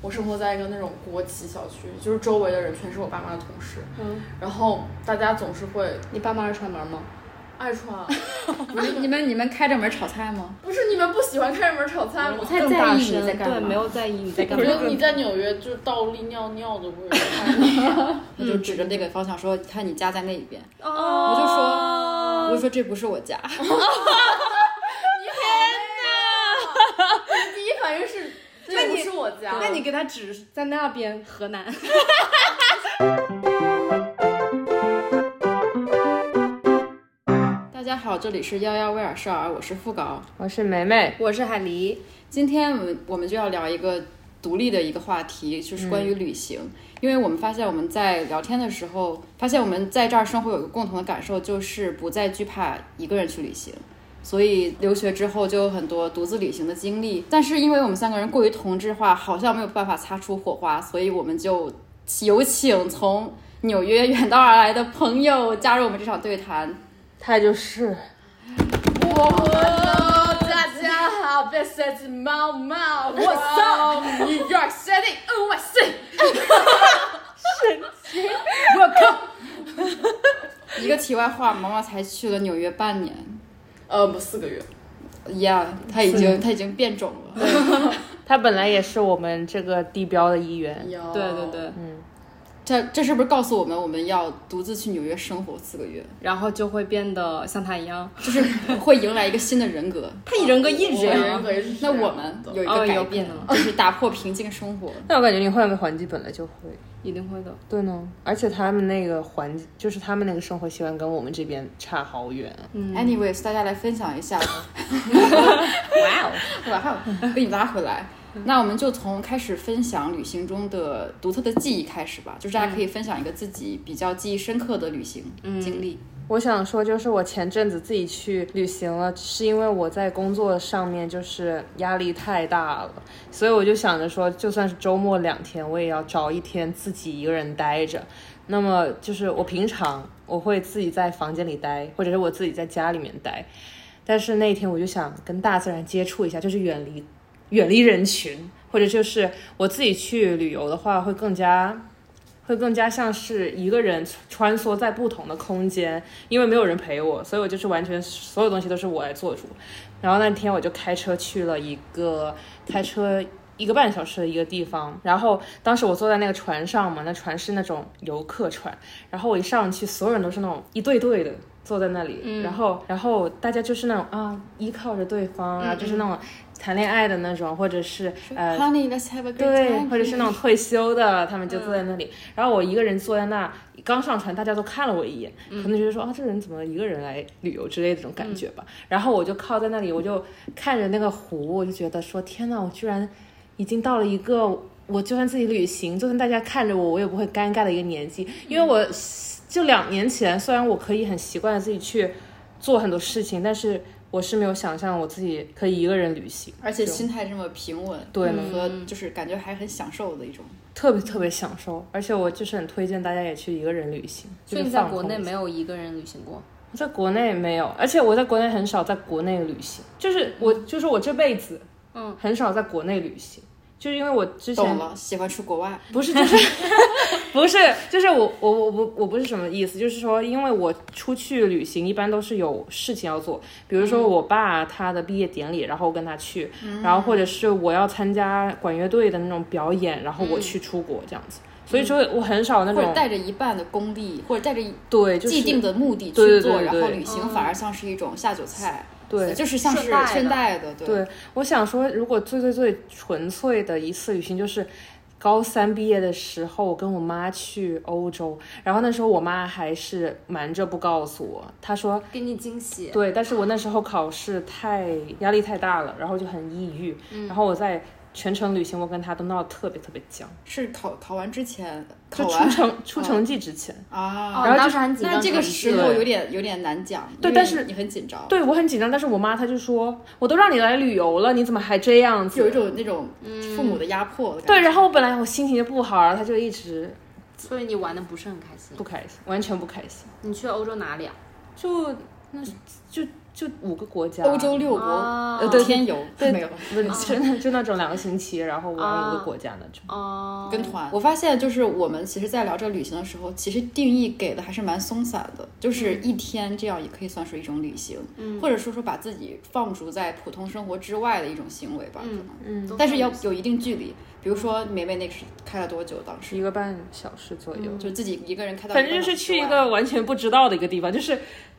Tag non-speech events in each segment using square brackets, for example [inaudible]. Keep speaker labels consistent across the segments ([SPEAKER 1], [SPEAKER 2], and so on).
[SPEAKER 1] 我生活在一个那种国企小区，就是周围的人全是我爸妈的同事，
[SPEAKER 2] 嗯，
[SPEAKER 1] 然后大家总是会
[SPEAKER 2] 你爸妈是串门吗？
[SPEAKER 1] 爱串，
[SPEAKER 2] 啊
[SPEAKER 3] 不是你们你们开着门炒菜吗？
[SPEAKER 1] [laughs] 不是你们不喜欢开着门炒菜吗
[SPEAKER 3] 我？
[SPEAKER 2] 太
[SPEAKER 3] 更
[SPEAKER 2] 在
[SPEAKER 3] 大
[SPEAKER 2] 意你
[SPEAKER 3] 声
[SPEAKER 2] 在干嘛，
[SPEAKER 3] 对没有
[SPEAKER 2] 在意你在
[SPEAKER 1] 我觉得你在纽约就是倒立尿尿的味道，
[SPEAKER 3] 我就指着那个方向说，看你家在那一边，
[SPEAKER 2] 哦，
[SPEAKER 3] 我就说，我就说这不是我家，
[SPEAKER 1] 你 [laughs] 第一反应是
[SPEAKER 2] [laughs] 那
[SPEAKER 1] 这
[SPEAKER 2] 你
[SPEAKER 1] 不是我家，
[SPEAKER 2] 那你给他指在那边河南，
[SPEAKER 3] 大家好，这里是幺幺威尔士儿，我是付高。
[SPEAKER 4] 我是梅梅，
[SPEAKER 2] 我是海狸，
[SPEAKER 3] 今天我们我们就要聊一个独立的一个话题，就是关于旅行，因为我们发现我们在聊天的时候，发现我们在这儿生活有一个共同的感受，就是不再惧怕一个人去旅行。所以留学之后就有很多独自旅行的经历，但是因为我们三个人过于同质化，好像没有办法擦出火花，所以我们就有请从纽约远道而来的朋友加入我们这场对谈。
[SPEAKER 4] 他就是
[SPEAKER 1] 我大家 [laughs] 好，这是猫猫，我操，New York City，我塞，
[SPEAKER 3] 一个题外话，毛毛才去了纽约半年，
[SPEAKER 1] 呃，不，四个月，
[SPEAKER 3] Yeah，他已经他已经变种了。
[SPEAKER 4] 他本来也是我们这个地标的一员。
[SPEAKER 1] 对
[SPEAKER 2] 对对对，，
[SPEAKER 3] 这这是不是告诉我们我们要独自去纽约生活四个月，
[SPEAKER 2] 然后就会变得像他一样，
[SPEAKER 3] 就是会迎来一个新的
[SPEAKER 1] [laughs]
[SPEAKER 3] 人格？
[SPEAKER 2] 他人格一直
[SPEAKER 1] 我
[SPEAKER 2] 这
[SPEAKER 1] 人
[SPEAKER 2] 样，
[SPEAKER 1] 格也是这
[SPEAKER 3] 那
[SPEAKER 1] 样
[SPEAKER 3] 我们
[SPEAKER 1] 的
[SPEAKER 3] 有一
[SPEAKER 2] 哦
[SPEAKER 3] 个改
[SPEAKER 2] 有可
[SPEAKER 3] 变，
[SPEAKER 2] 能
[SPEAKER 3] 就是打破平静生活。
[SPEAKER 4] 但我感觉你换个环境本来就会。
[SPEAKER 2] 一定会的。
[SPEAKER 4] 对呢，而且他们那个环境，就是他们那个生活习惯跟我们这边差好远。
[SPEAKER 3] Anyways，大家来分享一下，
[SPEAKER 4] [laughs]
[SPEAKER 2] 哇哦，
[SPEAKER 3] 哇哦，被你拉回来。那我们就从开始分享旅行中的独特的记忆开始吧，就是大家可以分享一个自己比较记忆深刻的旅行
[SPEAKER 4] 嗯
[SPEAKER 3] 经历。
[SPEAKER 4] 我想说，就是我前阵子自己去旅行了，是因为我在工作上面就是压力太大了，所以我就想着说，就算是周末两天，我也要找一天自己一个人待着。那么就是我平常我会自己在房间里待，或者是我自己在家里面待，但是那天我就想跟大自然接触一下，就是远离远离人群，或者就是我自己去旅游的话，会更加会更加像是一个人穿梭在不同的空间，因为没有人陪我，所以我就是完全所有东西都是我来做主。然后那天我就开车去了一个开车一个半小时的一个地方，然后当时我坐在那个船上嘛，那船是那种游客船，然后我一上去，所有人都是那种一对对的。坐在那里，然后，然后大家就是那种啊，依靠着对方，然后就是那种谈恋爱的那种，或者是呃
[SPEAKER 3] Honey，let's have a great
[SPEAKER 4] 对，
[SPEAKER 3] time，
[SPEAKER 4] 或者是那种退休的，他们就坐在那里。然后我一个人坐在那，刚上船，大家都看了我一眼，可能觉得说啊，这人怎么一个人来旅游之类的这种感觉吧。然后我就靠在那里，我就看着那个湖，我就觉得说，天呐，我居然已经到了一个。我就算自己旅行，就算大家看着我，我也不会尴尬的一个年纪，因为我就两年前，虽然我可以很习惯的自己去做很多事情，但是我是没有想象我自己可以一个人旅行。
[SPEAKER 3] 而且心态这么平稳，
[SPEAKER 4] 对嗯
[SPEAKER 3] 和就是感觉还很享受的一种。
[SPEAKER 4] 特别特别享受，而且我就是很推荐大家也去一个人旅行。
[SPEAKER 2] 所以
[SPEAKER 4] 就
[SPEAKER 2] 你
[SPEAKER 4] 是
[SPEAKER 2] 在
[SPEAKER 4] 放
[SPEAKER 2] 国
[SPEAKER 4] 空
[SPEAKER 2] 内
[SPEAKER 4] 一下
[SPEAKER 2] 没有一个人旅行过？
[SPEAKER 4] 我在国内没有，而且我在国内很少在国内旅行，就是我就是我这辈子，嗯，很少在国内旅行，就是因为我之前
[SPEAKER 3] 懂了，喜欢出国外。
[SPEAKER 4] 不是，就是 [laughs] 不是，就是我我我我我不是什么意思，就是说，因为我出去旅行一般都是有事情要做，比如
[SPEAKER 3] 嗯
[SPEAKER 4] 说我爸他的毕业典礼，然后我跟他去，然后或者是我要参加管乐队的那种表演，然后我去出国这样子，所以说我很少那
[SPEAKER 3] 或者
[SPEAKER 4] 种
[SPEAKER 3] 嗯带着一半的功力，或者带着一
[SPEAKER 4] 对就是
[SPEAKER 3] 既定的目的去做，
[SPEAKER 4] 对对对对
[SPEAKER 3] 然后
[SPEAKER 4] 对
[SPEAKER 3] 旅行反而像是一种下酒菜，
[SPEAKER 4] 对
[SPEAKER 3] 就是像是
[SPEAKER 2] 顺带的
[SPEAKER 3] 嗯顺带的，对，
[SPEAKER 4] 对，我想说，如果最最最纯粹的一次旅行，就是高三毕业的时候，我跟我妈去欧洲，然后那时候我妈还是瞒着不告诉我，她说
[SPEAKER 2] 给你惊喜，
[SPEAKER 4] 对，但是我那时候考试太压力太大了，然后就很抑郁，
[SPEAKER 3] 嗯
[SPEAKER 4] 然后我在全程旅行，我跟她都闹得特别特别僵，
[SPEAKER 3] 是考考完之前，
[SPEAKER 4] 就
[SPEAKER 3] 考
[SPEAKER 4] 出
[SPEAKER 3] 完
[SPEAKER 4] 成出成绩之前。
[SPEAKER 3] 啊，
[SPEAKER 2] 哦，
[SPEAKER 4] 然后就
[SPEAKER 2] 当时很紧张
[SPEAKER 3] 那这个
[SPEAKER 2] 成绩
[SPEAKER 3] 时候有点有点难讲，
[SPEAKER 4] 对
[SPEAKER 3] 因为
[SPEAKER 4] 但是
[SPEAKER 3] 你很紧张，
[SPEAKER 4] 对我很紧张，但是我妈她就说，我都让你来旅游了，你怎么还这样子？
[SPEAKER 3] 有一种那种父母的
[SPEAKER 4] 嗯
[SPEAKER 3] 压迫的感觉。
[SPEAKER 4] 对，然后我本来我心情就不好，然后她就一直
[SPEAKER 2] 所以你玩的不是很开心
[SPEAKER 4] 不。开心，完全不开心。
[SPEAKER 2] 你去欧洲哪里啊？
[SPEAKER 4] 就那就就五个国家，
[SPEAKER 3] 欧洲六
[SPEAKER 2] 啊
[SPEAKER 3] 国，呃，天游
[SPEAKER 4] 对
[SPEAKER 3] 没有，
[SPEAKER 4] 不是真的就那种两个星期，然后
[SPEAKER 3] 啊
[SPEAKER 4] 玩五个国家那种。
[SPEAKER 2] 哦，
[SPEAKER 3] 跟团。我发现就是我们其实，在聊这个旅行的时候，其实定义给的还是蛮松散的，就是
[SPEAKER 2] 嗯
[SPEAKER 3] 一天这样也可以算是一种旅行，或者说说把自己放逐在普通生活之外的一种行为吧，可能。
[SPEAKER 4] 嗯，
[SPEAKER 3] 但是要有一定距离，比如说梅梅那个是开了多久？当时
[SPEAKER 4] 一个半小时左右。
[SPEAKER 3] 就自己一个人开到，
[SPEAKER 4] 反正就是去一个完全不知道的一个地方，就是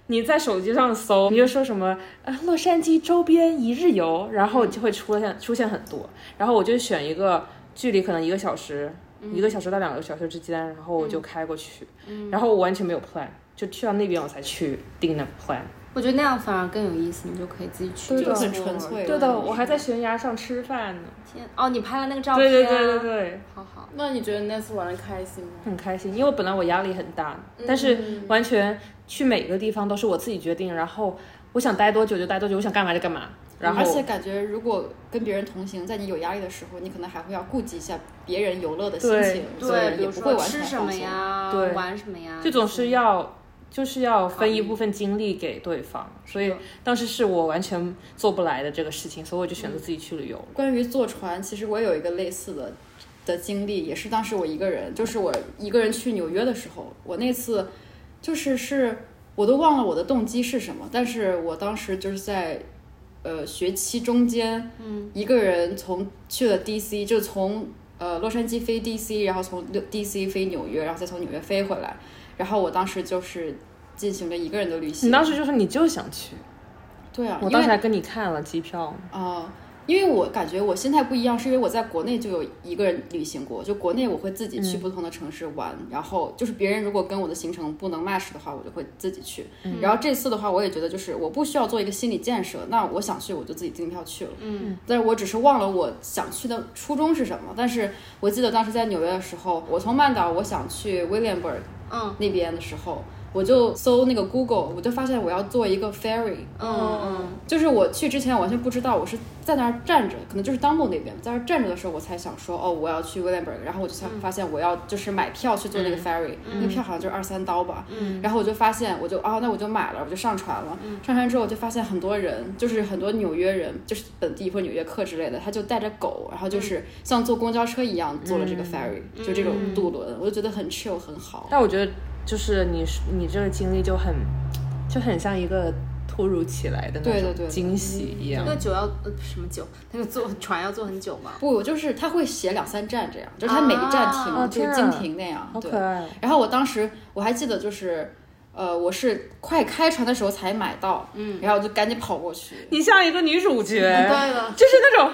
[SPEAKER 4] 你在手机上搜，你就说什么呃洛杉矶周边一日游，然后就会出现出现很多。然后我就选一个距离可能一个小时，一个小时到两个小时之间，然后我就开过去，然后我完全没有 plan，就去到那边我才去定的 plan。
[SPEAKER 2] 我觉得那样反而更有意思，你就可以自己去。
[SPEAKER 4] 对
[SPEAKER 3] 就
[SPEAKER 4] 的
[SPEAKER 3] 很纯粹。
[SPEAKER 4] 对的，我还在悬崖上吃饭呢。
[SPEAKER 2] 天哦，你拍了那个照片、
[SPEAKER 4] 对
[SPEAKER 2] 啊，
[SPEAKER 4] 对对对对，
[SPEAKER 2] 好好，
[SPEAKER 1] 那你觉得那次玩的开心吗？
[SPEAKER 4] 很开心，因为本来我压力很大，但是完全去每个地方都是我自己决定，然后我想待多久就待多久，我想干嘛就干嘛。然后
[SPEAKER 3] 而且感觉，如果跟别人同行，在你有压力的时候，你可能还会要顾及一下别人游乐的心
[SPEAKER 4] 对
[SPEAKER 3] 情，所
[SPEAKER 2] 对，
[SPEAKER 3] 以
[SPEAKER 2] 比
[SPEAKER 3] 也
[SPEAKER 2] 如
[SPEAKER 3] 不会
[SPEAKER 2] 说
[SPEAKER 3] 完全
[SPEAKER 2] 吃什
[SPEAKER 3] 放
[SPEAKER 2] 么
[SPEAKER 3] 松。
[SPEAKER 2] 呀，
[SPEAKER 4] 对
[SPEAKER 2] 玩什么呀，
[SPEAKER 4] 这种是要就是要分一部分精力给对方，所以当时是我完全做不来的这个事情，所以我就选择自己去旅游。
[SPEAKER 3] 关于坐船，其实我有一个类似的的经历，也是当时我一个人，就是我一个人去纽约的时候，我那次就是是我都忘了我的动机是什么，但是我当时就是在呃学期中间，嗯，一个人从去了 DC，就从呃洛杉矶飞 DC，然后从 DC 飞纽约，然后再从纽约飞回来，然后我当时就是进行了一个人的旅行。
[SPEAKER 4] 你当时就说你就想去，
[SPEAKER 3] 对啊，因
[SPEAKER 4] 我
[SPEAKER 3] 为
[SPEAKER 4] 当时还跟你看了机票，
[SPEAKER 3] 哦、因为我感觉我心态不一样，是因为我在国内就有一个人旅行过，就国内我会自己去不同的城市玩，然后就是别人如果跟我的行程不能 match 的话，我就会自己去。然后这次的话，我也觉得就是我不需要做一个心理建设，那我想去我就自己订票去了。嗯，但是我只是忘了我想去的初衷是什么。但是我记得当时在纽约的时候，我从曼岛我想去 Williamsburg，
[SPEAKER 2] 嗯
[SPEAKER 3] 那边的时候，我就搜那个 Google，我就发现我要做一个 ferry。
[SPEAKER 2] 嗯
[SPEAKER 3] 就是我去之前我完全不知道，我是在那儿站着，可能就是当梦那边，在那儿站着的时候，我才想说，哦，我要去 Williamsburg，然后我就才
[SPEAKER 4] 嗯
[SPEAKER 3] 发现我要就是买票去坐那个 ferry，、那个票好像就是二三刀吧，
[SPEAKER 4] 嗯
[SPEAKER 3] 然后我就发现我就啊，那我就买了，我就上船了，上船之后我就发现很多人，就是很多纽约人，就是本地或者纽约客之类的，他就带着狗，然后
[SPEAKER 4] 嗯
[SPEAKER 3] 就是像坐公交车一样坐了这个 ferry，、就这种
[SPEAKER 4] 嗯
[SPEAKER 3] 渡轮，我就觉得很 chill 很好，
[SPEAKER 4] 但我觉得就是你你这个经历就很就很像一个突如其来的
[SPEAKER 3] 对
[SPEAKER 4] 那
[SPEAKER 3] 对对
[SPEAKER 4] 种惊喜一
[SPEAKER 2] 那
[SPEAKER 4] 样。
[SPEAKER 2] 个酒要呃什么酒？那个坐船要坐很久吗？
[SPEAKER 3] 不，就是他会写两三站这样，就是他每一站停，
[SPEAKER 4] 啊
[SPEAKER 3] 就是
[SPEAKER 4] 天啊
[SPEAKER 3] 经停那样，
[SPEAKER 4] 好
[SPEAKER 3] 对
[SPEAKER 4] 可。爱哦，
[SPEAKER 3] 然后我当时我还记得就是，呃，我是快开船的时候才买到，嗯，然后我就赶紧跑过去，
[SPEAKER 4] 你像一个女主角，
[SPEAKER 2] 哎
[SPEAKER 1] 了，
[SPEAKER 4] 就是那种，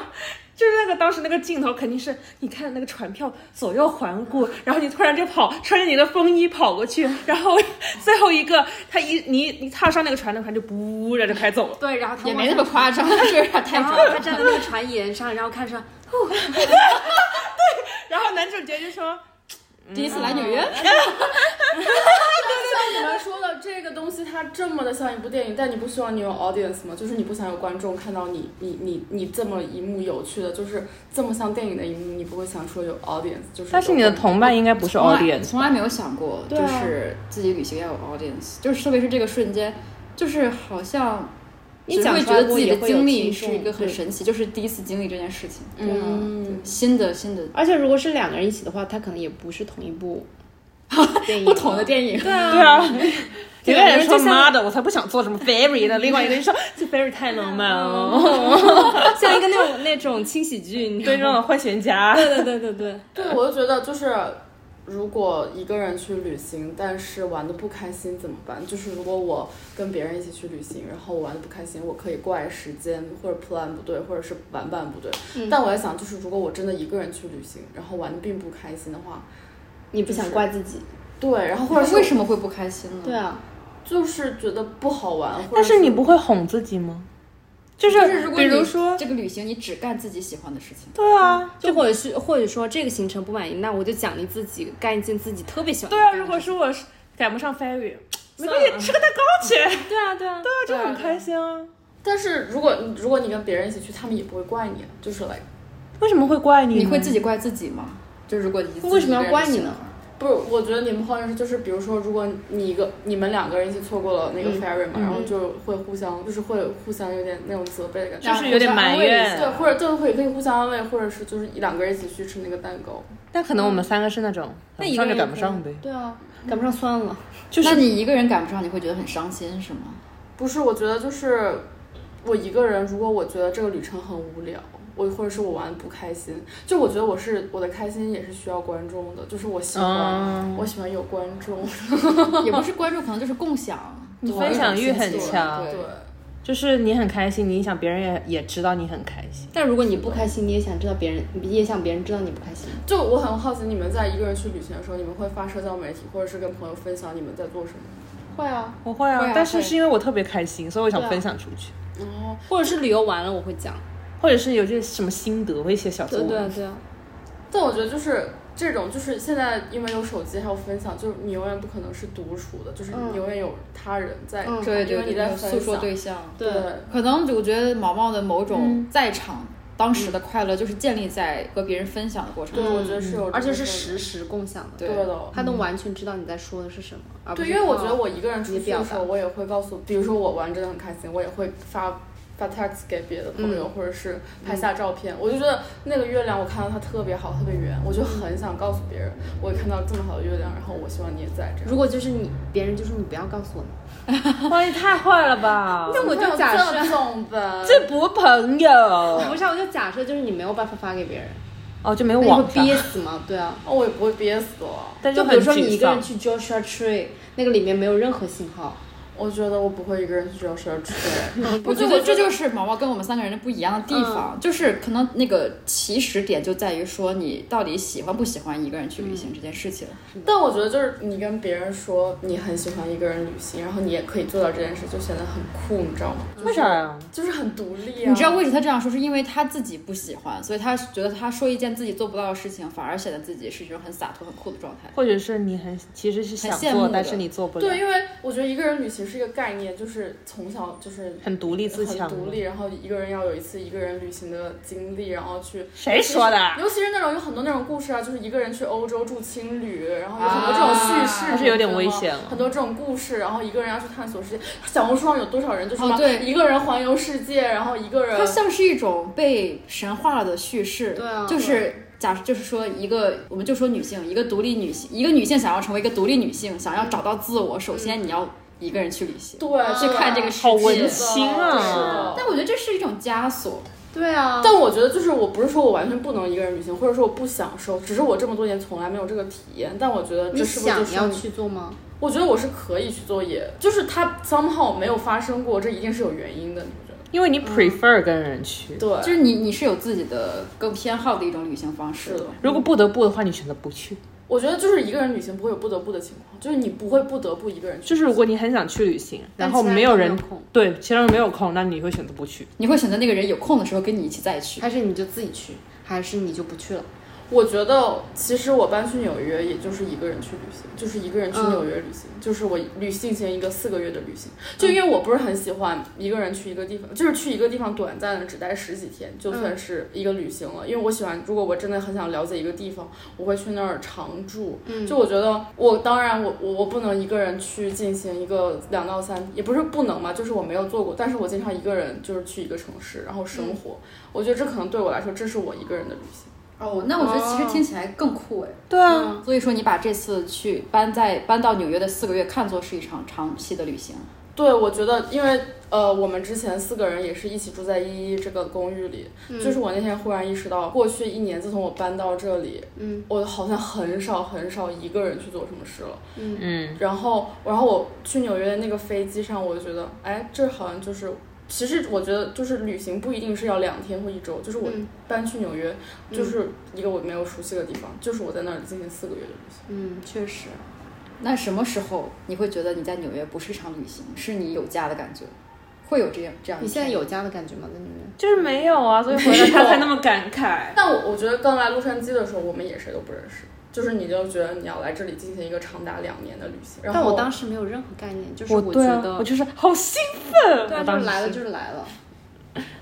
[SPEAKER 4] 就是那个当时那个镜头肯定是，你看那个船票左右环顾，然后你突然就跑，穿着你的风衣跑过去，然后最后一个他一你你踏上那个船，那船就噗然后就开走了。
[SPEAKER 2] 对，然后他
[SPEAKER 3] 也
[SPEAKER 2] 往
[SPEAKER 3] 没那么夸张， [laughs] 就是有点太
[SPEAKER 2] 然
[SPEAKER 3] 夸
[SPEAKER 2] 后
[SPEAKER 3] 张。
[SPEAKER 2] [laughs] 他站在那个船沿上，然后看说，
[SPEAKER 4] 然后男主角就说，
[SPEAKER 3] 第一次来纽约，
[SPEAKER 1] 像你们说的这个东西，它这么的像一部电影，但你不希望你有 audience 吗？就是你不想有观众看到你你你你这么一幕有趣的，就是这么像电影的一幕，你不会想说有 audience，就是有
[SPEAKER 4] 但是你的同伴应该不是啊
[SPEAKER 3] 从来
[SPEAKER 4] audience，
[SPEAKER 3] 从来没有想过，就
[SPEAKER 1] 对啊
[SPEAKER 3] 是自己旅行要有 audience，就是特别是这个瞬间，就是好像。
[SPEAKER 4] 你讲
[SPEAKER 3] 会
[SPEAKER 4] 出
[SPEAKER 3] 觉
[SPEAKER 4] 来
[SPEAKER 3] 得
[SPEAKER 4] 过
[SPEAKER 3] 自己
[SPEAKER 4] 也
[SPEAKER 3] 的
[SPEAKER 4] 会有
[SPEAKER 3] 经历
[SPEAKER 4] 听
[SPEAKER 3] 是
[SPEAKER 4] 众
[SPEAKER 3] 一个很
[SPEAKER 4] 对
[SPEAKER 3] 神奇，就是第一次经历这件事情，
[SPEAKER 1] 嗯，
[SPEAKER 3] 新的新的
[SPEAKER 2] 而且如果是两个人一起的话，他可能也不是同一部电影，
[SPEAKER 3] 不同的电 [laughs] 影，
[SPEAKER 4] 对 [laughs] 啊。
[SPEAKER 2] 两
[SPEAKER 4] 有个
[SPEAKER 2] 个人
[SPEAKER 4] 人说
[SPEAKER 2] 就像
[SPEAKER 4] 妈的，我才不想做什么 fairy 的。另外一个人说这 fairy 太浪漫了，
[SPEAKER 2] 啊 [laughs] 像一个那种那种轻喜剧，你知
[SPEAKER 4] [laughs] 对
[SPEAKER 2] 道
[SPEAKER 4] 那
[SPEAKER 2] 吗
[SPEAKER 4] 种幻想家。
[SPEAKER 2] 对对对对对，
[SPEAKER 1] 对，我就觉得就是。如果一个人去旅行，但是玩的不开心怎么办？就是如果我跟别人一起去旅行，然后我玩的不开心，我可以怪时间或者 plan 不对，或者是玩伴不对。
[SPEAKER 4] 嗯
[SPEAKER 1] 但我在想，就是如果我真的一个人去旅行，然后玩的并不开心的话，
[SPEAKER 2] 你不想怪自己，
[SPEAKER 1] 对，然后或者是
[SPEAKER 3] 为什么会不开心呢？
[SPEAKER 2] 对啊，
[SPEAKER 1] 就是觉得不好玩，或者
[SPEAKER 4] [laughs] 但是你不会哄自己吗？就是
[SPEAKER 3] 就是如果
[SPEAKER 4] 比
[SPEAKER 3] 你
[SPEAKER 4] 如说，
[SPEAKER 3] 这个旅行，你只干自己喜欢的事情，
[SPEAKER 4] 对啊，
[SPEAKER 2] 就或者是或者说这个行程不满意，那我就奖励自己干一件自己特别喜欢的
[SPEAKER 4] 对啊，
[SPEAKER 2] 事
[SPEAKER 4] 如果说我是赶不上 ferry，没关系，吃个蛋糕去，对
[SPEAKER 2] 对啊对啊，
[SPEAKER 4] 啊，就很开心啊。
[SPEAKER 1] 但是如果如果你跟别人一起去，他们也不会怪你，就是 like
[SPEAKER 4] 为什么会怪你
[SPEAKER 3] 嗯
[SPEAKER 4] 呢？
[SPEAKER 3] 你会自己怪自己吗？就如果你自己
[SPEAKER 2] 为什么要
[SPEAKER 3] 一个人
[SPEAKER 2] 怪你呢
[SPEAKER 3] 的行为？
[SPEAKER 1] 不是，我觉得你们换的是，就是比如说，如果你一个你们两个人一起错过了那
[SPEAKER 4] 嗯
[SPEAKER 1] 个 ferry 嘛，然后就会互相，就是会互相有点那种责备的感觉，
[SPEAKER 4] 就是有点
[SPEAKER 1] 啊
[SPEAKER 4] 埋怨
[SPEAKER 1] 对，或者就会可以互相安慰，或者是就是两个人一起去吃那个蛋糕。
[SPEAKER 4] 但可能我们三个是那种，赶不上就赶不上呗。
[SPEAKER 2] 对啊，赶不上算了。
[SPEAKER 4] 就是
[SPEAKER 3] 那你一个人赶不上，你会觉得很伤心是吗？
[SPEAKER 1] 不是，我觉得就是我一个人，如果我觉得这个旅程很无聊，我或者是我玩得不开心，就我觉得我是我的开心也是需要观众的，就是我喜欢、
[SPEAKER 4] 嗯
[SPEAKER 1] 我喜欢有观众，
[SPEAKER 3] 也不是关注，可能就是共享。
[SPEAKER 4] 你
[SPEAKER 3] 对
[SPEAKER 4] 分享欲很
[SPEAKER 1] 对
[SPEAKER 4] 强
[SPEAKER 1] 对，
[SPEAKER 4] 就是你很开心，你想别人也也知道你很开心。
[SPEAKER 2] 但如果你不开心，你也想知道别人，你也想别人知道你不开心。
[SPEAKER 1] 就我很好奇，你们在一个人去旅行的时候，你们会发社交媒体，或者是跟朋友分享你们在做什么？
[SPEAKER 3] [laughs] 会啊，
[SPEAKER 4] 我会啊，
[SPEAKER 3] 会啊
[SPEAKER 4] 但是
[SPEAKER 3] 会
[SPEAKER 4] 是因为我特别开心，所以我想
[SPEAKER 3] 对啊
[SPEAKER 4] 分享出去，
[SPEAKER 1] 哦，
[SPEAKER 2] 或者是旅游完了我会讲。
[SPEAKER 4] 或者是有些什么心得，会写小作
[SPEAKER 2] 对
[SPEAKER 4] 文。
[SPEAKER 2] 对啊对啊，
[SPEAKER 1] 但我觉得就是这种，就是现在因为有手机还有分享，就是你永远不可能是独处的，就是你永远有他人在，
[SPEAKER 2] 嗯
[SPEAKER 3] 对
[SPEAKER 1] 因
[SPEAKER 3] 对
[SPEAKER 1] 为你
[SPEAKER 3] 对，
[SPEAKER 1] 在
[SPEAKER 3] 有
[SPEAKER 1] 分
[SPEAKER 3] 诉说
[SPEAKER 1] 享
[SPEAKER 3] 对象。
[SPEAKER 1] 对
[SPEAKER 3] 可能我觉得毛毛的某
[SPEAKER 1] 嗯
[SPEAKER 3] 种在场当时的快乐，就是建立在和别人分享的过程
[SPEAKER 1] 对，
[SPEAKER 3] 中。
[SPEAKER 1] 我觉得是有这个事儿的，
[SPEAKER 2] 而且是实时共享的，
[SPEAKER 1] 对的。
[SPEAKER 2] 他能完全知道你在说的是什么。而不
[SPEAKER 1] 对，
[SPEAKER 2] 是
[SPEAKER 1] 因为我觉
[SPEAKER 2] 靠
[SPEAKER 1] 得我一个人出
[SPEAKER 2] 你
[SPEAKER 1] 去
[SPEAKER 2] 表
[SPEAKER 1] 的
[SPEAKER 2] 达
[SPEAKER 1] 时候，我也会告诉，比如说我玩真的很开心，我也会发发 text 给别的朋
[SPEAKER 2] 嗯
[SPEAKER 1] 友，或者是拍下照片。我就觉得那个月亮，我看到它特别好，特别圆，我就很想告诉别人，我看到这么好的月亮，然后我希望你也在这样。
[SPEAKER 2] 如果就是你，别人就说你不要告诉我们，
[SPEAKER 4] 哇，你太坏了吧！
[SPEAKER 2] 那我就
[SPEAKER 1] [laughs]
[SPEAKER 2] 假设
[SPEAKER 1] 这种吧，
[SPEAKER 4] [laughs] 这不朋友
[SPEAKER 2] 不是啊，我就假设就是你没有办法发给别人，
[SPEAKER 4] 哦，就没有
[SPEAKER 2] 那你会
[SPEAKER 4] 网
[SPEAKER 2] 憋
[SPEAKER 4] 吧，
[SPEAKER 2] 死吗？对啊，
[SPEAKER 1] 哦，我也不会憋死了。
[SPEAKER 4] 但
[SPEAKER 2] 就比
[SPEAKER 4] 很
[SPEAKER 2] 如说你一
[SPEAKER 4] 沮
[SPEAKER 2] 个人
[SPEAKER 4] 丧。
[SPEAKER 2] 去 Joshua Tree，那个里面没有任何信号，
[SPEAKER 1] 我觉得我不会一个人去找社畜。
[SPEAKER 2] [laughs]
[SPEAKER 3] 我觉得这就是毛毛跟我们三个人的不一样的地
[SPEAKER 1] 嗯
[SPEAKER 3] 方，就是可能那个起始点就在于说你到底喜欢不喜欢一个人去旅行这件事情。
[SPEAKER 1] 但我觉得就是你跟别人说你很喜欢一个人旅行，然后你也可以做到这件事，就显得很酷，你知道吗？
[SPEAKER 4] 为啥呀？
[SPEAKER 1] 就是很独立啊。
[SPEAKER 3] 你知道为什么他这样说，是因为他自己不喜欢，所以他觉得他说一件自己做不到的事情，反而显得自己是一种很洒脱、很酷的状态。
[SPEAKER 4] 或者是你很其实是想
[SPEAKER 3] 很羡
[SPEAKER 4] 做，
[SPEAKER 3] 慕
[SPEAKER 4] 但
[SPEAKER 3] 的
[SPEAKER 4] 是你做不了，
[SPEAKER 1] 对，因为我觉得一个人旅行是一个概念，就是从小就是
[SPEAKER 4] 很独立自强。
[SPEAKER 1] 很独立，然后一个人要有一次一个人旅行的经历，然后去。
[SPEAKER 4] 谁说的？
[SPEAKER 3] 啊
[SPEAKER 1] 尤其是那种有很多那种故事啊，就是一个人去欧洲住青旅，然后有很多这种叙事，
[SPEAKER 3] 啊
[SPEAKER 4] 还是有点危
[SPEAKER 1] 你知道吗
[SPEAKER 4] 险了
[SPEAKER 1] 很多这种故事，然后一个人要去探索世界。小红书上有多少人就是、
[SPEAKER 3] 哦对
[SPEAKER 1] 一个人环游世界，然后一个人
[SPEAKER 3] 它像是一种被神化了的叙事，
[SPEAKER 2] 对啊
[SPEAKER 3] 就是假设就是说一个，我们就说女性，一个独立女性，一个女性想要成为一个独立女性，想要找到自我，首先你要一个人去旅行，
[SPEAKER 1] 对
[SPEAKER 3] 去
[SPEAKER 1] 对
[SPEAKER 3] 看这个世界。
[SPEAKER 4] 好文青啊
[SPEAKER 1] 是的
[SPEAKER 3] 但我觉得这是一种枷锁，
[SPEAKER 2] 对啊，
[SPEAKER 1] 但我觉得就是，我不是说我完全不能一个人旅行，或者说我不享受，只是我这么多年从来没有这个体验。但我觉得
[SPEAKER 2] 你
[SPEAKER 1] 这是不是就
[SPEAKER 2] 想
[SPEAKER 1] 是
[SPEAKER 2] 要去做吗？
[SPEAKER 1] 我觉得我是可以去做也，就是它 somehow 没有发生过，这一定是有原因的，你不觉得？
[SPEAKER 4] 因为你 prefer 跟人去，
[SPEAKER 3] 就
[SPEAKER 1] 对，
[SPEAKER 3] 是你你是有自己的更偏好的一种旅行方式
[SPEAKER 1] 是的。
[SPEAKER 4] 如果不得不的话，你选择不去。
[SPEAKER 1] 我觉得就是一个人旅行不会有不得不的情况，就是你不会不得不一个人去。
[SPEAKER 4] 就是如果你很想去旅行，
[SPEAKER 2] 但
[SPEAKER 4] 然后
[SPEAKER 2] 其他人
[SPEAKER 4] 没有
[SPEAKER 2] 都
[SPEAKER 4] 人
[SPEAKER 2] 空，
[SPEAKER 4] 对其他人没有空，那你会选择不去。
[SPEAKER 3] 你会选择那个人有空的时候跟你一起再去。
[SPEAKER 2] 还是你就自己去，还是你就不去了？
[SPEAKER 1] 我觉得其实我搬去纽约，也就是一个人去旅行，就是一个人去
[SPEAKER 2] 嗯
[SPEAKER 1] 纽约旅行，就是我旅进行一个四个月的旅行。就因为我不是很喜欢一个人去一个地方，就是去一个地方短暂的只待十几天，就算是一个旅行了。因为我喜欢，如果我真的很想了解一个地方，我会去那儿常住。嗯，就我觉得我当然我我我不能一个人去进行一个两到三，也不是不能嘛，就是我没有做过，但是我经常一个人就是去一个城市，然后生活。我觉得这可能对我来说，这是我一个人的旅行。
[SPEAKER 3] 哦，那我觉得其实听起来更酷哎。
[SPEAKER 4] 对啊，
[SPEAKER 3] 所以说你把这次去搬在搬到纽约的四个月看作是一场长期的旅行。
[SPEAKER 1] 对，我觉得，因为呃，我们之前四个人也是一起住在依依这个公寓里，
[SPEAKER 2] 嗯
[SPEAKER 1] 就是我那天忽然意识到，过去一年自从我搬到这里，
[SPEAKER 2] 嗯，
[SPEAKER 1] 我好像很少很少一个人去做什么事了。
[SPEAKER 4] 嗯，
[SPEAKER 1] 然后，然后我去纽约的那个飞机上，我就觉得，哎，这好像就是。其实我觉得，就是旅行不一定是要两天或一周，就是我
[SPEAKER 2] 嗯
[SPEAKER 1] 搬去纽约，就是一个我没有熟悉的地方，就是我在那里进行四个月的旅行。
[SPEAKER 2] 嗯，确实，
[SPEAKER 3] 那什么时候你会觉得你在纽约不是一场旅行，是你有家的感觉？会有这样这样一天？
[SPEAKER 2] 你现在有家的感觉吗？在纽约？
[SPEAKER 4] 就是没有啊，所以回来他才那么感慨。
[SPEAKER 1] 但我我觉得刚来洛杉矶的时候，我们也谁都不认识，就是你就觉得你要来这里进行一个长达两年的旅行。然后
[SPEAKER 2] 但我当时没有任何概念，就是
[SPEAKER 4] 我
[SPEAKER 2] 觉
[SPEAKER 4] 对啊，
[SPEAKER 2] 得，
[SPEAKER 4] 我就是好兴奋，
[SPEAKER 2] 对啊，
[SPEAKER 4] 我
[SPEAKER 2] 就
[SPEAKER 4] 当
[SPEAKER 2] 是
[SPEAKER 4] 时
[SPEAKER 2] 来了就是来了。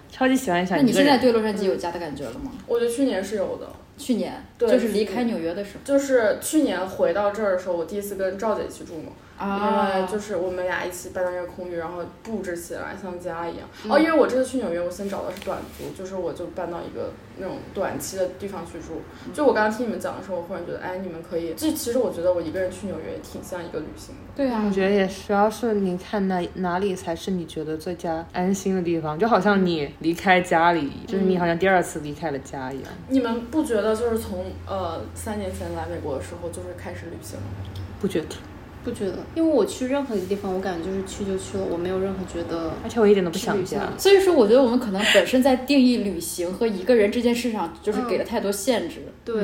[SPEAKER 4] 超级喜欢
[SPEAKER 3] 那
[SPEAKER 4] 想一
[SPEAKER 3] 你
[SPEAKER 4] 个
[SPEAKER 3] 现在
[SPEAKER 4] 人。
[SPEAKER 3] 对洛杉矶有家的感觉了吗？
[SPEAKER 1] 我觉得去年是有的，
[SPEAKER 3] 去年
[SPEAKER 1] 对
[SPEAKER 3] 就是离开纽约的时
[SPEAKER 1] 就是去年回到这儿的时候，我第一次跟赵姐一起住嘛，
[SPEAKER 3] 候
[SPEAKER 2] 啊
[SPEAKER 1] 因
[SPEAKER 3] 啊
[SPEAKER 1] 为就是我们俩一起搬到那个空域，然后布置起来像家一样。
[SPEAKER 2] 嗯
[SPEAKER 1] 哦，因为我这次去纽约，我先找的是短租，就是我就搬到一个那种短期的地方去住。
[SPEAKER 2] 嗯
[SPEAKER 1] 就我刚刚听你们讲的时候，我忽然觉得，哎，你们可以，这其实我觉得我一个人去纽约也挺像一个旅行的。
[SPEAKER 3] 对
[SPEAKER 4] 我
[SPEAKER 3] 啊，
[SPEAKER 4] 觉得也是，主要是你看哪哪里才是你觉得最佳安心的地方，就好像你离开家里，就是你好像第二次离开了家一样。
[SPEAKER 1] 你们不觉得就是从呃三年前来美国的时候，就是开始旅行了吗？
[SPEAKER 4] 不觉得，
[SPEAKER 2] 不觉得，因为我去任何一个地方，我感觉就是去就去了，我没有任何觉得
[SPEAKER 4] 而且我一点都不
[SPEAKER 2] 是
[SPEAKER 4] 想
[SPEAKER 2] 旅行
[SPEAKER 4] 家。
[SPEAKER 3] 所以说我觉得我们可能本身在定义旅行和一个人这件事上，就是给了太多限制。
[SPEAKER 2] 对、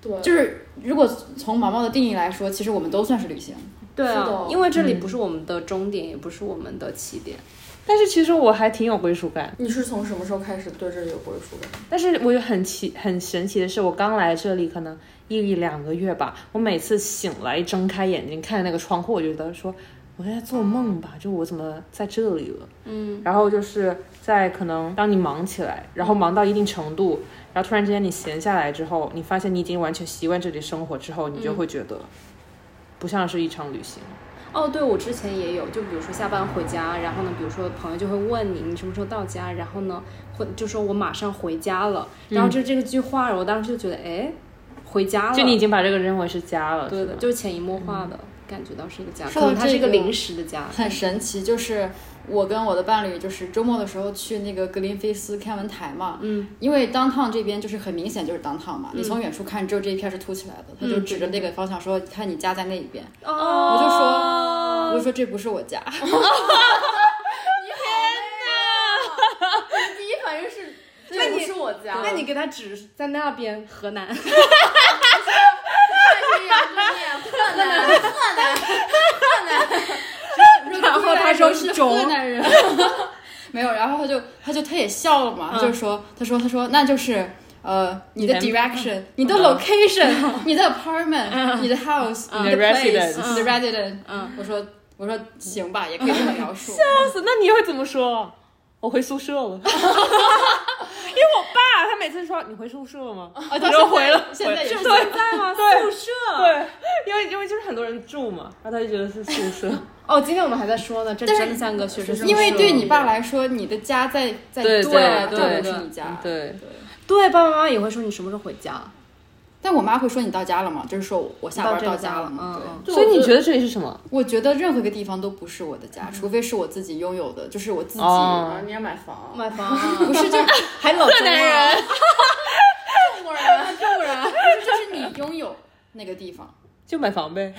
[SPEAKER 1] 对，
[SPEAKER 3] 就是如果从毛毛的定义来说，其实我们都算是旅行。
[SPEAKER 2] 对
[SPEAKER 1] 是的
[SPEAKER 2] 啊，因为这里不是我们的终点，也不是我们的起点。
[SPEAKER 4] 但是其实我还挺有归属感，
[SPEAKER 1] 你是从什么时候开始对这里有归属感？
[SPEAKER 4] 但是我就很奇很神奇的是，我刚来这里可能一两个月吧，我每次醒来一睁开眼睛看那个窗户，我就觉得说我在做梦吧，就我怎么在这里了？嗯，然后就是在可能当你忙起来，然后忙到一定程度，然后突然之间你闲下来之后，你发现你已经完全习惯这里生活之后，
[SPEAKER 2] 嗯
[SPEAKER 4] 你就会觉得不像是一场旅行。
[SPEAKER 2] 哦，对，我之前也有，就比如说下班回家，然后呢，比如说朋友就会问你你什么时候到家，然后呢，会就说我马上回家了，然后就这个句话，我当时就觉得，哎，回家了，
[SPEAKER 4] 就你已经把这个认为是家了，
[SPEAKER 2] 对
[SPEAKER 4] 是
[SPEAKER 2] 的，
[SPEAKER 4] 吧
[SPEAKER 2] 就是潜移默化的、感嗯觉到是一个家，
[SPEAKER 3] 说
[SPEAKER 2] 可
[SPEAKER 3] 到
[SPEAKER 2] 能它是一个
[SPEAKER 3] 这个
[SPEAKER 2] 临时的家，
[SPEAKER 3] 很神奇，就是我跟我的伴侣，就是周末的时候去那个格林菲斯天文台嘛，嗯，因为 downtown 这边就是很明显就是 downtown 嘛，你从远处看只有这一片是凸起来嗯的，他就指着那个方向说，看你家在那一边，
[SPEAKER 2] 哦
[SPEAKER 3] 我就说，我就说这不是我家，
[SPEAKER 1] 第一反应是，这不是我家，
[SPEAKER 2] 那你给他指在那边河南，
[SPEAKER 3] [laughs] 然后他说是
[SPEAKER 2] 种
[SPEAKER 3] 河南人， [laughs] 没有，然后他就他就他也笑了嘛，他就说他说他说那就是。呃，你的 direction，你的 location，你的 apartment，你的 house，你
[SPEAKER 4] 你的
[SPEAKER 3] place，
[SPEAKER 4] residence
[SPEAKER 3] 你的 resident。嗯，我说我说行吧，也可以这么描述。
[SPEAKER 4] 笑死！那你会怎么说？我回宿舍了，因为我 [laughs] 爸他每次说你回宿舍了吗？
[SPEAKER 3] 啊，
[SPEAKER 4] 你
[SPEAKER 3] 到
[SPEAKER 4] 又
[SPEAKER 3] 现
[SPEAKER 4] 回
[SPEAKER 3] 在
[SPEAKER 4] 了，
[SPEAKER 3] 现
[SPEAKER 2] [laughs]
[SPEAKER 3] 在也
[SPEAKER 4] 就是是
[SPEAKER 3] 对
[SPEAKER 4] 现在吗？对
[SPEAKER 2] 舍。
[SPEAKER 4] 对，因为因为就是很多人住嘛，然后他就觉得是宿舍。
[SPEAKER 2] 哦，今天我们还在说呢，这
[SPEAKER 3] 但是
[SPEAKER 2] 真的像个学生宿舍，
[SPEAKER 3] 因为对你爸来说，你的家在在
[SPEAKER 4] 对
[SPEAKER 3] 多
[SPEAKER 4] 对
[SPEAKER 3] 啊
[SPEAKER 2] 对
[SPEAKER 3] 这不
[SPEAKER 2] 对
[SPEAKER 3] 是你家。
[SPEAKER 4] 嗯对，
[SPEAKER 2] 对爸爸妈妈也会说你什么时候回家，
[SPEAKER 3] 但我妈会说你到家了嘛，就是说我下班到家了嘛。
[SPEAKER 2] 嗯
[SPEAKER 3] 对，
[SPEAKER 2] 嗯，
[SPEAKER 1] 对
[SPEAKER 4] 所以
[SPEAKER 1] 我
[SPEAKER 4] 你
[SPEAKER 1] 觉
[SPEAKER 4] 觉得这里是什么？
[SPEAKER 3] 我觉得任何一个地方都不是我的家，除非是我自己拥有的，就是我自己。
[SPEAKER 4] 哦
[SPEAKER 1] 啊，你要买房，
[SPEAKER 2] 买房啊、
[SPEAKER 3] 不是， [laughs] 就是还老
[SPEAKER 4] 河南人，
[SPEAKER 1] 中国人，中国人，
[SPEAKER 3] 就是你拥有那个地方，
[SPEAKER 4] 就买房呗，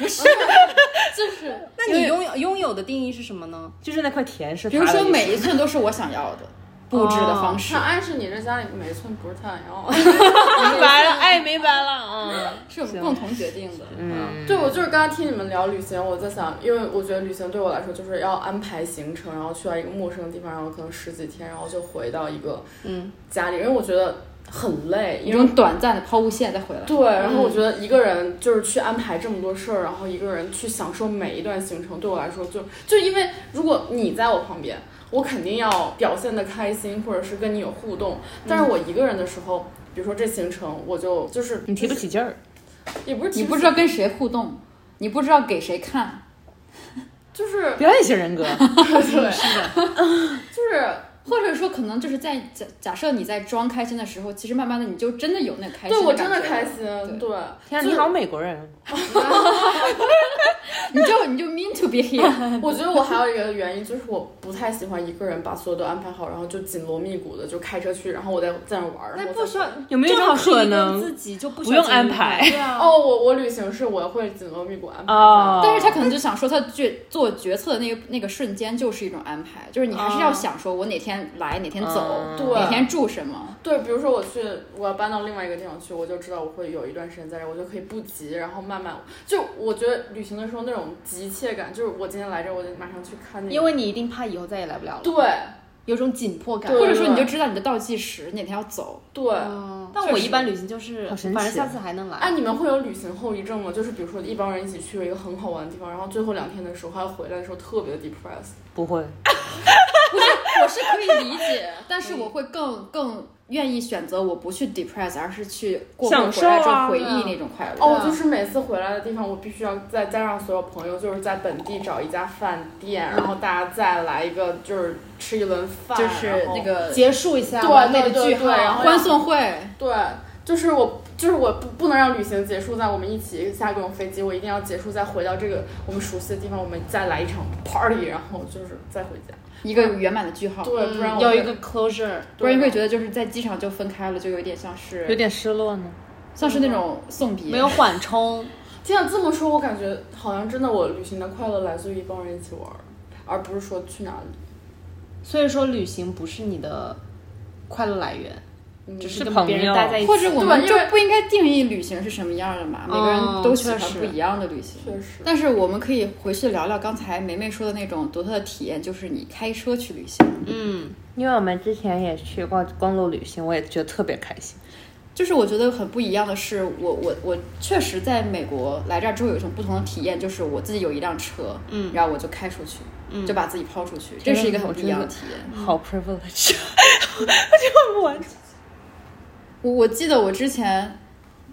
[SPEAKER 3] 就是
[SPEAKER 2] 那你拥有拥有的定义是什么呢？
[SPEAKER 4] 就是那块田是他
[SPEAKER 3] 比
[SPEAKER 4] 的
[SPEAKER 3] 如
[SPEAKER 4] 意思。
[SPEAKER 3] 说每一寸都是我想要的
[SPEAKER 1] 哦
[SPEAKER 3] 布置的方式
[SPEAKER 1] 他，暗示你这家里每一寸不是太阳。
[SPEAKER 4] 明白了，哎，明白了，嗯。
[SPEAKER 3] 是我们共同决定的。
[SPEAKER 1] [laughs]
[SPEAKER 3] 嗯，
[SPEAKER 1] 对，我就是刚刚听你们聊旅行，我在想，因为我觉得旅行对我来说就是要安排行程，然后去到一个陌生的地方，然后可能十几天，然后就回到一个嗯家里，因为我觉得很累，
[SPEAKER 3] 一
[SPEAKER 1] 因为。
[SPEAKER 3] 种短暂的抛物线再回来。
[SPEAKER 1] 对，然后我觉得一个人就是去安排这么多事儿，然后一个人去享受每一段行程，对我来说就就因为如果你在我旁边，我肯定要表现的开心，或者是跟你有互动。但是我一个人的时候，比如说这行程，我就就是
[SPEAKER 4] 你提不，起劲儿，
[SPEAKER 1] 也不是提
[SPEAKER 3] 你不知
[SPEAKER 1] 起
[SPEAKER 3] 道跟谁互动，你不知道给谁看，
[SPEAKER 4] [laughs]
[SPEAKER 1] 就是
[SPEAKER 4] 表演型人格，
[SPEAKER 1] 对，
[SPEAKER 2] [laughs] 是的，
[SPEAKER 1] 就是
[SPEAKER 3] 或者说可能就是在假假设你在装开心的时候，其实慢慢的你就真的有那个开心。
[SPEAKER 1] 对我真的开心，，对，
[SPEAKER 4] 天啊，
[SPEAKER 1] 就
[SPEAKER 4] 你
[SPEAKER 1] 是
[SPEAKER 4] 好美国人，
[SPEAKER 3] 你就你就 mean to be here。
[SPEAKER 1] [laughs] 我觉得我还有一个原因就是我不太喜欢一个人把所有都安排好，然后就紧锣密鼓的就开车去，然后我再在那玩儿。然
[SPEAKER 2] 那
[SPEAKER 1] 后
[SPEAKER 2] 不
[SPEAKER 1] 再
[SPEAKER 2] 需要，
[SPEAKER 4] 有没有一
[SPEAKER 2] 正
[SPEAKER 4] 种
[SPEAKER 2] 好是一个
[SPEAKER 4] 可能
[SPEAKER 2] 自己就不
[SPEAKER 4] 不
[SPEAKER 2] 需要
[SPEAKER 4] 用安排
[SPEAKER 2] 对啊，
[SPEAKER 1] 哦，我我旅行是我会紧锣密鼓安排的。
[SPEAKER 4] 哦
[SPEAKER 3] 但是他可能就想说，他决做决策的那个那个瞬间就是一种安排，就是你还是要想说，我哪天来，哪天走，
[SPEAKER 1] 哦对
[SPEAKER 3] 哪天住什么。
[SPEAKER 1] 对，比如说我去，我要搬到另外一个地方去，我就知道我会有一段时间在这儿，我就可以不急，然后慢慢就我觉得旅行的时候那种急切感，就是我今天来这儿，我就马上去看那个，
[SPEAKER 2] 因为你一定怕以后再也来不了了，
[SPEAKER 1] 对
[SPEAKER 2] 有种紧迫感。
[SPEAKER 1] 对
[SPEAKER 3] 或者说你就知道你的倒计时哪天要走，
[SPEAKER 1] 对。
[SPEAKER 2] 嗯但我一般旅行就是，
[SPEAKER 4] 好神
[SPEAKER 2] 反
[SPEAKER 4] 奇
[SPEAKER 2] 正下次还能来。
[SPEAKER 1] 哎、你们会有旅行后遗症吗？就是比如说一帮人一起去了一个很好玩的地方，然后最后两天的时候，还回来的时候特别 depressed。
[SPEAKER 4] 不会，
[SPEAKER 3] [laughs] 我是可以理解，但是我会更更愿意选择我不去 depress，而是去过
[SPEAKER 4] 享
[SPEAKER 3] 后
[SPEAKER 4] 受
[SPEAKER 3] 回来之
[SPEAKER 4] 啊
[SPEAKER 3] 后回忆那种快乐。
[SPEAKER 1] 哦，我就是每次回来的地方，我必须要再加上所有朋友，就是在本地找一家饭店，然后大家再来一个，就是吃一轮饭，
[SPEAKER 3] 嗯就是
[SPEAKER 1] 然后
[SPEAKER 3] 那个
[SPEAKER 2] 结束一下，
[SPEAKER 1] 对
[SPEAKER 2] 完
[SPEAKER 1] 对
[SPEAKER 2] 美的
[SPEAKER 1] 对
[SPEAKER 2] 句
[SPEAKER 1] 对然
[SPEAKER 2] 号
[SPEAKER 1] 后。
[SPEAKER 3] 欢送会，
[SPEAKER 1] 对，就是我，就是我不不能让旅行结束在我们一起下各种飞机，我一定要结束再回到这个我们熟悉的地方，我们再来一场 party，然后就是再回家。
[SPEAKER 3] 一个圆满的句号。
[SPEAKER 1] 对，不然我
[SPEAKER 2] 要
[SPEAKER 1] 会
[SPEAKER 2] 一个 closure，
[SPEAKER 3] 不然你会觉得就是在机场就分开了，就有点像是
[SPEAKER 4] 有点失落呢。
[SPEAKER 3] 像是那种送别，
[SPEAKER 2] 没有缓冲，
[SPEAKER 1] 天啊，这么说，我感觉好像真的，我旅行的快乐来自于一帮人一起玩儿，而不是说去哪里。
[SPEAKER 2] 所以说旅行不是你的快乐来源，
[SPEAKER 1] 嗯
[SPEAKER 2] 只是
[SPEAKER 4] 是
[SPEAKER 2] 跟
[SPEAKER 4] 朋
[SPEAKER 2] 别人
[SPEAKER 4] 友
[SPEAKER 2] 待在一起，
[SPEAKER 3] 或者我们
[SPEAKER 1] 对
[SPEAKER 3] 就
[SPEAKER 1] 因为
[SPEAKER 3] 不应该定义旅行是什么样的嘛，每个人都喜欢
[SPEAKER 2] 确实
[SPEAKER 3] 不一样的旅行。
[SPEAKER 1] 确实，
[SPEAKER 3] 但是我们可以回去聊聊刚才梅梅说的那种独特的体验，就是你开车去旅行。
[SPEAKER 2] 嗯，
[SPEAKER 4] 因为我们之前也去过公路旅行，我也觉得特别开心。
[SPEAKER 3] 就是我觉得很不一样的是，我我我确实在美国来这儿之后有一种不同的体验，就是我自己有一辆车，嗯，然后我就开出去，嗯，就把自己抛出去，这是一个很不一样的体验。
[SPEAKER 4] 好 privilege，
[SPEAKER 3] 我我记得我之前，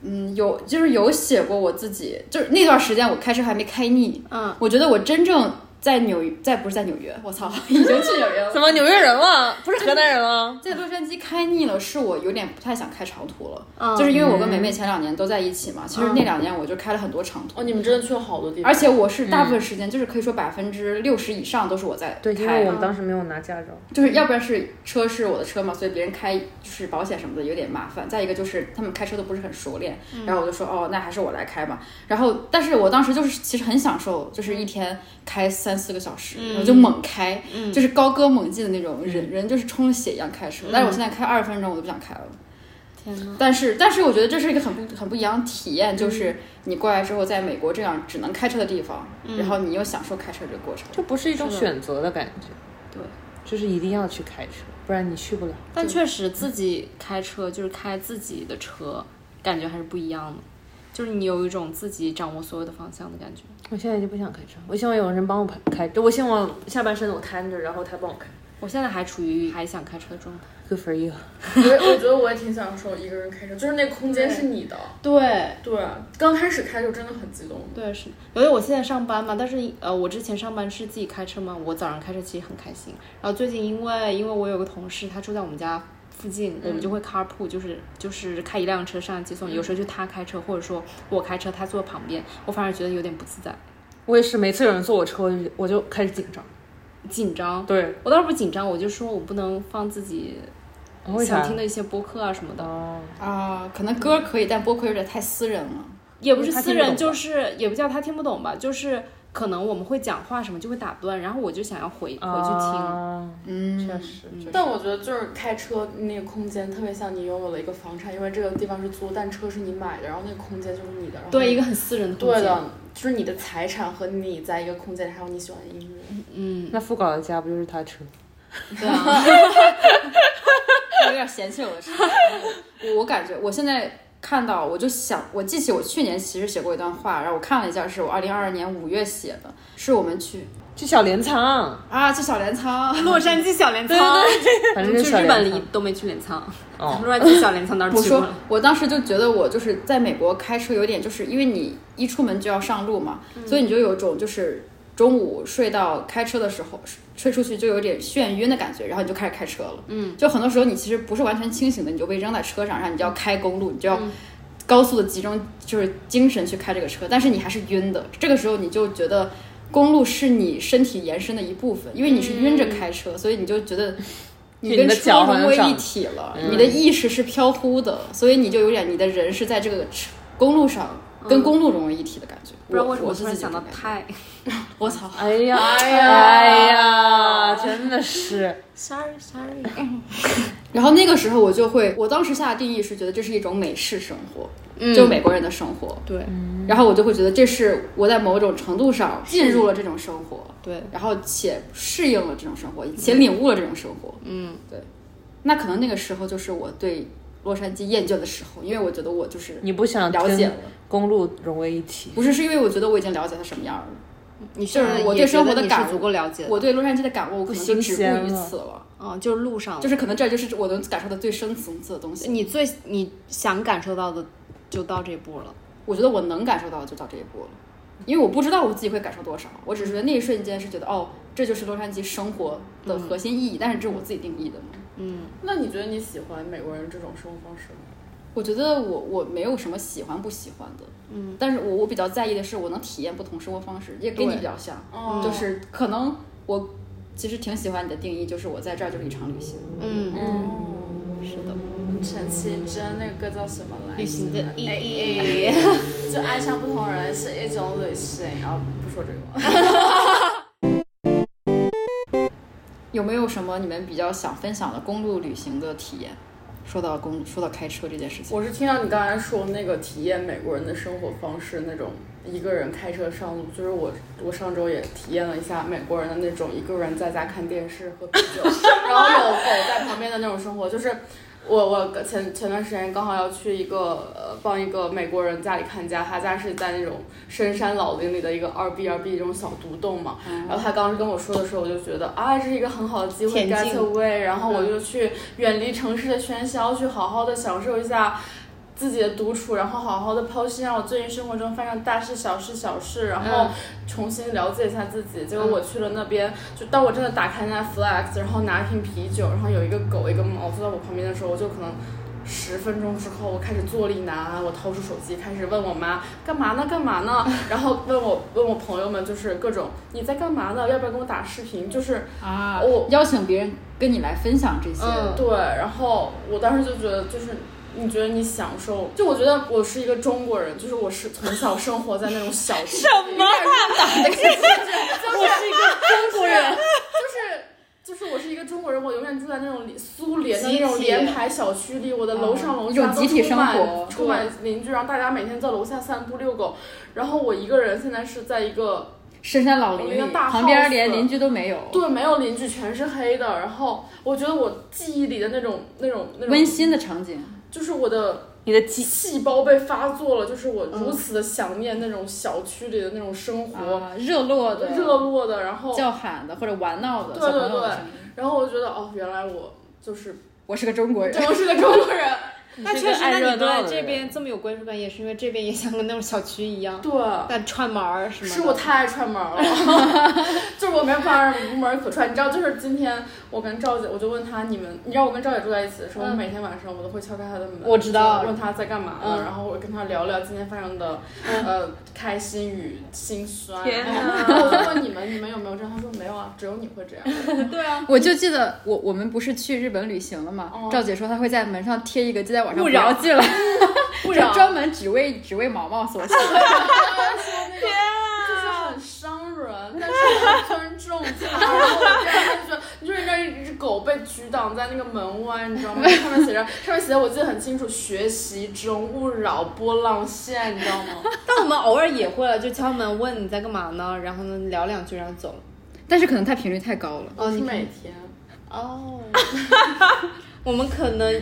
[SPEAKER 3] 嗯，有就是有写过我自己，就是那段时间我开车还没开腻，
[SPEAKER 2] 嗯，
[SPEAKER 3] 我觉得我真正在纽约，在不是在纽约，我操，已经去纽
[SPEAKER 2] [laughs]
[SPEAKER 3] 约了，
[SPEAKER 4] 怎么纽约人了？不是河南人了？
[SPEAKER 3] 在洛杉矶开腻了，是我有点不太想开长途了，
[SPEAKER 2] 嗯
[SPEAKER 3] 就是因为我跟梅梅前两年都在一起嘛，其实那两年我就开了很多长途，
[SPEAKER 1] 哦，你们真的去了好多地方，
[SPEAKER 3] 而且我是大部分时间就是可以说百分之六十以上都是我在开，
[SPEAKER 4] 对，因为我们当时没有拿驾照。
[SPEAKER 3] 就是要不然是车是我的车嘛，所以别人开就是保险什么的有点麻烦。再一个就是他们开车都不是很熟练，
[SPEAKER 2] 嗯
[SPEAKER 3] 然后我就说哦，那还是我来开吧。然后，但是我当时就是其实很享受，就是
[SPEAKER 2] 嗯
[SPEAKER 3] 一天开三四个小时，我就猛开，
[SPEAKER 2] 嗯
[SPEAKER 3] 就是高歌猛进的那种，人人就是冲着血一样开车。但是我现在开二十分钟我都不想开了。
[SPEAKER 2] 嗯天哪，嗯
[SPEAKER 3] 但是，但是我觉得这是一个很不很不一样的体验，就是你过来之后，在美国这样只能开车的地方，
[SPEAKER 2] 嗯
[SPEAKER 3] 然后你又享受开车这个过程。
[SPEAKER 4] 就不是一种选择的感觉。
[SPEAKER 3] 对，
[SPEAKER 4] 就是一定要去开车，不然你去不了。
[SPEAKER 2] 但确实自己开车就是开自己的车，感觉还是不一样的，就是你有一种自己掌握所有的方向的感觉。
[SPEAKER 4] 我现在就不想开车，我希望有人帮我开开，就我希望下半身我瘫着，然后他帮我开。
[SPEAKER 2] 我现在还处于还想开车的状态。
[SPEAKER 4] Good for you。
[SPEAKER 1] [laughs] 我也我觉得我也挺享受一个人开车，就是那个空间是你的。
[SPEAKER 2] 对
[SPEAKER 1] 对，刚开始开就真的很激动。
[SPEAKER 2] 对是，由于我现在上班嘛，但是呃，我之前上班是自己开车嘛，我早上开车其实很开心。然后最近因为因为我有个同事，他住在我们家附近，
[SPEAKER 4] 嗯
[SPEAKER 2] 我们就会 carpool，就是就是开一辆车上来接送，有时候就他开车，或者说我开车，他坐旁边，我反而觉得有点不自在，
[SPEAKER 4] 我也是，每次有人坐我车，我就我就开始紧张。
[SPEAKER 2] 紧张。
[SPEAKER 4] 对，
[SPEAKER 2] 我倒是不紧张，我就说我不能放自己
[SPEAKER 4] 为啥
[SPEAKER 2] 想？听的一些播客啊什么的，
[SPEAKER 4] 哦，
[SPEAKER 3] 啊，可能歌可以，但播客有点太私人了。
[SPEAKER 2] 也不是
[SPEAKER 4] 他
[SPEAKER 2] 私
[SPEAKER 4] 听不懂
[SPEAKER 2] 人，
[SPEAKER 4] 吧
[SPEAKER 2] 就是也不叫他听不懂吧，就是可能我们会讲话什么就会打断，然后我就想要回回去听。
[SPEAKER 4] 啊
[SPEAKER 3] 嗯
[SPEAKER 4] 确实
[SPEAKER 3] 嗯
[SPEAKER 1] 但我觉得就是开车那个空间，特别像你拥有了一个房产，因为这个地方是租，但车是你买的，然后那个空间就是你的。然后
[SPEAKER 2] 对一个很私人的空
[SPEAKER 1] 对
[SPEAKER 2] 间，
[SPEAKER 1] 的，就是你的财产和你在一个空间里，还有你喜欢的音乐。
[SPEAKER 2] 嗯，
[SPEAKER 4] 那副稿的家不就是他车？
[SPEAKER 2] 对啊，
[SPEAKER 3] 有点嫌弃我
[SPEAKER 4] [laughs]
[SPEAKER 3] 的车。我我感觉我现在看到，我就想，我记起我去年其实写过一段话，然后我看了一下，是我二零二二年五月写的，是我们去
[SPEAKER 4] 去小镰 [laughs] 仓，
[SPEAKER 3] 啊去小镰仓，
[SPEAKER 2] 洛杉矶小镰仓，对对
[SPEAKER 4] 反正就是
[SPEAKER 2] 去
[SPEAKER 4] 小
[SPEAKER 2] 日本
[SPEAKER 4] 镰
[SPEAKER 2] 离
[SPEAKER 4] 仓。
[SPEAKER 2] 都没去镰仓，
[SPEAKER 4] 哦
[SPEAKER 2] [laughs] 洛杉矶小镰仓当
[SPEAKER 3] 我
[SPEAKER 2] 时去过
[SPEAKER 3] 说
[SPEAKER 2] 了，，
[SPEAKER 3] 我当时就觉得我就是在美国开车有点，就是因为你一出门就要上路嘛，所以你就有种就是中午睡到开车的时候睡出去就有点眩晕的感觉，然后你就开始开车了。嗯，就很多时候你其实不是完全清醒的，你就被扔在车上，然后你就要开公路，你就要高速的集中就是精神去开这个车，但是你还是晕的。这个时候你就觉得公路是你身体延伸的一部分，因为你是晕着开车，所以你就觉得你
[SPEAKER 4] 嗯你
[SPEAKER 3] 跟
[SPEAKER 4] 的
[SPEAKER 3] 车
[SPEAKER 4] 脚好像嗯
[SPEAKER 3] 融为
[SPEAKER 4] 长
[SPEAKER 3] 一体了，你的意识是飘忽的，所以你就有点你的人是在这个车公路上跟公路融为一体的感觉。
[SPEAKER 2] 不知道
[SPEAKER 3] 我
[SPEAKER 2] 为什么
[SPEAKER 3] 我自
[SPEAKER 2] 突
[SPEAKER 3] 己
[SPEAKER 2] 然想到
[SPEAKER 3] 这种感觉
[SPEAKER 2] 泰，
[SPEAKER 3] 我操！
[SPEAKER 4] 哎呀，哎
[SPEAKER 1] 呀
[SPEAKER 4] 呀，真的是，
[SPEAKER 2] ，sorry sorry，
[SPEAKER 3] 然后那个时候我就会，我当时下的定义是觉得这是一种美式生活，
[SPEAKER 4] 嗯
[SPEAKER 3] 就美国人的生活。
[SPEAKER 2] 对
[SPEAKER 3] 然后我就会觉得这是我在某种程度上进入了这种生活，
[SPEAKER 2] 对，
[SPEAKER 3] 然后且适应了这种生活，且领悟了这种生活。
[SPEAKER 2] 嗯，
[SPEAKER 3] 对。那可能那个时候就是我对洛杉矶厌倦的时候，因为我觉得我就是
[SPEAKER 4] 你不想
[SPEAKER 3] 了解
[SPEAKER 4] 跟
[SPEAKER 3] 了，
[SPEAKER 4] 公路融为一体？
[SPEAKER 3] 不是是因为我觉得我已经了解它什么样了。
[SPEAKER 2] 你
[SPEAKER 3] 就是我对生活的感
[SPEAKER 2] 悟足够了解的。
[SPEAKER 3] 我对洛杉矶的感悟，我可能就
[SPEAKER 4] 新
[SPEAKER 3] 止
[SPEAKER 4] 鲜
[SPEAKER 3] 步于
[SPEAKER 4] 了
[SPEAKER 3] 此了。
[SPEAKER 2] 嗯，就是路上，
[SPEAKER 3] 就是可能这就是我能感受的最深层次的东西。
[SPEAKER 2] 你最你想感受到的就到这步了。
[SPEAKER 3] 我觉得我能感受到就到这一步了，因为我不知道我自己会感受多少，我只是觉得那一瞬间是觉得哦，这就是洛杉矶生活的核心意义，但是这是我自己定义的嘛。
[SPEAKER 1] 那你觉得你喜欢美国人这种生活方式吗？
[SPEAKER 3] 我觉得我我没有什么喜欢不喜欢的，嗯，但是我我比较在意的是我能体验不同生活方式，也跟你
[SPEAKER 2] 对
[SPEAKER 3] 比较像，
[SPEAKER 2] 嗯
[SPEAKER 1] 哦
[SPEAKER 3] 就是可能我其实挺喜欢你的定义，就是我在这儿就是一场旅行，
[SPEAKER 2] 嗯，
[SPEAKER 1] 是的。哦陈绮贞那个歌叫什么来着？
[SPEAKER 2] 旅行的
[SPEAKER 1] 哎
[SPEAKER 2] 意义。 [laughs]
[SPEAKER 1] 就爱上不同人是一种旅行。然后不说这个了。
[SPEAKER 3] 有没有什么你们比较想分享的公路旅行的体验？说到公，说到开车这件事情，
[SPEAKER 1] 我是听到你刚才说那个体验美国人的生活方式，那种一个人开车上路，就是我我上周也体验了一下美国人的那种一个人在家看电视喝啤
[SPEAKER 3] [laughs]
[SPEAKER 1] 酒，然后有狗在旁边的那种生活，就是。我我前前段时间刚好要去一个呃帮一个美国人家里看家，他家是在那种深山老林里的一个二 B 二 B 这种小独栋嘛。然后他刚跟我说的时候，我就觉得啊，这是一个很好的机会
[SPEAKER 2] 恬静
[SPEAKER 1] ，get away。然后我就去远离城市的喧嚣，去好好的享受一下自己的独处，然后好好的剖析让我最近生活中发生的大事、小事、小事，然后重新了解一下自己。结果我去了那边，就当我真的打开那 Flex，然后拿一瓶啤酒，然后有一个狗、一个猫坐在我旁边的时候，我就可能。十分钟之后，我开始坐立难安，我掏出手机开始问我妈干嘛呢，干嘛呢，然后问我问我朋友们，就是各种你在干嘛呢，要不要跟我打视频，就是
[SPEAKER 3] 啊
[SPEAKER 1] 我
[SPEAKER 3] 邀请别人跟你来分享这些，
[SPEAKER 2] 嗯
[SPEAKER 1] 对，然后我当时就觉得，就是你觉得你享受，就我觉得我是一个中国人，就是我是从小生活在那种小什么就是就是我是一个中国人，我永远住在那种里苏联的那种
[SPEAKER 3] 集体
[SPEAKER 1] 联排小区里，我的楼上楼
[SPEAKER 3] 一
[SPEAKER 1] 下
[SPEAKER 3] 种
[SPEAKER 1] 都
[SPEAKER 3] 集体
[SPEAKER 1] 充
[SPEAKER 3] 生
[SPEAKER 1] 满
[SPEAKER 3] 活
[SPEAKER 1] 充满邻居，然后大家每天在楼下散步遛狗，然后我一个人现在是在一个
[SPEAKER 3] 深山老
[SPEAKER 1] 我
[SPEAKER 3] 林
[SPEAKER 1] 一个
[SPEAKER 3] 里，
[SPEAKER 1] 大
[SPEAKER 3] 旁边
[SPEAKER 1] house
[SPEAKER 3] 连邻居都没有，
[SPEAKER 1] 对没有邻居，全是黑的，然后我觉得我记忆里的那种那种那
[SPEAKER 3] 温
[SPEAKER 1] 种，
[SPEAKER 3] 馨的场景。
[SPEAKER 1] 就是我的
[SPEAKER 4] 你的记
[SPEAKER 1] 细胞被发作了，就是我如此的想念那种小区里的那种生活，
[SPEAKER 3] 啊，热络的、
[SPEAKER 1] 热络的，然后
[SPEAKER 3] 叫喊的或者玩闹的
[SPEAKER 1] 对
[SPEAKER 3] 小朋友
[SPEAKER 1] 对
[SPEAKER 3] 的声音。
[SPEAKER 1] 然后我觉得哦，原来我就是
[SPEAKER 3] 我是个中国人，
[SPEAKER 1] 我是个中国人，
[SPEAKER 2] 那
[SPEAKER 4] 是
[SPEAKER 2] 确
[SPEAKER 4] 个
[SPEAKER 2] 实，
[SPEAKER 4] 爱
[SPEAKER 2] 那
[SPEAKER 4] 热
[SPEAKER 2] 你
[SPEAKER 4] 闹
[SPEAKER 2] 对
[SPEAKER 4] 的
[SPEAKER 2] 这
[SPEAKER 4] 人
[SPEAKER 2] 边这么有归属感，也是因为这边也像跟那种小区一样，
[SPEAKER 1] [laughs] 对。
[SPEAKER 2] 但串门儿什么的。
[SPEAKER 1] 是我太爱串门了， [laughs] 就是我没法无门可串。你知道，就是今天我跟赵姐，我就问她你们，你知道我跟赵姐住在一起的时候，
[SPEAKER 2] 嗯
[SPEAKER 1] 我每天晚上我都会敲开她的门，
[SPEAKER 2] 我知道
[SPEAKER 1] 就问她在干嘛呢，
[SPEAKER 2] 嗯
[SPEAKER 1] 然后我跟她聊聊今天发生的呃开心与心酸。
[SPEAKER 4] 天
[SPEAKER 1] 哪！然后我就问你们，你们有没有这样？她说没有啊，只有你会这样。
[SPEAKER 2] 对啊，
[SPEAKER 3] [laughs] 我就记得我我们不是去日本旅行了嘛，
[SPEAKER 1] 哦
[SPEAKER 3] 赵姐说她会在门上贴一个今天晚上
[SPEAKER 2] 勿
[SPEAKER 3] 不
[SPEAKER 2] 扰
[SPEAKER 3] 要 [laughs] 进来，
[SPEAKER 2] 不
[SPEAKER 3] 就
[SPEAKER 2] 然
[SPEAKER 3] 专门只为只为毛毛所
[SPEAKER 1] [laughs]
[SPEAKER 3] 写。
[SPEAKER 1] 天就是很伤人，但是很尊重他。然后我第二天就觉得，你就是那一只狗被举挡在那个门外，你知道吗？上面写着，上面写的我记得很清楚，学习中勿扰波浪线，你知道吗？
[SPEAKER 2] 但我们偶尔也会了，就敲门问你在干嘛呢，然后呢聊两句，然后走了。
[SPEAKER 3] 但是可能它频率太高了。
[SPEAKER 1] 我是每天。
[SPEAKER 2] 哦，我们可能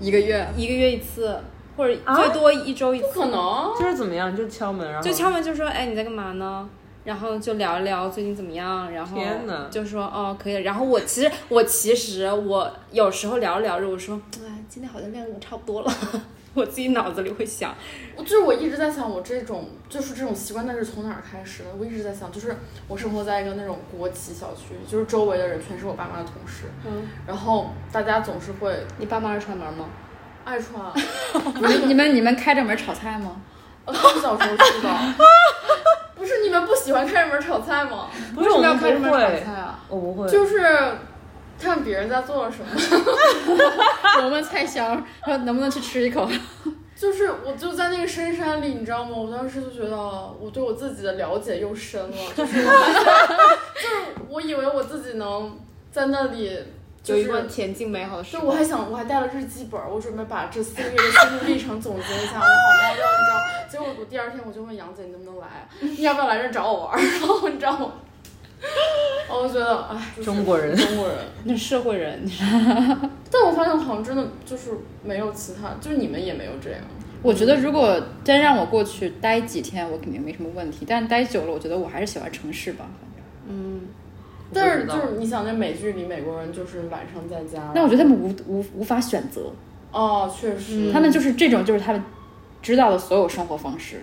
[SPEAKER 3] 一
[SPEAKER 1] [laughs]
[SPEAKER 3] 个月，
[SPEAKER 2] 一个月一次，或者
[SPEAKER 4] 啊
[SPEAKER 2] 最多一周一次。
[SPEAKER 1] 不可能，
[SPEAKER 4] 就是怎么样，就敲门，然后
[SPEAKER 2] 就敲门就说，哎，你在干嘛呢？然后就聊一聊最近怎么样，然后
[SPEAKER 4] 天哪
[SPEAKER 2] 就说哦可以。然后我其实我其实我有时候聊着聊着，我说哎今天好像练的差不多了， [laughs] 我自己脑子里会想，
[SPEAKER 1] 我就是我一直在想，我这种就是这种习惯，但是从哪儿开始的？我一直在想，就是我生活在一个那种国企小区，就是周围的人全是我爸妈的同事，
[SPEAKER 2] 嗯，
[SPEAKER 1] 然后大家总是会
[SPEAKER 2] 你爸妈是串门吗？
[SPEAKER 1] 爱啊穿，
[SPEAKER 3] 你们你们你们开着门炒
[SPEAKER 1] [laughs]
[SPEAKER 3] 菜吗？
[SPEAKER 1] 呃，他们小时候知道。不是你们不喜欢开着门炒菜
[SPEAKER 2] [laughs]
[SPEAKER 1] 吗？
[SPEAKER 4] 不是我
[SPEAKER 2] 为什
[SPEAKER 4] 们
[SPEAKER 2] 么
[SPEAKER 4] 不
[SPEAKER 2] 要开门炒
[SPEAKER 4] 会，
[SPEAKER 2] 菜啊？
[SPEAKER 4] 我不会，
[SPEAKER 1] 就是看别人在做了什么。
[SPEAKER 3] 闻闻菜香，说能不能去吃一口？
[SPEAKER 1] 就是我就在那个深山里，你知道吗？我当时就觉得我对我自己的了解又深了，就是我发现，就是我以为我自己能在那里
[SPEAKER 2] 有
[SPEAKER 1] 就
[SPEAKER 2] 一
[SPEAKER 1] 是。
[SPEAKER 2] 段恬静美好的时
[SPEAKER 1] 就
[SPEAKER 2] 光。
[SPEAKER 1] 我还想，我还带了日记本儿，我准备把这四个月的心路历程总结一下，我好好要，你知道。结果我第二天我就问杨姐，你能不能来？你要不要来这儿找我玩儿？ [laughs] 然后你知道吗？我就觉得，哎，就是
[SPEAKER 4] 中国人
[SPEAKER 1] 中国人。
[SPEAKER 2] 那社会人，
[SPEAKER 1] 但我发现我好像真的就是没有其他，就是你们也没有这样。
[SPEAKER 3] 我觉得如果真让我过去待几天，我肯定没什么问题。但待久了，我觉得我还是喜欢城市吧。
[SPEAKER 1] 但是
[SPEAKER 4] 啊
[SPEAKER 1] 就是你想，那美剧里美国人就是晚上在家，
[SPEAKER 3] 但我觉得他们无无无法选择，
[SPEAKER 1] 哦，确
[SPEAKER 2] 嗯
[SPEAKER 1] 实，
[SPEAKER 3] 嗯他们就是这种，就是他们知道的所有生活方式。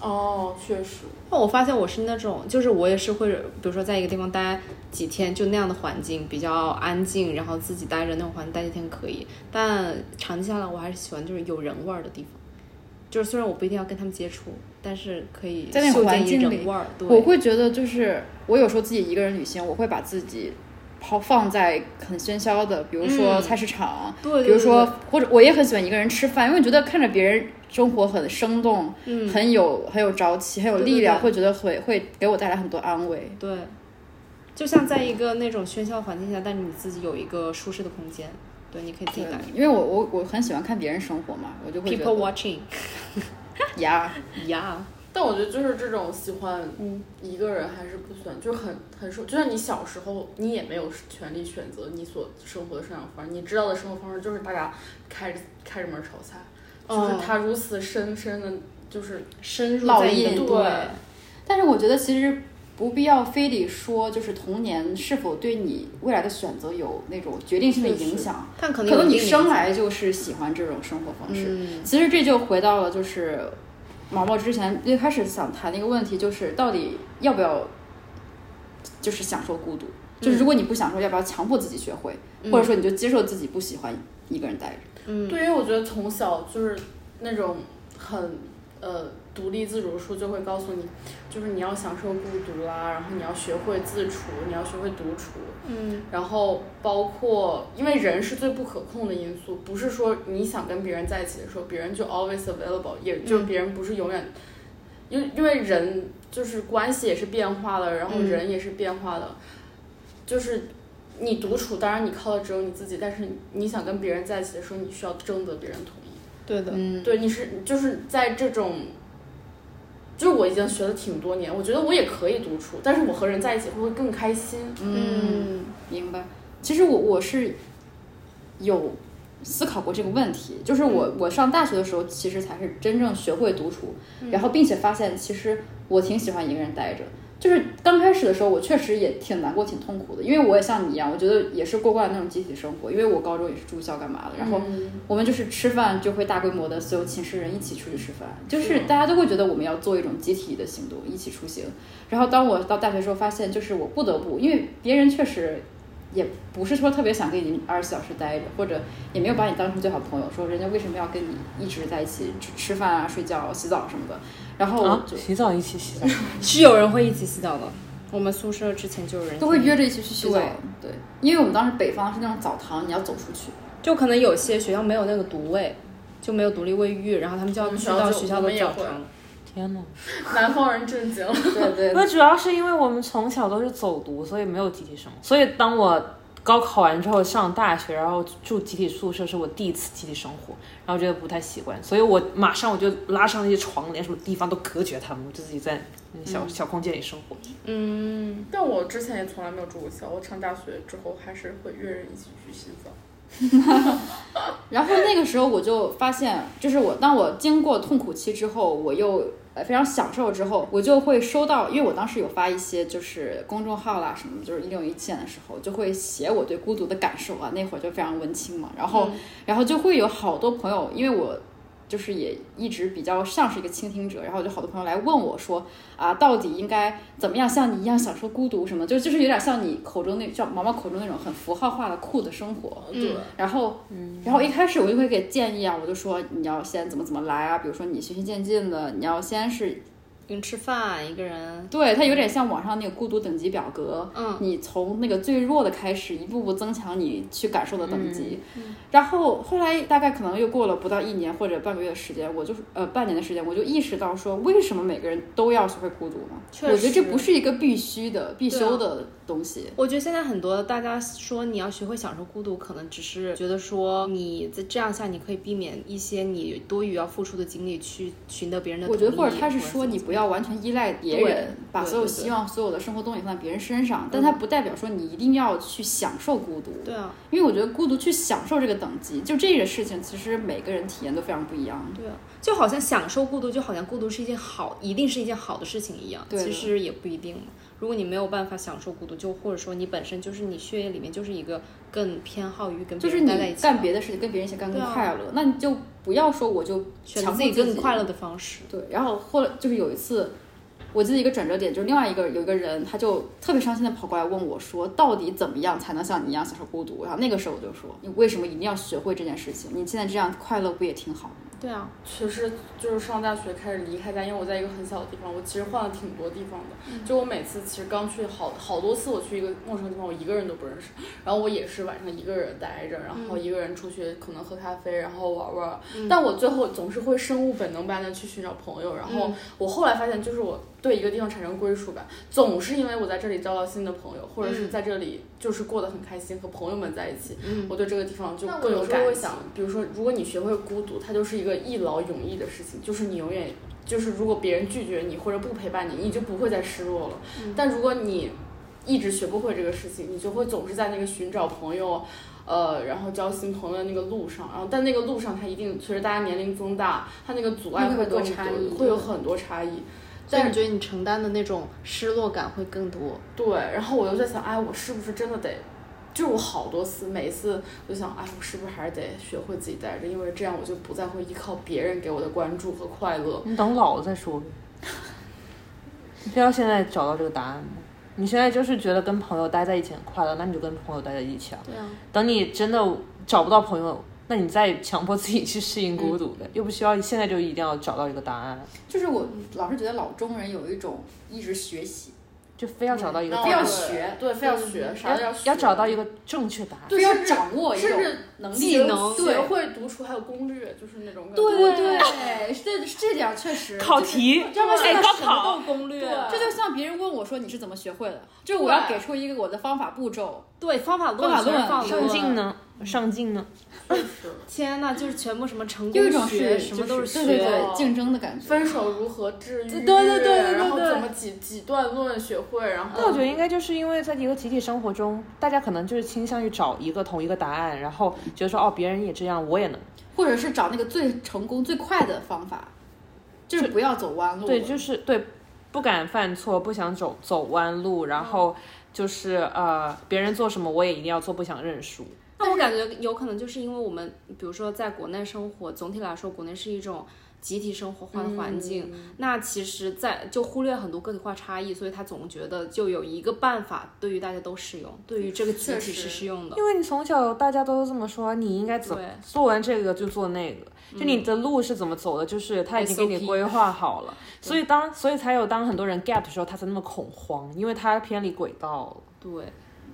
[SPEAKER 1] 哦，确实，
[SPEAKER 2] 那我发现我是那种，就是我也是会，比如说在一个地方待几天，就那样的环境比较安静，然后自己待着那种环境待几天可以，但长期下来我还是喜欢就是有人味儿的地方，就是虽然我不一定要跟他们接触，但是可以
[SPEAKER 3] 在那个
[SPEAKER 2] 嗅见
[SPEAKER 3] 环
[SPEAKER 2] 一
[SPEAKER 3] 境里
[SPEAKER 2] 人味儿。对，
[SPEAKER 3] 我会觉得就是我有时候自己一个人旅行，我会把自己抛放在很喧嚣的，比如说
[SPEAKER 2] 嗯
[SPEAKER 3] 菜市场，
[SPEAKER 2] 对对
[SPEAKER 3] 比如
[SPEAKER 2] 对
[SPEAKER 3] 说或者我也很喜欢一个人吃饭，因为觉得看着别人生活很生动，
[SPEAKER 2] 嗯
[SPEAKER 3] 很有很有朝气，很有
[SPEAKER 2] 对对
[SPEAKER 3] 力量，
[SPEAKER 2] 对
[SPEAKER 3] 会觉得会会给我带来很多安慰。
[SPEAKER 2] 对，就像在一个那种喧嚣环境下，但是你自己有一个舒适的空间，对，你可以自己待。
[SPEAKER 3] 因为我我我很喜欢看别人生活嘛，我就会觉
[SPEAKER 2] People
[SPEAKER 3] 得
[SPEAKER 2] watching，
[SPEAKER 3] 呀，
[SPEAKER 2] 呀、
[SPEAKER 1] 但我觉得就是这种喜欢
[SPEAKER 3] 嗯
[SPEAKER 1] 一个人还是不选，就是很很受，就像你小时候，你也没有权利选择你所生活的生长方式，你知道的生活方式就是大家开着开着门炒菜，
[SPEAKER 3] 嗯
[SPEAKER 1] 就是他如此深深的，就是
[SPEAKER 2] 深入
[SPEAKER 3] 烙
[SPEAKER 2] 在一个
[SPEAKER 3] 印
[SPEAKER 1] 对
[SPEAKER 3] 但是我觉得其实不必要非得说，就是童年是否对你未来的选择有那种决定性的影响。
[SPEAKER 2] 但可
[SPEAKER 3] 可
[SPEAKER 2] 能有
[SPEAKER 3] 能你
[SPEAKER 2] 另一
[SPEAKER 3] 生
[SPEAKER 2] 种
[SPEAKER 3] 来就是喜欢这种生活方式。
[SPEAKER 2] 嗯
[SPEAKER 3] 其实这就回到了就是毛毛之前最开始想谈的一个问题，就是到底要不要就是享受孤独？
[SPEAKER 2] 嗯
[SPEAKER 3] 就是如果你不享受，要不要强迫自己学会，或者说你就接受自己不喜欢一个人待着？
[SPEAKER 1] 对，因为我觉得从小就是那种很呃独立自主的书就会告诉你，就是你要享受孤独啦，然后你要学会自处，你要学会独处，
[SPEAKER 2] 嗯，
[SPEAKER 1] 然后包括因为人是最不可控的因素，不是说你想跟别人在一起的时候，别人就 always available，也就是别人不是永远，因为因为人就是关系也是变化的，然后
[SPEAKER 2] 嗯
[SPEAKER 1] 人也是变化的，就是你独处，当然你靠的只有你自己，但是你想跟别人在一起的时候，你需要征得别人同意。
[SPEAKER 2] 对的，
[SPEAKER 3] 嗯，
[SPEAKER 1] 对，你是就是在这种，就是我已经学了挺多年，我觉得我也可以独处，但是我和人在一起会不会更开心？
[SPEAKER 2] 嗯
[SPEAKER 3] 明白。其实我我是有思考过这个问题，就是我、我上大学的时候，其实才是真正学会独处，然后并且发现其实我挺喜欢一个人待着。就是刚开始的时候，我确实也挺难过、挺痛苦的，因为我也像你一样，我觉得也是过惯了那种集体生活。因为我高中也是住校干嘛的，然后我们就是吃饭就会大规模的所有寝室人一起出去吃饭，就是大家都会觉得我们要做一种集体的行动，一起出行。然后当我到大学时候，发现就是我不得不，因为别人确实也不是说特别想跟你二十四小时待着，或者也没有把你当成最好朋友，说人家为什么要跟你一直在一起吃吃饭啊、睡觉、洗澡什么的。然后我
[SPEAKER 4] 啊，
[SPEAKER 3] 就、
[SPEAKER 4] 洗澡一
[SPEAKER 2] [laughs]
[SPEAKER 4] 起洗澡，
[SPEAKER 2] 是有人会一起洗澡的。我们宿舍之前就有人
[SPEAKER 3] 都会约着一起去洗澡
[SPEAKER 2] 对。
[SPEAKER 3] 对，因为我们当时北方是那种澡堂，你要走出去。
[SPEAKER 2] 就可能有些学校没有那个独卫，就没有独立卫浴，然后他们就要
[SPEAKER 1] 我们
[SPEAKER 2] 去
[SPEAKER 1] 学校
[SPEAKER 2] 到
[SPEAKER 1] 就
[SPEAKER 2] 学校
[SPEAKER 1] 我
[SPEAKER 2] 的
[SPEAKER 1] 们也
[SPEAKER 2] 澡
[SPEAKER 1] 会
[SPEAKER 2] 堂。
[SPEAKER 4] 天哪！
[SPEAKER 1] 南方人震惊了。
[SPEAKER 3] 对对
[SPEAKER 4] 那主要是因为我们从小都是走读，所以没有集体生活。所以当我高考完之后上大学，然后住集体宿舍，是我第一次集体生活，然后觉得不太习惯，所以我马上我就拉上那些床帘，什么地方都隔绝他们，我就自己在那小、小空间里生活。
[SPEAKER 2] 嗯，
[SPEAKER 1] 但我之前也从来没有住过校，我上大学之后还是会约人一起去洗澡。
[SPEAKER 3] 然后那个时候我就发现，就是我当我经过痛苦期之后，我又呃非常享受之后，我就会收到，因为我当时有发一些就是公众号啦什么，就是一六一七年的时候，就会写我对孤独的感受啊，那会儿就非常文青嘛，然后、然后就会有好多朋友，因为我。就是也一直比较像是一个倾听者，然后就好多朋友来问我说啊，到底应该怎么样像你一样享受孤独什么？就就是有点像你口中那像毛毛口中那种很符号化的酷的生活。
[SPEAKER 1] 对，
[SPEAKER 3] 然后，
[SPEAKER 2] 嗯
[SPEAKER 3] 然后一开始我就会给建议啊，我就说你要先怎么怎么来啊，比如说你循序渐进的，你要先是
[SPEAKER 2] 一个人吃饭，一个人，
[SPEAKER 3] 对它有点像网上那个孤独等级表格，
[SPEAKER 2] 嗯，
[SPEAKER 3] 你从那个最弱的开始，一步步增强你去感受的等级。
[SPEAKER 2] 嗯
[SPEAKER 3] 然后后来大概可能又过了不到一年或者半个月的时间，我就是呃半年的时间，我就意识到说为什么每个人都要学会孤独呢？
[SPEAKER 2] 确
[SPEAKER 3] 我觉得这
[SPEAKER 2] 实
[SPEAKER 3] 不是一个必须的、必
[SPEAKER 2] 对啊
[SPEAKER 3] 修的东西。
[SPEAKER 2] 我觉得现在很多大家说你要学会享受孤独，可能只是觉得说你在这样下你可以避免一些你多余要付出的精力去寻得别人的同
[SPEAKER 3] 我
[SPEAKER 2] 意。
[SPEAKER 3] 觉得或者他
[SPEAKER 2] 或
[SPEAKER 3] 是
[SPEAKER 2] 者
[SPEAKER 3] 说
[SPEAKER 2] 怎么
[SPEAKER 3] 你
[SPEAKER 2] 怎
[SPEAKER 3] 不
[SPEAKER 2] 么
[SPEAKER 3] 要完全依赖别
[SPEAKER 1] 对
[SPEAKER 3] 人，把
[SPEAKER 1] 对
[SPEAKER 3] 所有
[SPEAKER 1] 对对
[SPEAKER 3] 希望、所有的生活动力放在别人身上，但它不代表说你一定要去享受孤独。
[SPEAKER 2] 嗯对啊，
[SPEAKER 3] 因为我觉得孤独去享受这个等级，就这个事情，其实每个人体验都非常不一样。
[SPEAKER 2] 对啊，就好像享受孤独，就好像孤独是一件好，一定是一件好的事情一样。
[SPEAKER 3] 对的
[SPEAKER 2] 其实也不一定嘛。如果你没有办法享受孤独，就或者说你本身就是你血液里面就是一个更偏好于跟
[SPEAKER 3] 就
[SPEAKER 2] 别人
[SPEAKER 3] 是你
[SPEAKER 2] 待在一起的，
[SPEAKER 3] 干别的事情，跟别人一起干更
[SPEAKER 2] 对啊
[SPEAKER 3] 快乐，那你就不要说我就
[SPEAKER 2] 选
[SPEAKER 3] 强
[SPEAKER 2] 择
[SPEAKER 3] 迫
[SPEAKER 2] 自己更快乐的方式。
[SPEAKER 3] 对，然后后来就是有一次，我记得一个转折点，就是另外一个有一个人，他就特别伤心的跑过来问我说，到底怎么样才能像你一样享受孤独？然后那个时候我就说，你为什么一定要学会这件事情？你现在这样快乐不也挺好吗？
[SPEAKER 2] 对啊，
[SPEAKER 1] 其实就是上大学开始离开家，因为我在一个很小的地方，我其实换了挺多地方的。就我每次其实刚去好好多次，我去一个陌生的地方，我一个人都不认识。然后我也是晚上一个人待着，然后一个人出去可能喝咖啡，然后玩玩。但我最后总是会生物本能般的去寻找朋友。然后我后来发现，就是我对一个地方产生归属感，总是因为我在这里交到新的朋友，或者是在这里就是过得很开心，和朋友们在一起。
[SPEAKER 2] 嗯
[SPEAKER 1] 我对这个地方就
[SPEAKER 5] 那我
[SPEAKER 1] 更有
[SPEAKER 5] 有时
[SPEAKER 1] 感
[SPEAKER 5] 候会
[SPEAKER 1] 情
[SPEAKER 5] 想
[SPEAKER 1] 比如说，如果你学会孤独，它就是一个一劳永逸的事情，就是你永远，就是如果别人拒绝你或者不陪伴你，你就不会再失落了。但如果你一直学不会这个事情，你就会总是在那个寻找朋友，呃，然后交新朋友的那个路上，然后但那个路上它一定随着大家年龄增大，它那个阻碍
[SPEAKER 3] 那
[SPEAKER 1] 会
[SPEAKER 3] 个会
[SPEAKER 1] 更
[SPEAKER 3] 更差
[SPEAKER 1] 多
[SPEAKER 3] 异
[SPEAKER 1] 会有很多差异。
[SPEAKER 2] 所以
[SPEAKER 1] 但
[SPEAKER 2] 你觉得你承担的那种失落感会更多？
[SPEAKER 1] 对，然后我就在想，哎，我是不是真的得？就是我好多次，每一次我就想，哎，我是不是还是得学会自己待着？因为这样我就不再会依靠别人给我的关注和快乐。
[SPEAKER 4] 你等老了再说呗。你非要现在找到这个答案吗？你现在就是觉得跟朋友待在一起很快乐，那你就跟朋友待在一起啊。
[SPEAKER 2] 对啊，
[SPEAKER 4] 等你真的找不到朋友，那你再强迫自己去适应孤独呗，又不需要现在就一定要找到一个答案，
[SPEAKER 3] 就是我老是觉得老中人有一种一直学习，
[SPEAKER 4] 就非要找到一个
[SPEAKER 1] 那我
[SPEAKER 4] 答
[SPEAKER 3] 非
[SPEAKER 4] 案
[SPEAKER 3] 要
[SPEAKER 1] 对
[SPEAKER 3] 学
[SPEAKER 1] 对，非要学，啥都
[SPEAKER 4] 嗯要
[SPEAKER 1] 学，
[SPEAKER 4] 要找到一个正确答案。
[SPEAKER 1] 对
[SPEAKER 3] 非要
[SPEAKER 1] 甚至
[SPEAKER 3] 掌握一
[SPEAKER 1] 甚
[SPEAKER 3] 种
[SPEAKER 1] 至
[SPEAKER 3] 能力，
[SPEAKER 2] 技能
[SPEAKER 3] 对
[SPEAKER 1] 学会独处，还有攻略，就是那种感觉。
[SPEAKER 3] 对对，这这点儿确实
[SPEAKER 4] 考
[SPEAKER 3] 就是
[SPEAKER 4] 题，
[SPEAKER 3] 这么
[SPEAKER 4] 哎，
[SPEAKER 3] 像
[SPEAKER 4] 高
[SPEAKER 3] 什么
[SPEAKER 4] 考，
[SPEAKER 2] 攻略
[SPEAKER 1] 对
[SPEAKER 3] 这就像别人问我说你是怎么学会的，就是我要
[SPEAKER 1] 对
[SPEAKER 3] 给出一个我的方法步骤。
[SPEAKER 2] 对方法论，
[SPEAKER 3] 方法论
[SPEAKER 2] 全是方法
[SPEAKER 3] 上
[SPEAKER 2] 论。
[SPEAKER 4] 上镜呢？上镜呢？
[SPEAKER 1] 确实，
[SPEAKER 2] 天呐，就是全部什么成
[SPEAKER 3] 有一
[SPEAKER 2] 功
[SPEAKER 3] 种
[SPEAKER 2] 学，
[SPEAKER 3] 是
[SPEAKER 2] 什么都
[SPEAKER 3] 就是是
[SPEAKER 2] 学。
[SPEAKER 3] 对对对竞争的感觉。
[SPEAKER 1] 分手如何治愈？
[SPEAKER 4] 对对对对
[SPEAKER 1] 然后
[SPEAKER 4] 对
[SPEAKER 1] 怎么几几段论学会？然后
[SPEAKER 4] 那我觉得应该就是因为在一个集体生活中，大家可能就是倾向于找一个同一个答案，然后觉得说哦，别人也这样，我也能。
[SPEAKER 3] 或者是找那个最成功、最快的方法，就是不要走弯路。
[SPEAKER 4] 对，就是对，不敢犯错，不想走走弯路，然后就是呃，别人做什么我也一定要做，不想认输。
[SPEAKER 2] 那我感觉有可能就是因为我们，比如说在国内生活，总体来说，国内是一种集体生活化的环境。那其实在，就忽略很多个体化差异，所以他总觉得就有一个办法对于大家都适用，对于这个集
[SPEAKER 3] 确
[SPEAKER 2] 体是
[SPEAKER 3] 实
[SPEAKER 2] 适用的。
[SPEAKER 4] 因为你从小大家都这么说，你应该怎么
[SPEAKER 2] 对
[SPEAKER 4] 做完这个就做那个，就你的路是怎么走的，就是他已经给你
[SPEAKER 2] SOP
[SPEAKER 4] 规划好 [laughs] 了。所以当所以才有当很多人 gap 的时候，他才那么恐慌，因为他偏离轨道了。
[SPEAKER 2] 对，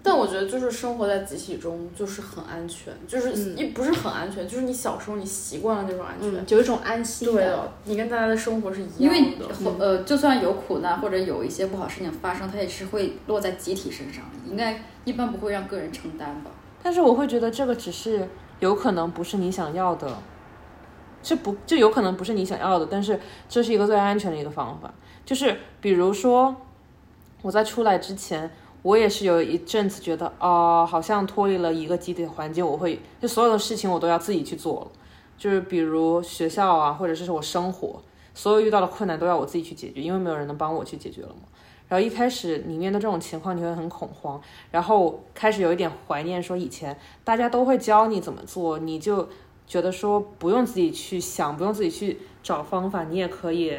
[SPEAKER 1] 但我觉得就是生活在集体中就是很安全，就是也不是很安全，就是你小时候你习惯了那种安全。
[SPEAKER 2] 嗯，就有一种安心
[SPEAKER 1] 对
[SPEAKER 2] 感。
[SPEAKER 1] 的，你跟大家的生活是一
[SPEAKER 3] 因
[SPEAKER 1] 样
[SPEAKER 3] 为
[SPEAKER 4] 嗯
[SPEAKER 1] 的。
[SPEAKER 3] 呃，就算有苦难或者有一些不好事情发生，它也是会落在集体身上，应该一般不会让个人承担吧。
[SPEAKER 4] 但是我会觉得这个只是有可能不是你想要的，这不这有可能不是你想要的，但是这是一个最安全的一个方法。就是比如说，我在出来之前，我也是有一阵子觉得，哦、好像脱离了一个集体的环境，我会就所有的事情我都要自己去做了，就是比如学校啊，或者是我生活，所有遇到的困难都要我自己去解决，因为没有人能帮我去解决了嘛。然后一开始你面对这种情况，你会很恐慌，然后开始有一点怀念，说以前大家都会教你怎么做，你就觉得说不用自己去想，不用自己去找方法，你也可以，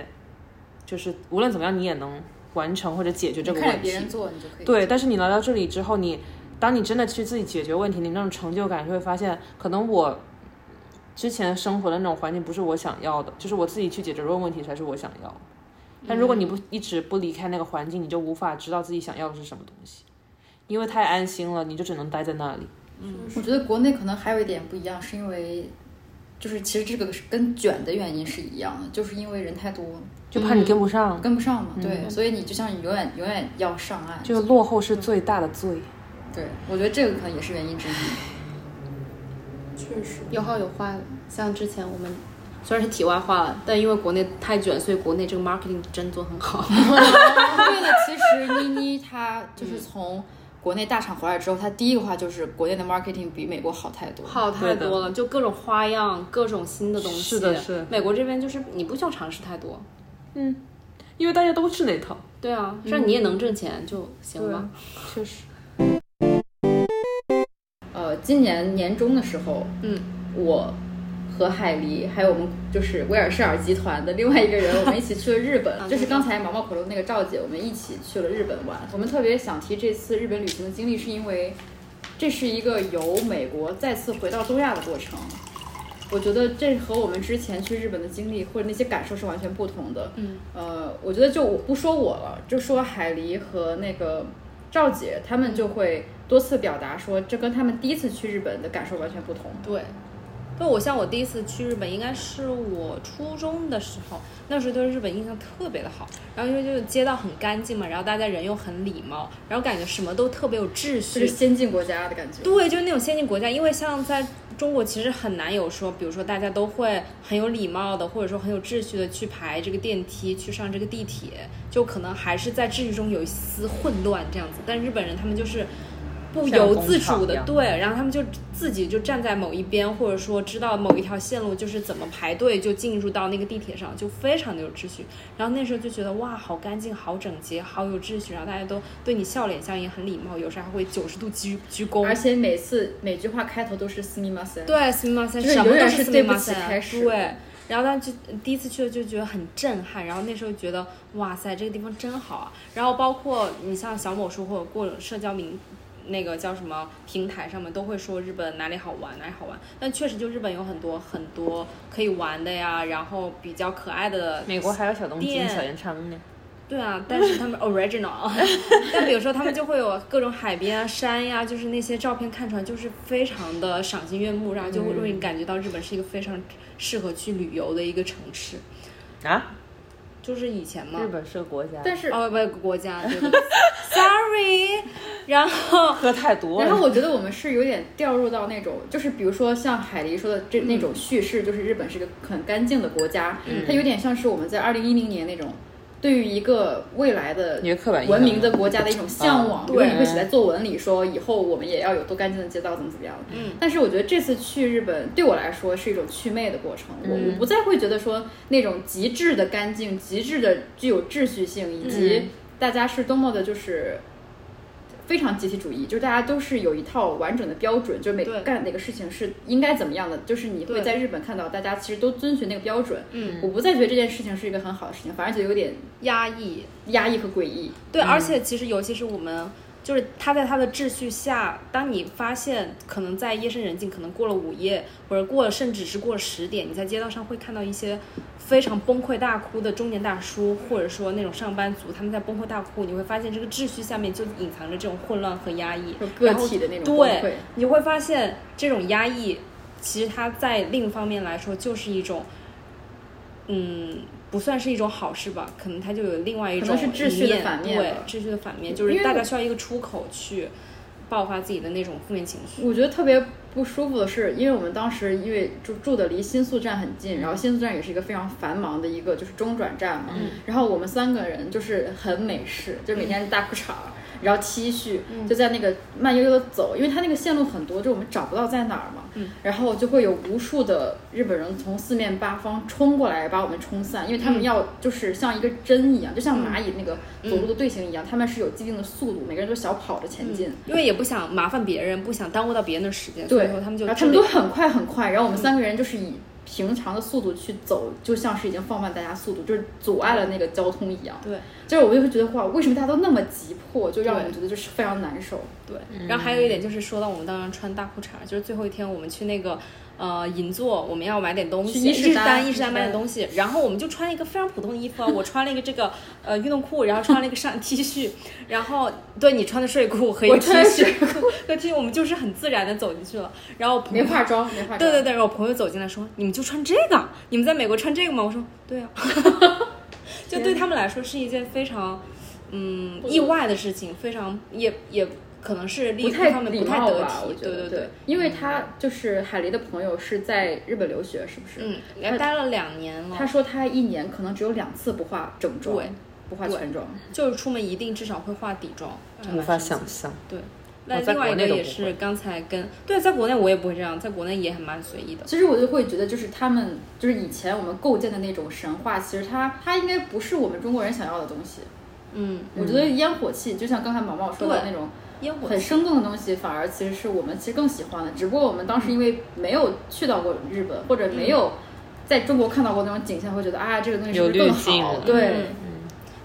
[SPEAKER 4] 就是无论怎么样你也能完成或者解决这
[SPEAKER 3] 你
[SPEAKER 4] 个
[SPEAKER 3] 看
[SPEAKER 4] 问
[SPEAKER 3] 着别
[SPEAKER 4] 题
[SPEAKER 3] 人。做，你就可以。
[SPEAKER 4] 对，但是你来到这里之后，你当你真的去自己解决问题，你那种成就感就会发现，可能我之前生活的那种环境不是我想要的，就是我自己去解决这个问题才是我想要的。但如果你不一直不离开那个环境，你就无法知道自己想要的是什么东西，因为太安心了，你就只能待在那里。
[SPEAKER 1] 嗯
[SPEAKER 3] 我觉得国内可能还有一点不一样，是因为就是其实这个是跟卷的原因是一样的，就是因为人太多，
[SPEAKER 4] 就怕你跟不上，
[SPEAKER 3] 跟不上嘛。对，所以你就像你永远永远要上岸。
[SPEAKER 4] 嗯就落后是最大的罪。
[SPEAKER 3] 对，我觉得这个可能也是原因之一。
[SPEAKER 1] 确实，
[SPEAKER 2] 有好有坏了。像之前我们虽然是题外话了，但因为国内太卷，所以国内这个 marketing 真做很好。
[SPEAKER 3] 对的，其实妮妮她就是从国内大厂回来之后，她第一个话就是国内的 marketing 比美国好太
[SPEAKER 2] [laughs]
[SPEAKER 3] 多。
[SPEAKER 2] 好太
[SPEAKER 4] 对的
[SPEAKER 2] 多了，就各种花样，各种新的东西。
[SPEAKER 4] 是的是
[SPEAKER 2] 美国这边就是你不需要尝试太多，
[SPEAKER 4] 因为大家都吃那套。
[SPEAKER 2] 对啊，这你也能挣钱就行了吧。
[SPEAKER 4] 确实，
[SPEAKER 3] 呃，今年年中的时候，
[SPEAKER 2] 嗯，
[SPEAKER 3] 我和海狸还有我们就是威尔士尔集团的另外一个人，我们一起去了日本
[SPEAKER 2] [laughs] 啊，
[SPEAKER 3] 就是刚才毛毛口中那个赵姐，我们一起去了日本玩。我们特别想提这次日本旅行的经历，是因为这是一个由美国再次回到东亚的过程。我觉得这和我们之前去日本的经历或者那些感受是完全不同的。
[SPEAKER 2] 嗯，
[SPEAKER 3] 呃，我觉得就我不说我了，就说海狸和那个赵姐，他们就会多次表达说，这跟他们第一次去日本的感受完全不同。
[SPEAKER 2] 对，就我像我第一次去日本，应该是我初中的时候，那时候对日本印象特别的好。然后因为就是街道很干净嘛，然后大家人又很礼貌，然后感觉什么都特别有秩
[SPEAKER 3] 就
[SPEAKER 2] 序
[SPEAKER 3] 是，先进国家的感觉。
[SPEAKER 2] 对，就是那种先进国家，因为像在中国其实很难有说，比如说大家都会很有礼貌的，或者说很有秩序的去排这个电梯，去上这个地铁，就可能还是在秩序中有一丝混乱这样子。但日本人他们就是不
[SPEAKER 4] 像
[SPEAKER 2] 由
[SPEAKER 4] 工
[SPEAKER 2] 自
[SPEAKER 4] 厂
[SPEAKER 2] 主
[SPEAKER 4] 一
[SPEAKER 2] 的
[SPEAKER 4] 样
[SPEAKER 2] 对，然后他们就自己就站在某一边，或者说知道某一条线路就是怎么排队就进入到那个地铁上，就非常的有秩序。然后那时候就觉得哇，好干净，好整洁，好有秩序，然后大家都对你笑脸相迎，很礼貌，有时候还会九十度鞠鞠躬，
[SPEAKER 3] 而且每次每句话开头都是 s m i m a s e n
[SPEAKER 2] 对，斯密马森，
[SPEAKER 3] 就是
[SPEAKER 2] 什么
[SPEAKER 3] 永
[SPEAKER 2] 都
[SPEAKER 3] 远
[SPEAKER 2] 是
[SPEAKER 3] 是
[SPEAKER 2] 斯密
[SPEAKER 3] 对不
[SPEAKER 2] 马
[SPEAKER 3] 起
[SPEAKER 2] 森，
[SPEAKER 3] 开始
[SPEAKER 2] 对。然后当时就第一次去了就觉得很震撼，然后那时候觉得哇塞，这个地方真好啊。然后包括你像小某书或者各种社交名那个叫什么平台上面都会说日本哪里好玩，哪里好玩。但确实就日本有很多很多可以玩的呀，然后比较可爱的
[SPEAKER 4] 美国还有小东京、
[SPEAKER 2] 店
[SPEAKER 4] 小盐城呢。
[SPEAKER 2] 对啊，但是
[SPEAKER 4] [laughs]
[SPEAKER 2] 他们 original，但比如说他们就会有各种海边啊、山呀、就是那些照片看出来就是非常的赏心悦目，然后就会让你感觉到日本是一个非常适合去旅游的一个城市。
[SPEAKER 4] 啊，
[SPEAKER 2] 就是以前嘛
[SPEAKER 4] 日，本是个国家，
[SPEAKER 3] 但是，
[SPEAKER 2] 哦不，国家对
[SPEAKER 4] [laughs]
[SPEAKER 2] 不起，sorry，然后 [laughs]
[SPEAKER 4] 喝太多了。
[SPEAKER 3] 然后我觉得我们是有点掉入到那种，就是比如说像海狸说的这那种叙事，就是日本是个很干净的国家，它有点像是我们在二零一零年那种。对于一个未来的
[SPEAKER 4] 你的刻板印象
[SPEAKER 3] 文明的国家的一种向往，
[SPEAKER 2] 啊
[SPEAKER 3] 比如
[SPEAKER 2] 对
[SPEAKER 3] 你会写在作文里说以后我们也要有多干净的街道，怎么怎么样。
[SPEAKER 2] 嗯，
[SPEAKER 3] 但是我觉得这次去日本对我来说是一种祛魅的过程，
[SPEAKER 2] 嗯
[SPEAKER 3] 我我不再会觉得说那种极致的干净、极致的具有秩序性，以
[SPEAKER 2] 嗯
[SPEAKER 3] 及大家是多么的就是非常集体主义，就是大家都是有一套完整的标准，就是每
[SPEAKER 2] 对
[SPEAKER 3] 干哪个事情是应该怎么样的，就是你会
[SPEAKER 2] 对
[SPEAKER 3] 在日本看到大家其实都遵循那个标准。
[SPEAKER 2] 嗯，
[SPEAKER 3] 我不再觉得这件事情是一个很好的事情，反而觉得有点
[SPEAKER 2] 压抑，
[SPEAKER 3] 压抑和诡异。
[SPEAKER 2] 对，而且其实尤其是我们，就是他在他的秩序下，当你发现可能在夜深人静，可能过了午夜，或者过了甚至是过了十点，你在街道上会看到一些非常崩溃大哭的中年大叔，或者说那种上班族，他们在崩溃大哭，你会发现这个秩序下面就隐藏着这种混乱和压抑
[SPEAKER 3] 就，个
[SPEAKER 2] 然后
[SPEAKER 3] 体的那种崩溃
[SPEAKER 2] 对，你会发现这种压抑，其实它在另一方面来说就是一种，嗯。不算是一种好事吧，可能它就有另外一
[SPEAKER 3] 可
[SPEAKER 2] 种
[SPEAKER 3] 能是秩序的
[SPEAKER 2] 一面
[SPEAKER 3] 反面
[SPEAKER 2] 对
[SPEAKER 3] 吧
[SPEAKER 2] 秩序的反面，
[SPEAKER 3] 因
[SPEAKER 2] 就
[SPEAKER 3] 为
[SPEAKER 2] 是大
[SPEAKER 3] 我
[SPEAKER 2] 家需要一个出口去爆发自己的那种负面情绪。
[SPEAKER 3] 我觉得特别不舒服的是，因为我们当时因为住住的离新宿站很近，然后新宿站也是一个非常繁忙的一个就是中转站嘛，然后我们三个人就是很美式，就每天大裤衩儿。然后 T 恤就在那个慢悠悠的走，因为它那个线路很多，就我们找不到在哪儿嘛。然后就会有无数的日本人从四面八方冲过来，把我们冲散，因为他们要就是像一个针一样，就像蚂蚁那个走路的队形一样，他们是有既定的速度，每个人都小跑着前进。
[SPEAKER 2] 因为也不想麻烦别人，不想耽误到别人的时间，所
[SPEAKER 3] 对
[SPEAKER 2] 以，说他们就
[SPEAKER 3] 然后他们都很快很快，然后我们三个人就是以平常的速度去走，就像是已经放慢大家速度，就是阻碍了那个交通一样。
[SPEAKER 2] 对
[SPEAKER 3] 就是我就会觉得哇，为什么大家都那么急迫，就让我
[SPEAKER 2] 对
[SPEAKER 3] 们觉得就是非常难受。
[SPEAKER 2] 对。
[SPEAKER 3] 嗯
[SPEAKER 2] 然后还有一点就是说到我们当时穿大裤衩，就是最后一天我们去那个呃银座，我们要买点东西，
[SPEAKER 3] 去伊势
[SPEAKER 2] 势
[SPEAKER 3] 丹
[SPEAKER 2] 丹伊
[SPEAKER 3] 伊势
[SPEAKER 2] 势丹买点
[SPEAKER 3] 丹
[SPEAKER 2] 东西，然后我们就穿了一个非常普通的衣服啊，我穿了一个这个呃运动裤，然后穿了一个上 [laughs] T 恤，然后对你穿的睡裤和一个
[SPEAKER 3] 我
[SPEAKER 2] T
[SPEAKER 3] 穿的睡
[SPEAKER 2] 恤，对 T 恤我们就是很自然的走进去了，然后我朋
[SPEAKER 3] 没
[SPEAKER 2] 友
[SPEAKER 3] 化妆，没化妆。
[SPEAKER 2] 对对对，然后我朋友走进来说：“你们就穿这个？你们在美国穿这个吗？”我说：“对
[SPEAKER 3] [laughs]
[SPEAKER 2] 啊。”就对他们来说是一件非常嗯意外的事情，非常也也可能是利
[SPEAKER 3] 不
[SPEAKER 2] 益
[SPEAKER 3] 太
[SPEAKER 2] 方面
[SPEAKER 3] 礼
[SPEAKER 2] 不太
[SPEAKER 3] 貌
[SPEAKER 2] 得
[SPEAKER 3] 吧？我
[SPEAKER 2] 体，
[SPEAKER 3] 觉
[SPEAKER 2] 对
[SPEAKER 3] 得
[SPEAKER 2] 对。嗯
[SPEAKER 3] 因为他就是海狸的朋友是在日本留学，是不是？
[SPEAKER 2] 嗯，也待了两年了。
[SPEAKER 3] 他说他一年可能只有两次不化整妆
[SPEAKER 2] 嗯对，
[SPEAKER 3] 不化
[SPEAKER 2] 对
[SPEAKER 3] 全妆。
[SPEAKER 2] 就是出门一定至少会化底妆，
[SPEAKER 3] 嗯
[SPEAKER 4] 无法想象。
[SPEAKER 2] 对，那
[SPEAKER 3] 哦
[SPEAKER 4] 我在
[SPEAKER 2] 另外
[SPEAKER 4] 国
[SPEAKER 2] 一
[SPEAKER 4] 内
[SPEAKER 2] 个
[SPEAKER 4] 都
[SPEAKER 2] 也
[SPEAKER 4] 不
[SPEAKER 2] 是
[SPEAKER 4] 会
[SPEAKER 2] 刚才跟对，在国内我也不会这样，在国内也很蛮随意的。
[SPEAKER 3] 其实我就会觉得，就是他们就是以前我们构建的那种神话，其实它它应该不是我们中国人想要的东西。
[SPEAKER 2] 嗯，
[SPEAKER 3] 我觉得烟火气，就像刚才毛毛说的
[SPEAKER 2] 对
[SPEAKER 3] 那种
[SPEAKER 2] 烟火
[SPEAKER 3] 很生动的东西，反而其实是我们其实更喜欢的。只不过我们当时因为没有去到过日本，或者没有在中国看到过那种景象，会觉得啊，这个东西是不是
[SPEAKER 4] 有
[SPEAKER 3] 更
[SPEAKER 4] 滤镜
[SPEAKER 3] 好？
[SPEAKER 4] 了
[SPEAKER 3] 对，
[SPEAKER 2] 嗯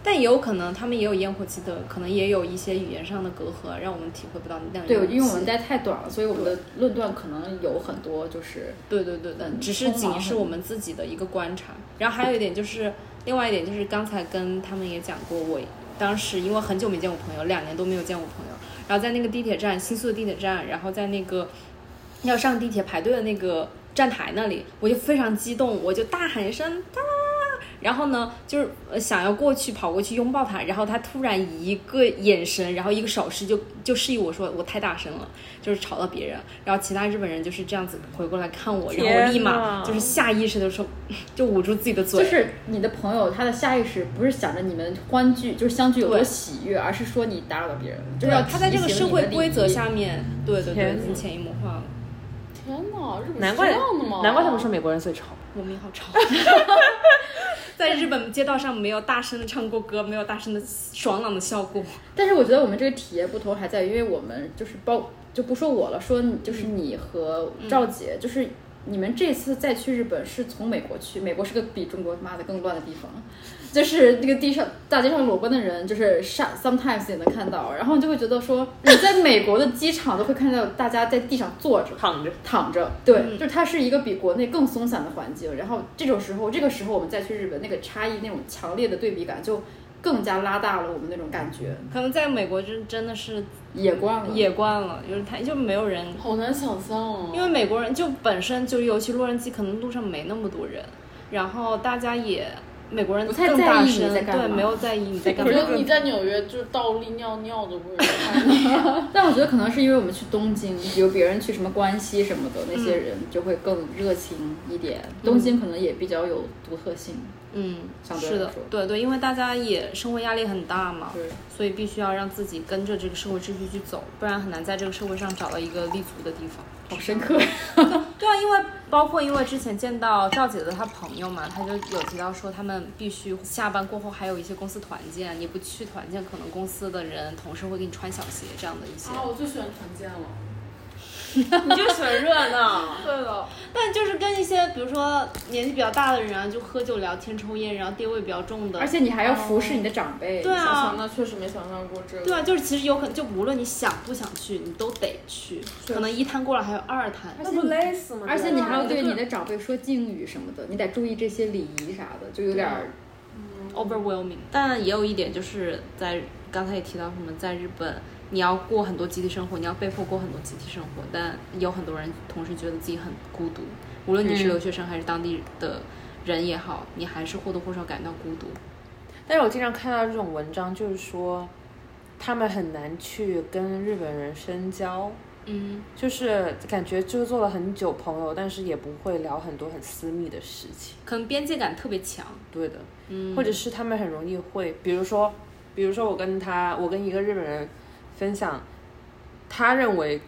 [SPEAKER 2] 但也有可能他们也有烟火气的，可能也有一些语言上的隔阂，让我们体会不到那样的
[SPEAKER 3] 对，
[SPEAKER 2] 勇气。
[SPEAKER 3] 因为我们待太短了，所以我们的论断可能有很多就是
[SPEAKER 2] 对对对对，
[SPEAKER 3] 嗯
[SPEAKER 2] 只是
[SPEAKER 3] 匆忙
[SPEAKER 2] 仅是
[SPEAKER 3] 很
[SPEAKER 2] 我们自己的一个观察。然后还有一点就是，另外一点就是刚才跟他们也讲过，我当时因为很久没见我朋友，两年都没有见我朋友，然后在那个地铁站，新宿的地铁站，然后在那个要上地铁排队的那个站台那里，我就非常激动，我就大喊一声“哒”，然后呢，就是呃想要过去跑过去拥抱他，然后他突然一个眼神，然后一个手势就就示意我说我太大声了，就是吵到别人，然后其他日本人就是这样子回过来看我，然后我立
[SPEAKER 4] 天
[SPEAKER 2] 马
[SPEAKER 4] 呐
[SPEAKER 2] 就是下意识的说， [laughs] 就捂住自己的
[SPEAKER 3] 就
[SPEAKER 2] 嘴，
[SPEAKER 3] 是你的朋友，他的下意识不是想着你们欢聚，就是相聚有多
[SPEAKER 2] 对
[SPEAKER 3] 喜悦，而是说你打扰到别人了，就
[SPEAKER 2] 对啊
[SPEAKER 3] 是要，
[SPEAKER 2] 他在这个
[SPEAKER 3] 提醒
[SPEAKER 2] 社
[SPEAKER 3] 你
[SPEAKER 2] 会
[SPEAKER 3] 的礼
[SPEAKER 2] 规则
[SPEAKER 3] 仪
[SPEAKER 2] 下面，对对对，
[SPEAKER 4] 天
[SPEAKER 2] 已经
[SPEAKER 4] 呐
[SPEAKER 2] 潜移默化了，
[SPEAKER 1] 天哪，日本
[SPEAKER 4] 难怪
[SPEAKER 1] 是这样的吗？
[SPEAKER 4] 难怪他们说美国人最吵。
[SPEAKER 2] 我们也好
[SPEAKER 3] [laughs]
[SPEAKER 2] 吵。在日本街道上没有大声的唱过歌，没有大声的爽朗的笑过。
[SPEAKER 3] 但是我觉得我们这个体验不同还在于，因为我们就是包就不说我了，说你就是你和赵姐，就是你们这次再去日本是从美国去，美国是个比中国妈的更乱的地方，就是那个地上大街上裸奔的人，就是上 sometimes 也能看到，然后你就会觉得说你在美国的机场都会看到大家在地上坐着。
[SPEAKER 4] 躺着，
[SPEAKER 3] 躺着，对，
[SPEAKER 2] 嗯
[SPEAKER 3] 就是它是一个比国内更松散的环境。然后这种时候，这个时候我们再去日本，那个差异那种强烈的对比感就更加拉大了我们那种感觉，
[SPEAKER 2] 可能在美国真真的是
[SPEAKER 3] 野惯了，
[SPEAKER 2] 野惯了，就是他就没有人，
[SPEAKER 1] 好难想象啊，
[SPEAKER 2] 因为美国人就本身就尤其洛杉矶可能路上没那么多人，然后大家也美国人
[SPEAKER 3] 不太
[SPEAKER 2] 更大
[SPEAKER 3] 在意你
[SPEAKER 2] 声，
[SPEAKER 3] 在干嘛
[SPEAKER 2] 对，没有在意你在干
[SPEAKER 1] 可
[SPEAKER 2] 嘛。
[SPEAKER 1] 是你在纽约就是倒立尿尿的味道，
[SPEAKER 3] 但我觉得可能是因为我们去东京，比如别人去什么关西什么的，那些人就会更热情一点。东京可能也比较有独特性，
[SPEAKER 2] 嗯，
[SPEAKER 3] 相对来
[SPEAKER 2] 是的
[SPEAKER 3] 说，
[SPEAKER 2] 对对，因为大家也生活压力很大嘛，
[SPEAKER 3] 对，
[SPEAKER 2] 所以必须要让自己跟着这个社会秩序去走，不然很难在这个社会上找到一个立足的地方。
[SPEAKER 3] 好深刻。
[SPEAKER 2] 对啊，因为包括因为之前见到赵姐的她朋友嘛，她就有提到说他们必须下班过后还有一些公司团建，你不去团建，可能公司的人同事会给你穿小鞋这样的一些。
[SPEAKER 3] 哦
[SPEAKER 1] 啊，我最喜欢团建 [laughs] 了。
[SPEAKER 4] 你就喜欢热闹。
[SPEAKER 1] [laughs] 对了，
[SPEAKER 2] 但就是跟一些比如说年纪比较大的人啊，就喝酒聊天、抽烟，然后地位比较重的，
[SPEAKER 3] [laughs] 而且你还要服侍你的长辈，
[SPEAKER 2] 对
[SPEAKER 1] 想
[SPEAKER 2] 啊
[SPEAKER 1] 想，那确实没想象过这个。
[SPEAKER 2] 对啊，就是其实有可能就无论你想不想去，你都得去，可能一摊过来还有二摊。
[SPEAKER 1] 那不累死吗？
[SPEAKER 3] 而且你还要对
[SPEAKER 1] 这
[SPEAKER 3] 你
[SPEAKER 1] 个
[SPEAKER 3] 的长辈说敬语什么的，你得注意这些礼仪啥的，就有点儿
[SPEAKER 2] overwhelming。但也有一点就是在刚才也提到什么，在日本你要过很多集体生活，你要被迫过很多集体生活，但有很多人同时觉得自己很孤独，无论你是
[SPEAKER 4] 嗯
[SPEAKER 2] 留学生还是当地的人也好，你还是或多或少感到孤独。
[SPEAKER 4] 但是我经常看到这种文章，就是说他们很难去跟日本人深交，
[SPEAKER 2] 嗯，
[SPEAKER 4] 就是感觉就是做了很久朋友，但是也不会聊很多很私密的事情。
[SPEAKER 2] 可能边界感特别强。
[SPEAKER 4] 对的，
[SPEAKER 2] 嗯，
[SPEAKER 4] 或者是他们很容易会，比如说，比如说我跟他，我跟一个日本人分享，他认为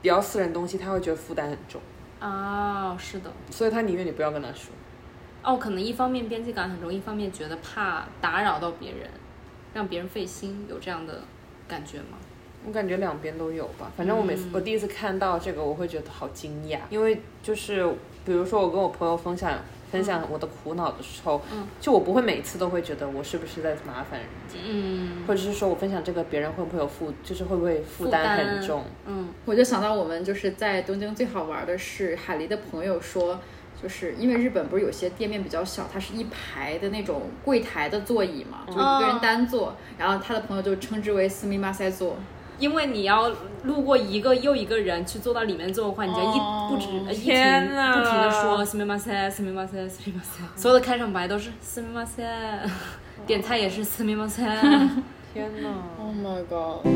[SPEAKER 4] 比较私人的东西，他会觉得负担很重，
[SPEAKER 2] 啊、是的。
[SPEAKER 4] 所以他宁愿你不要跟他说。
[SPEAKER 2] 哦，可能一方面边界感很重，一方面觉得怕打扰到别人，让别人费心，有这样的感觉吗？
[SPEAKER 4] 我感觉两边都有吧，反正我每次、我第一次看到这个，我会觉得好惊讶，因为就是比如说我跟我朋友分享分享我的苦恼的时候，
[SPEAKER 2] 嗯
[SPEAKER 4] 就我不会每次都会觉得我是不是在麻烦人，
[SPEAKER 2] 嗯
[SPEAKER 4] 或者是说我分享这个别人会不会有负，就是会不会负
[SPEAKER 2] 负
[SPEAKER 4] 担
[SPEAKER 2] 担
[SPEAKER 4] 很重，
[SPEAKER 2] 嗯，
[SPEAKER 3] 我就想到我们就是在东京最好玩的是海狸的朋友说，就是因为日本不是有些店面比较小，它是一排的那种柜台的座椅嘛，就是一个
[SPEAKER 4] 哦
[SPEAKER 3] 人单坐，然后他的朋友就称之为斯密马塞座，
[SPEAKER 2] 因为你要路过一个又一个人去坐到里面坐的话，你就一
[SPEAKER 3] 哦
[SPEAKER 2] 不止呃一停
[SPEAKER 4] 天
[SPEAKER 2] 不
[SPEAKER 4] 哪
[SPEAKER 2] 停的说すみません、すみません、すみま [laughs] せん，所有的开场白都是すみません， [laughs] 点菜也是すみません。
[SPEAKER 4] 天哪！
[SPEAKER 1] Oh my god！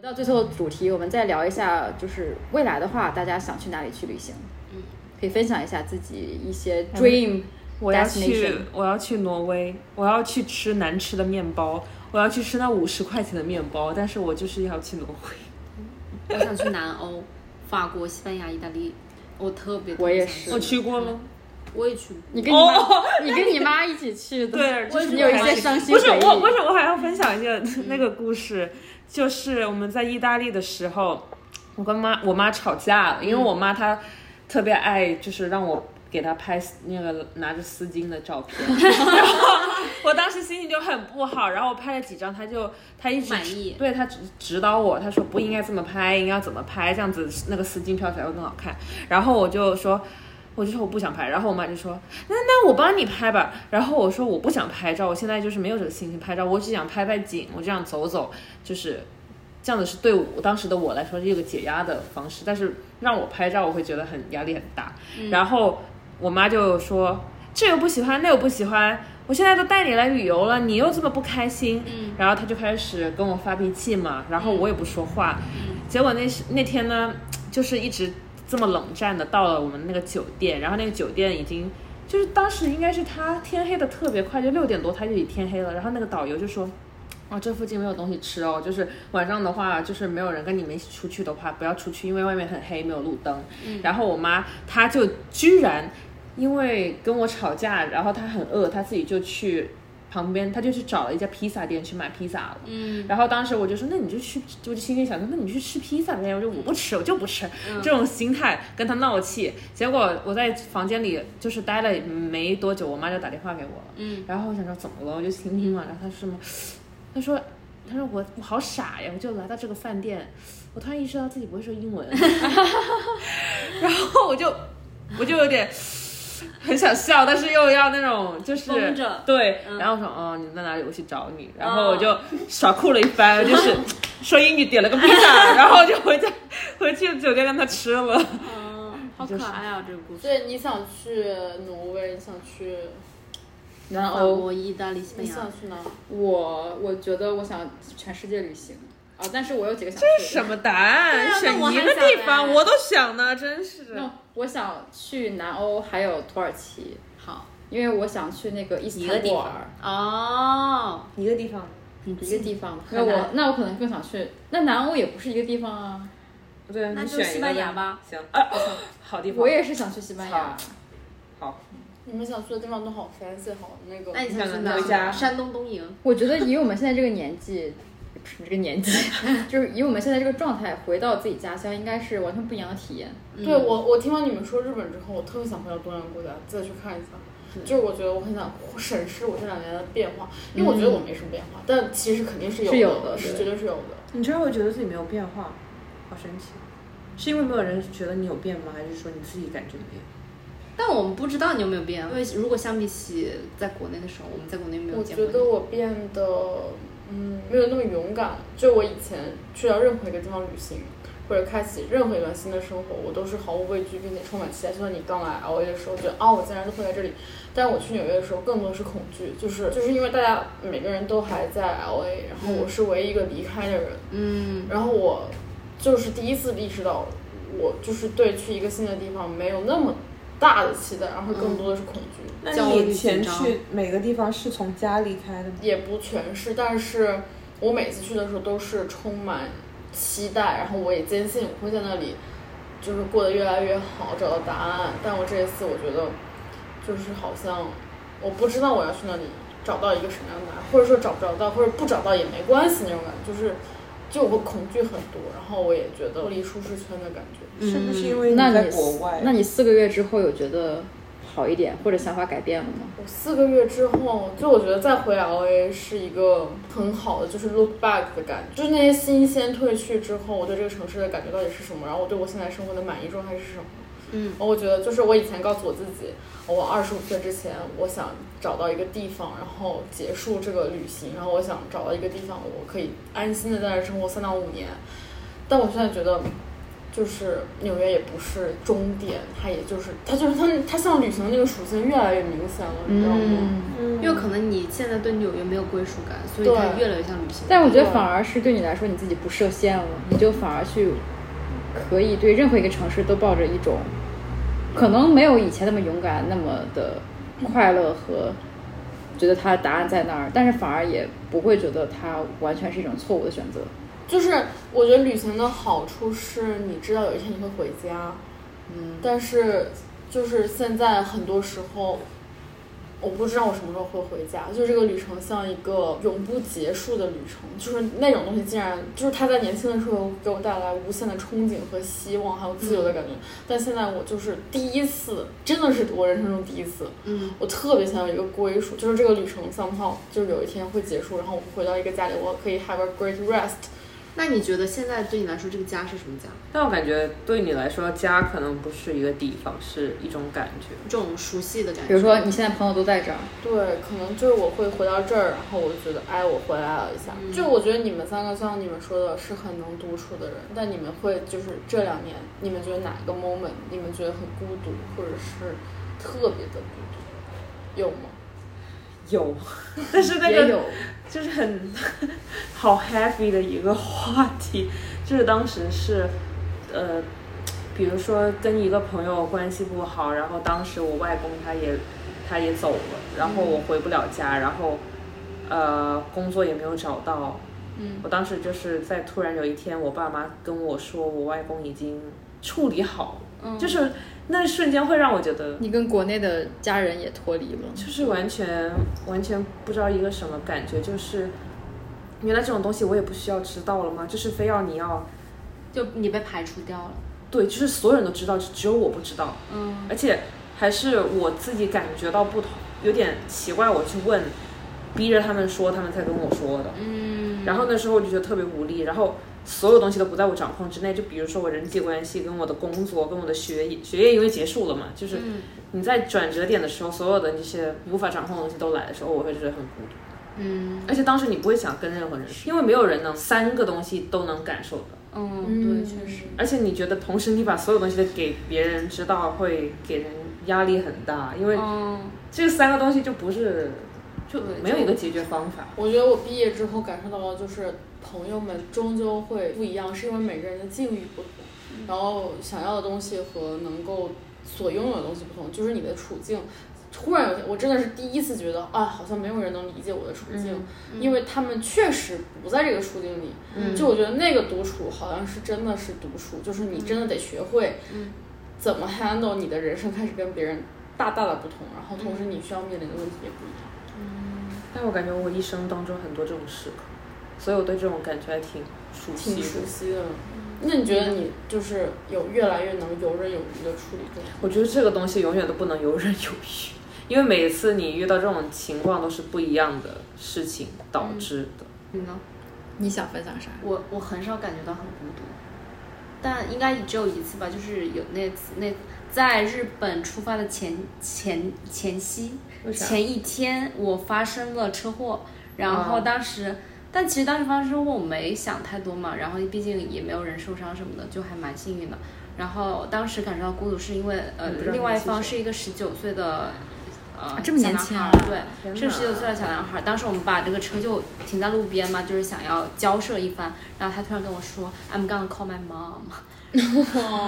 [SPEAKER 3] 到最后的主题，我们再聊一下，就是未来的话，大家想去哪里去旅行？嗯，可以分享一下自己一些 dream
[SPEAKER 4] 我要去
[SPEAKER 3] destination，
[SPEAKER 4] 我要去挪威，我要去吃难吃的面包，我要去吃那五十块钱的面包，但是我就是要去挪威。
[SPEAKER 2] 我想去南欧，法国、西班牙、意大利，我特别。
[SPEAKER 3] 我也是
[SPEAKER 2] 特别想
[SPEAKER 4] 我去过吗？
[SPEAKER 2] 我也去过。
[SPEAKER 3] 你跟你妈，你跟你妈一起去的，
[SPEAKER 4] 哦对就是
[SPEAKER 3] 你有一
[SPEAKER 4] 我还
[SPEAKER 3] 些
[SPEAKER 4] 是
[SPEAKER 3] 伤心
[SPEAKER 4] 不是
[SPEAKER 3] 回忆。
[SPEAKER 4] 我，不是我还要分享一个那个故事，就是我们在意大利的时候，我跟妈我妈吵架了，因为我妈她特别爱就是让我给她拍那个拿着丝巾的照片， [laughs] 然后我当时心情就很不好，然后我拍了几张，她就她一直
[SPEAKER 2] 满意
[SPEAKER 4] 对她指指导我，她说不应该这么拍，应该要怎么拍，这样子那个丝巾飘起来会更好看，然后我就说。我就说我不想拍，然后我妈就说那那我帮你拍吧，然后我说我不想拍照，我现在就是没有这个心情拍照，我只想拍拍景，我这样走走，就是这样子是对我当时的我来说是一个解压的方式，但是让我拍照我会觉得很压力很大，然后我妈就说这又不喜欢，那又不喜欢。我现在都带你来旅游了，你又这么不开心，嗯、然后她就开始跟我发脾气嘛，然后我也不说话，结果那是那天呢，就是一直这么冷战的到了我们那个酒店，然后那个酒店已经就是当时应该是他天黑的特别快，就六点多他就已天黑了，然后那个导游就说。啊，这附近没有东西吃哦，就是晚上的话，就是没有人跟你们一起出去的话，不要出去，因为外面很黑，没有路灯。然后我妈她就居然因为跟我吵架，然后她很饿，她自己就去旁边，她就去找了一家披萨店去买披萨了。嗯，然后当时我就说，那你就去，我就心里想说，那你去吃披萨呗。我说我不吃，我就不吃。这种心态跟她闹气，结果我在房间里就是待了没多久，我妈就打电话给我了。嗯，然后我想说怎么了，我就听听嘛。然后她说什么？她说。她说我我好傻呀，我就来到这个饭店，我突然意识到自己不会说英文，然后我就我就有点很想笑，但是又要那种就是
[SPEAKER 2] 绷着
[SPEAKER 4] 对，然后我说哦你在哪里？我去找你，然
[SPEAKER 2] 哦
[SPEAKER 4] 后我就耍酷了一番，就是说英语点了个披萨，然后就回家回去酒店让他吃了。
[SPEAKER 2] 嗯，好可爱啊，这个故事。
[SPEAKER 1] 所以你想去挪威，你想去，
[SPEAKER 3] 然
[SPEAKER 2] 法国、意大利、西班
[SPEAKER 1] 你
[SPEAKER 2] 牙，
[SPEAKER 1] 想去哪？
[SPEAKER 3] 我我觉得我想全世界旅行啊，但是我有几个想
[SPEAKER 4] 这是
[SPEAKER 3] 去的。
[SPEAKER 4] 什么答案？
[SPEAKER 2] 对啊
[SPEAKER 4] 选
[SPEAKER 2] 那我
[SPEAKER 4] 一
[SPEAKER 2] 还
[SPEAKER 4] 个地
[SPEAKER 2] 想
[SPEAKER 4] 方
[SPEAKER 2] 来啊
[SPEAKER 4] 我都想呢，真是。
[SPEAKER 3] 那我想去南欧，还有土耳其，
[SPEAKER 2] 好
[SPEAKER 3] 因为我想去那个伊啊斯
[SPEAKER 2] 一个
[SPEAKER 3] 坦
[SPEAKER 2] 地
[SPEAKER 3] 布
[SPEAKER 2] 方
[SPEAKER 3] 尔
[SPEAKER 2] 哦，
[SPEAKER 4] 一个地方，
[SPEAKER 3] 一个地方。
[SPEAKER 2] 很
[SPEAKER 3] 那我
[SPEAKER 2] 难
[SPEAKER 3] 那我可能更想去，那南欧也不是一个地方啊。
[SPEAKER 4] 对，你
[SPEAKER 2] 那就
[SPEAKER 4] 选
[SPEAKER 2] 西
[SPEAKER 4] 一个
[SPEAKER 2] 班牙吧。
[SPEAKER 4] 行，啊 [laughs] 好地方。
[SPEAKER 3] 我也是想去西班牙，
[SPEAKER 4] 好，
[SPEAKER 1] 你们想去的地方都好 fancy，好那个。
[SPEAKER 3] 哎
[SPEAKER 2] 那你
[SPEAKER 4] 想
[SPEAKER 2] 想
[SPEAKER 4] 去
[SPEAKER 2] 去
[SPEAKER 4] 哪
[SPEAKER 2] 哪
[SPEAKER 4] 儿
[SPEAKER 2] 儿？山东东营。
[SPEAKER 3] 我觉得以我们现在这个年纪，不是这个年纪， [laughs] 就是以我们现在这个状态，回到自己家乡应该是完全不一样的体验。
[SPEAKER 1] 对我，我听完你们说日本之后，我特别想回到东南亚国家再去看一下。就是我觉得我很想审视我这两年的变化，因为我觉得我没什么变化，但其实肯定是有
[SPEAKER 3] 嗯是有
[SPEAKER 1] 的，
[SPEAKER 3] 的
[SPEAKER 1] 是
[SPEAKER 3] 对
[SPEAKER 1] 绝对是有的。
[SPEAKER 4] 你居然会觉得自己没有变化，好神奇。是因为没有人觉得你有变吗？还是说你自己感觉没有？
[SPEAKER 2] 但我们不知道你有没有变，因为如果相比起在国内的时候，我们在国内没有
[SPEAKER 1] 我
[SPEAKER 2] 见
[SPEAKER 1] 觉
[SPEAKER 2] 过
[SPEAKER 1] 得我变得嗯没有那么勇敢，就我以前去到任何一个地方旅行。或者开启任何一段新的生活，我都是毫无畏惧，并且充满期待。就像你刚来 LA 的时候，觉得啊，我竟然就会在这里。但是我去纽约的时候，更多是恐惧，就是就是因为大家每个人都还在 LA，然后我是唯一一个离开的人，
[SPEAKER 2] 嗯，
[SPEAKER 1] 然后我就是第一次意识到，我就是对去一个新的地方没有那么大的期待，然后
[SPEAKER 2] 嗯
[SPEAKER 1] 更多的是恐惧，
[SPEAKER 4] 那
[SPEAKER 2] 焦
[SPEAKER 4] 你
[SPEAKER 2] 虑
[SPEAKER 4] 以
[SPEAKER 2] 紧
[SPEAKER 4] 前
[SPEAKER 2] 张
[SPEAKER 4] 去嗯每个地方是从家离开的吗？
[SPEAKER 1] 也不全是。但是我每次去的时候都是充满期待，然后我也坚信我会在那里，就是过得越来越好，找到答案。但我这一次我觉得，就是好像我不知道我要去那里找到一个什么样的答案，或者说找不找到，或者不找到也没关系那种感觉，就是。就我恐惧很多，然后我也觉得脱离舒适圈的感觉。
[SPEAKER 4] 是不是因为
[SPEAKER 3] 那
[SPEAKER 4] 在
[SPEAKER 3] 你
[SPEAKER 4] 国外？
[SPEAKER 3] 那你四个月之后有觉得好一点，或者想法改变了吗？
[SPEAKER 1] 我四个月之后，就我觉得再回 L A 是一个很好的，就是 look back 的感觉，就是那些新鲜褪去之后，我对这个城市的感觉到底是什么，然后我对我现在生活的满意状态是什么。
[SPEAKER 2] 嗯，
[SPEAKER 1] 我觉得就是我以前告诉我自己，我二十五岁之前，我想找到一个地方，然后结束这个旅行，然后我想找到一个地方，我可以安心的在这生活三到五年。但我现在觉得，就是纽约也不是终点，它也就是它就是它它像旅行的那个属性越来越明显了，你知道吗？
[SPEAKER 3] 嗯，
[SPEAKER 2] 因为可能你现在对纽约没有归属感，所以
[SPEAKER 1] 对
[SPEAKER 2] 它越来越像旅行。
[SPEAKER 3] 但我觉得反而是对你来说，你自己不设限了，你就反而去可以对任何一个城市都抱着一种可能没有以前那么勇敢、那么的快乐和觉得它的答案在那儿，但是反而也不会觉得它完全是一种错误的选择。
[SPEAKER 1] 就是我觉得旅行的好处是你知道有一天你会回家，嗯，但是就是现在很多时候。我不知道我什么时候会回家，就这个旅程像一个永不结束的旅程，就是那种东西，竟然就是它在年轻的时候给我带来无限的憧憬和希望，还有自由的感觉。但现在我就是第一次，真的是我人生中第一次，
[SPEAKER 2] 嗯，
[SPEAKER 1] 我特别想有一个归属，就是这个旅程 somehow 就是有一天会结束，然后我回到一个家里，我可以 have a great rest。
[SPEAKER 2] 那你觉得现在对你来说这个家是什么家？
[SPEAKER 4] 但我感觉对你来说，家可能不是一个地方，是一种感觉。
[SPEAKER 2] 这种熟悉的感觉。
[SPEAKER 3] 比如说你现在朋友都在这儿，
[SPEAKER 1] 对，可能就是我会回到这儿，然后我就觉得，哎，我回来了一下。就我觉得你们三个，像你们说的，是很能独处的人，但你们会就是这两年，你们觉得哪个 moment 你们觉得很孤独，或者是特别的孤独，有吗？
[SPEAKER 4] 有， [laughs] 但是那
[SPEAKER 3] 也
[SPEAKER 4] 个
[SPEAKER 3] 有
[SPEAKER 4] 就是很 [laughs] 好 happy 的一个话题， [laughs] 就是当时是，呃，比如说跟一个朋友关系不好，然后当时我外公他也他也走了，然后我回不了家，然后呃工作也没有找到，
[SPEAKER 1] 嗯，
[SPEAKER 4] 我当时就是在突然有一天，我爸妈跟我说我外公已经处理好了，
[SPEAKER 2] 嗯
[SPEAKER 4] 就是那瞬间会让我觉得
[SPEAKER 3] 你跟国内的家人也脱离了。
[SPEAKER 4] 就是完全完全不知道一个什么感觉，就是原来这种东西我也不需要知道了吗？就是非要你要
[SPEAKER 2] 就你被排除掉了。
[SPEAKER 4] 对，就是所有人都知道，只有我不知道，
[SPEAKER 2] 嗯，
[SPEAKER 4] 而且还是我自己感觉到不同，有点奇怪，我去问，逼着他们说，他们才跟我说的。嗯，然后那时候我就觉得特别无力，然后。所有东西都不在我掌控之内，就比如说我人际关系、跟我的工作、跟我的学业，学业因为结束了嘛，就是
[SPEAKER 2] 嗯
[SPEAKER 4] 你在转折点的时候，所有的那些无法掌控的东西都来的时候，我会觉得很孤独。
[SPEAKER 2] 嗯
[SPEAKER 4] 而且当时你不会想跟任何人说，因为没有人能三个东西都能感受到。
[SPEAKER 2] 嗯，对，确实。
[SPEAKER 4] 而且你觉得同时你把所有东西都给别人知道，会给人压力很大，因为
[SPEAKER 2] 嗯，
[SPEAKER 4] 这三个东西就不是
[SPEAKER 2] 就
[SPEAKER 4] 没有一个解决方法。
[SPEAKER 1] 我觉得我毕业之后感受到的就是朋友们终究会不一样，是因为每个人的境遇不同，然后想要的东西和能够所拥有的东西不同，就是你的处境。突然有一天，我真的是第一次觉得啊，好像没有人能理解我的处境，因为他们确实不在这个处境里。
[SPEAKER 2] 嗯
[SPEAKER 1] 就我觉得那个独处好像是真的是独处，就是你真的得学会怎么 handle 你的人生开始跟别人大大的不同，然后同时你需要面临的问题也不一样。
[SPEAKER 4] 但我感觉我一生当中很多这种时刻，所以我对这种感觉还挺熟悉
[SPEAKER 1] 挺
[SPEAKER 4] 的。
[SPEAKER 1] 熟悉的。
[SPEAKER 3] 嗯
[SPEAKER 1] 那你觉得你就是有越来越能游刃有余的处理这种？
[SPEAKER 4] 我觉得这个东西永远都不能游刃有余，因为每一次你遇到这种情况都是不一样的事情导致的。
[SPEAKER 2] 你呢？
[SPEAKER 3] 你想分享啥？
[SPEAKER 2] 我我很少感觉到很孤独，但应该也只有一次吧，就是有那次那在日本出发的前前前夕
[SPEAKER 4] 为啥
[SPEAKER 2] 前一天，我发生了车祸，然
[SPEAKER 4] 哦
[SPEAKER 2] 后当时。但其实当时发生车祸，我没想太多嘛，然后毕竟也没有人受伤什么的，就还蛮幸运的。然后当时感受到孤独，是因为呃
[SPEAKER 4] 你不知，道
[SPEAKER 2] 另外一
[SPEAKER 4] 你是
[SPEAKER 2] 方
[SPEAKER 4] 谁
[SPEAKER 2] 是一个十九岁的呃
[SPEAKER 3] 这么年
[SPEAKER 2] 小
[SPEAKER 3] 轻
[SPEAKER 2] 男
[SPEAKER 3] 啊
[SPEAKER 2] 孩儿对，
[SPEAKER 4] 天
[SPEAKER 2] 是
[SPEAKER 4] 哪
[SPEAKER 2] 十九岁的小男孩，当时我们把这个车就停在路边嘛，就是想要交涉一番，然后他突然跟我说，I'm gonna call my mom，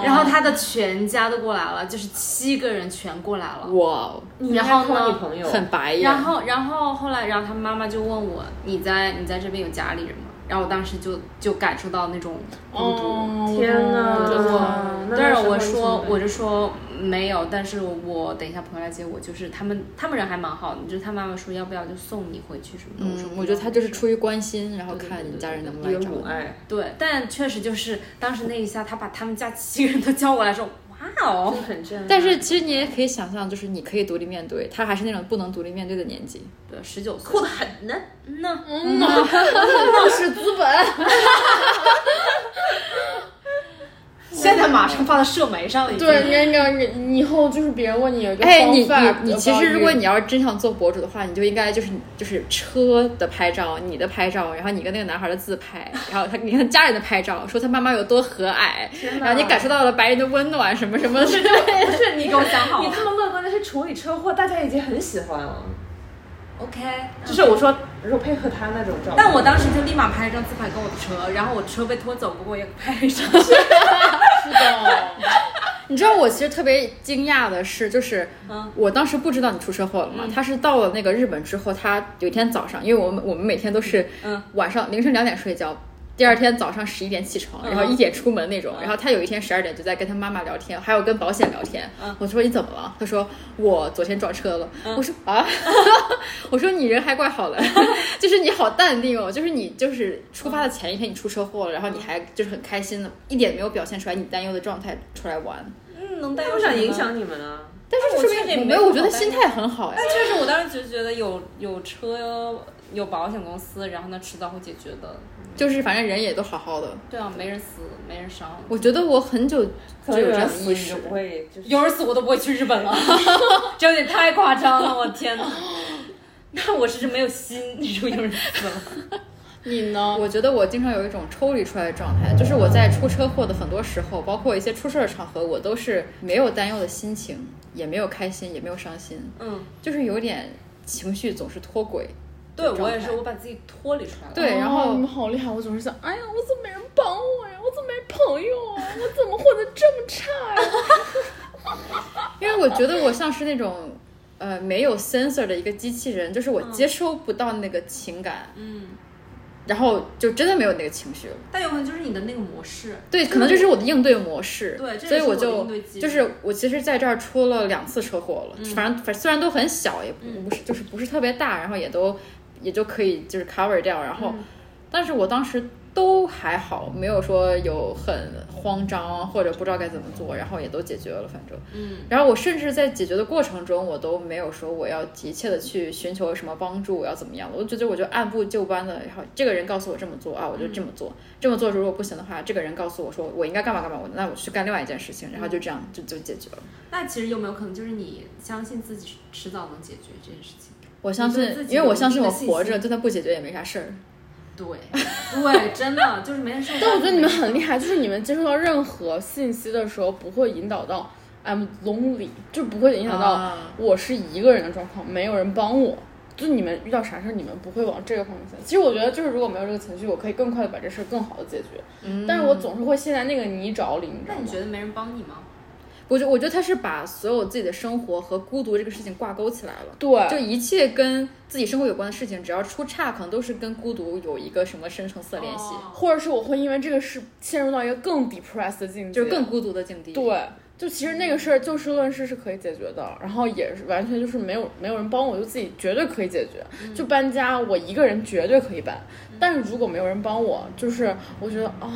[SPEAKER 2] 然后他的全家都过来了，就是七个人全过来了，
[SPEAKER 3] 哇，
[SPEAKER 4] 你
[SPEAKER 2] 然后
[SPEAKER 4] 应该
[SPEAKER 2] 呢
[SPEAKER 4] call 你朋友，
[SPEAKER 3] 很白呀。
[SPEAKER 2] 然后然后后来，然后他妈妈就问我，你在你在这边有家里人吗？然后我当时就就感受到那种孤独。
[SPEAKER 1] 哦
[SPEAKER 4] 天
[SPEAKER 1] 哪！
[SPEAKER 4] 哪！
[SPEAKER 1] 我
[SPEAKER 4] 那
[SPEAKER 2] 但
[SPEAKER 4] 那
[SPEAKER 2] 是
[SPEAKER 4] 时候
[SPEAKER 2] 我
[SPEAKER 4] 你怎么
[SPEAKER 2] 说
[SPEAKER 4] 办
[SPEAKER 2] 我就说没有，但是我等一下朋友来接我，就是他们他们人还蛮好的，就是他妈妈说要不要就送你回去什么的，我说
[SPEAKER 3] 嗯，
[SPEAKER 2] 不
[SPEAKER 3] 我觉得
[SPEAKER 2] 用
[SPEAKER 3] 他就是出于关心，然后
[SPEAKER 2] 对对
[SPEAKER 3] 看
[SPEAKER 2] 对
[SPEAKER 3] 你
[SPEAKER 2] 对
[SPEAKER 3] 家人能不能
[SPEAKER 4] 有
[SPEAKER 3] 来找
[SPEAKER 4] 母
[SPEAKER 3] 你。
[SPEAKER 4] 爱，
[SPEAKER 2] 对，但确实就是当时那一下，他把他们家七个人都叫过来说，哇
[SPEAKER 4] 就
[SPEAKER 2] 哦，
[SPEAKER 4] 很正。
[SPEAKER 3] 但是其实你也可以想象，就是你可以独立面对，他还是那种不能独立面对的年纪。
[SPEAKER 2] 对，十九岁，
[SPEAKER 4] 酷的很呢。
[SPEAKER 2] 那
[SPEAKER 1] 那是资本。
[SPEAKER 2] [laughs] 现在马上发到社媒上了，已经。
[SPEAKER 1] 对，应该你以后就是别人问你有一个
[SPEAKER 3] 哎，你
[SPEAKER 1] fun fact
[SPEAKER 3] 你你其实
[SPEAKER 1] about
[SPEAKER 3] 如果
[SPEAKER 1] you
[SPEAKER 3] 你要是真想做博主的话，你就应该就是就是车的拍照，你的拍照，然后你跟那个男孩的自 [laughs] 拍，然后他你看家人的拍照，说他妈妈有多和蔼，
[SPEAKER 1] 哪
[SPEAKER 3] 然后你感受到了白人的温暖什么什么 [laughs] 的。
[SPEAKER 2] 不是你给我想好
[SPEAKER 4] 你这么乐观的是处理车祸，大家已经很喜欢了。
[SPEAKER 2] ，OK。
[SPEAKER 4] 就是我说，如果配合他那种照片，
[SPEAKER 2] 但我当时就立马拍了张自拍跟我的车，然后我车被拖走，不过我也拍了一张。
[SPEAKER 1] 是的，
[SPEAKER 3] 你知道我其实特别惊讶的是，就是
[SPEAKER 2] 嗯
[SPEAKER 3] 我当时不知道你出车祸了嘛，他是到了那个日本之后，他有一天早上，因为我们我们每天都是
[SPEAKER 2] 嗯
[SPEAKER 3] 晚上凌晨两点睡觉。第二天早上十一点起床，
[SPEAKER 2] 嗯
[SPEAKER 3] 然后一点出门那种。
[SPEAKER 2] 嗯
[SPEAKER 3] 然后他有一天十二点就在跟他妈妈聊天，还有跟保险聊天。
[SPEAKER 2] 嗯
[SPEAKER 3] 我说你怎么了？他说我昨天撞车了。我说啊， [laughs] 我说你人还
[SPEAKER 2] [laughs]
[SPEAKER 3] 怪好的，就是你好淡定哦，就是你就是出发的前一天你出车祸了，
[SPEAKER 2] 嗯
[SPEAKER 3] 然后你还就是很开心的，一点没有表现出来你担忧的状态出来玩。
[SPEAKER 2] 嗯，能带
[SPEAKER 4] 他
[SPEAKER 2] 有
[SPEAKER 4] 不
[SPEAKER 2] 什么
[SPEAKER 4] 想
[SPEAKER 2] 呢
[SPEAKER 4] 影。响你们啊。
[SPEAKER 3] 但是
[SPEAKER 2] 我
[SPEAKER 3] 说
[SPEAKER 2] 确实也
[SPEAKER 3] 明
[SPEAKER 2] 没
[SPEAKER 3] 没有，
[SPEAKER 2] 有
[SPEAKER 3] 我觉得
[SPEAKER 2] 好担
[SPEAKER 3] 心
[SPEAKER 2] 忧
[SPEAKER 3] 态很好呀。
[SPEAKER 2] 但确实，我当时就觉得有有车有保险公司，然后呢，迟早会解决的。
[SPEAKER 3] [laughs] 就是反正人也都好好的。
[SPEAKER 2] 对啊，没人死，没人伤。
[SPEAKER 3] 我觉得我很久就有这样的意
[SPEAKER 4] 你
[SPEAKER 3] 识
[SPEAKER 4] 就，不会就是
[SPEAKER 2] 有人死我都不会去日本了， [laughs] 这有点太夸张了，我天 [laughs] 哪！那我是没有心，你说有人死了，
[SPEAKER 1] 你呢？
[SPEAKER 3] 我觉得我经常有一种抽离出来的状态，就是我在出车祸的很多时候，包括一些出事的场合，我都是没有担忧的心情，也没有开心，也没有伤心，
[SPEAKER 2] 嗯，
[SPEAKER 3] 就是有点情绪总是脱轨。
[SPEAKER 2] 对
[SPEAKER 3] 状态
[SPEAKER 2] 我也是，我把自己脱离出来了。
[SPEAKER 3] [laughs] 对，然
[SPEAKER 1] 哦
[SPEAKER 3] 后
[SPEAKER 1] 你们好厉害！我总是想，哎呀，我怎么没人帮我呀？我怎么没朋友啊？我怎么混得这么差呀？
[SPEAKER 3] 因为我觉得我像是那种。呃，没有 sensor 的一个机器人，就是我接收不到那个情感，
[SPEAKER 2] 嗯，
[SPEAKER 3] 然后就真的没有那个情绪了。
[SPEAKER 2] 但有可能就是你的那个模式，
[SPEAKER 3] 对，可能这是我的应对模式。
[SPEAKER 2] 对这
[SPEAKER 3] 所
[SPEAKER 2] 也是
[SPEAKER 3] 以我
[SPEAKER 2] 我的
[SPEAKER 3] 就
[SPEAKER 2] 应对机制
[SPEAKER 3] 就是我其实在这儿出了两次车祸了，反正反正虽然都很小，也不
[SPEAKER 2] 嗯
[SPEAKER 3] 不是就是不是特别大，然后也都也就可以就是 cover 掉，然后、
[SPEAKER 2] 嗯
[SPEAKER 3] 但是我当时都还好，没有说有很慌张或者不知道该怎么做，然后也都解决了，反正。
[SPEAKER 2] 嗯
[SPEAKER 3] 然后我甚至在解决的过程中，我都没有说我要急切的去寻求什么帮助，我要怎么样的，我就觉得我就按部就班的，然后这个人告诉我这么做啊，我就这么做，这么做如果不行的话，这个人告诉我说我应该干嘛干嘛，我那我去干另外一件事情，然后就这样就就解决了。
[SPEAKER 2] 那其实有没有可能就是你相信自己迟早能解决这件事情？
[SPEAKER 3] 我相
[SPEAKER 2] 你对
[SPEAKER 3] 信
[SPEAKER 2] 自，己
[SPEAKER 3] 因为
[SPEAKER 2] 有
[SPEAKER 3] 我
[SPEAKER 2] 一
[SPEAKER 3] 相信
[SPEAKER 2] 定
[SPEAKER 3] 我
[SPEAKER 2] 的信
[SPEAKER 3] 活着，
[SPEAKER 2] 心
[SPEAKER 3] 就算不解决也没啥事儿。
[SPEAKER 2] 对 [laughs] 对，真的就是没人说。
[SPEAKER 1] 但我觉得你们很厉害，就是你们接收到任何信息的时候，不会引导到 I'm lonely，就不会影响到
[SPEAKER 3] 啊
[SPEAKER 1] 我是一个人的状况，没有人帮我。就你们遇到啥事儿，你们不会往这个方面想。其实我觉得，就是如果没有这个情绪，我可以更快的把这事儿更好的解决。
[SPEAKER 3] 嗯
[SPEAKER 1] 但是我总是会陷在那个泥沼里，你知道
[SPEAKER 2] 那你觉
[SPEAKER 1] 吗？
[SPEAKER 2] 得没人帮你吗？
[SPEAKER 3] 我觉我觉得他是把所有自己的生活和孤独这个事情挂钩起来了。
[SPEAKER 1] 对，
[SPEAKER 3] 就一切跟自己生活有关的事情，只要出岔，可能都是跟孤独有一个什么深层次的联系，
[SPEAKER 2] 哦
[SPEAKER 1] 或者是我会因为这个事陷入到一个更 depressed 的境界，
[SPEAKER 3] 就是更孤独的境地。
[SPEAKER 1] 对。就其实那个事儿就事论事是可以解决的，然后也是完全就是没有没有人帮我，就自己绝对可以解决。
[SPEAKER 3] 嗯
[SPEAKER 1] 就搬家，我一个人绝对可以搬，但是如果没有人帮我，就是我觉得啊、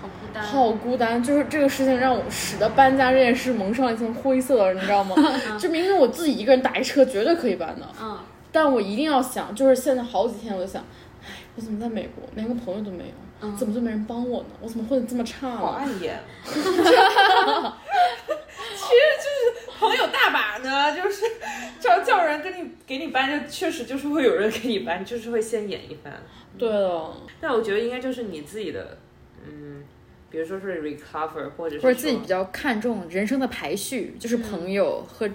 [SPEAKER 2] 好孤单。
[SPEAKER 1] 好孤单，就是这个事情让我使得搬家这件事蒙上一层灰色，你知道吗？就明明我自己一个人打一车绝对可以搬的，
[SPEAKER 2] 嗯，
[SPEAKER 1] 但我一定要想，就是现在好几天我就想，哎，我怎么在美国连个朋友都没有，
[SPEAKER 2] 嗯
[SPEAKER 1] 怎么就没人帮我呢？我怎么混得这么差
[SPEAKER 5] 哦
[SPEAKER 4] 好
[SPEAKER 1] 呢？
[SPEAKER 4] 碍 [laughs] 眼。
[SPEAKER 5] 朋友大把呢，就是叫叫人跟你给你搬，就确实就是会有人给你搬，就是会先演一番。
[SPEAKER 1] 对了，
[SPEAKER 5] 但我觉得应该就是你自己的，嗯，比如说是 recover 或者是
[SPEAKER 3] 或者自己
[SPEAKER 5] 说
[SPEAKER 3] 比较看重人生的排序，就是
[SPEAKER 2] 嗯
[SPEAKER 3] 朋友和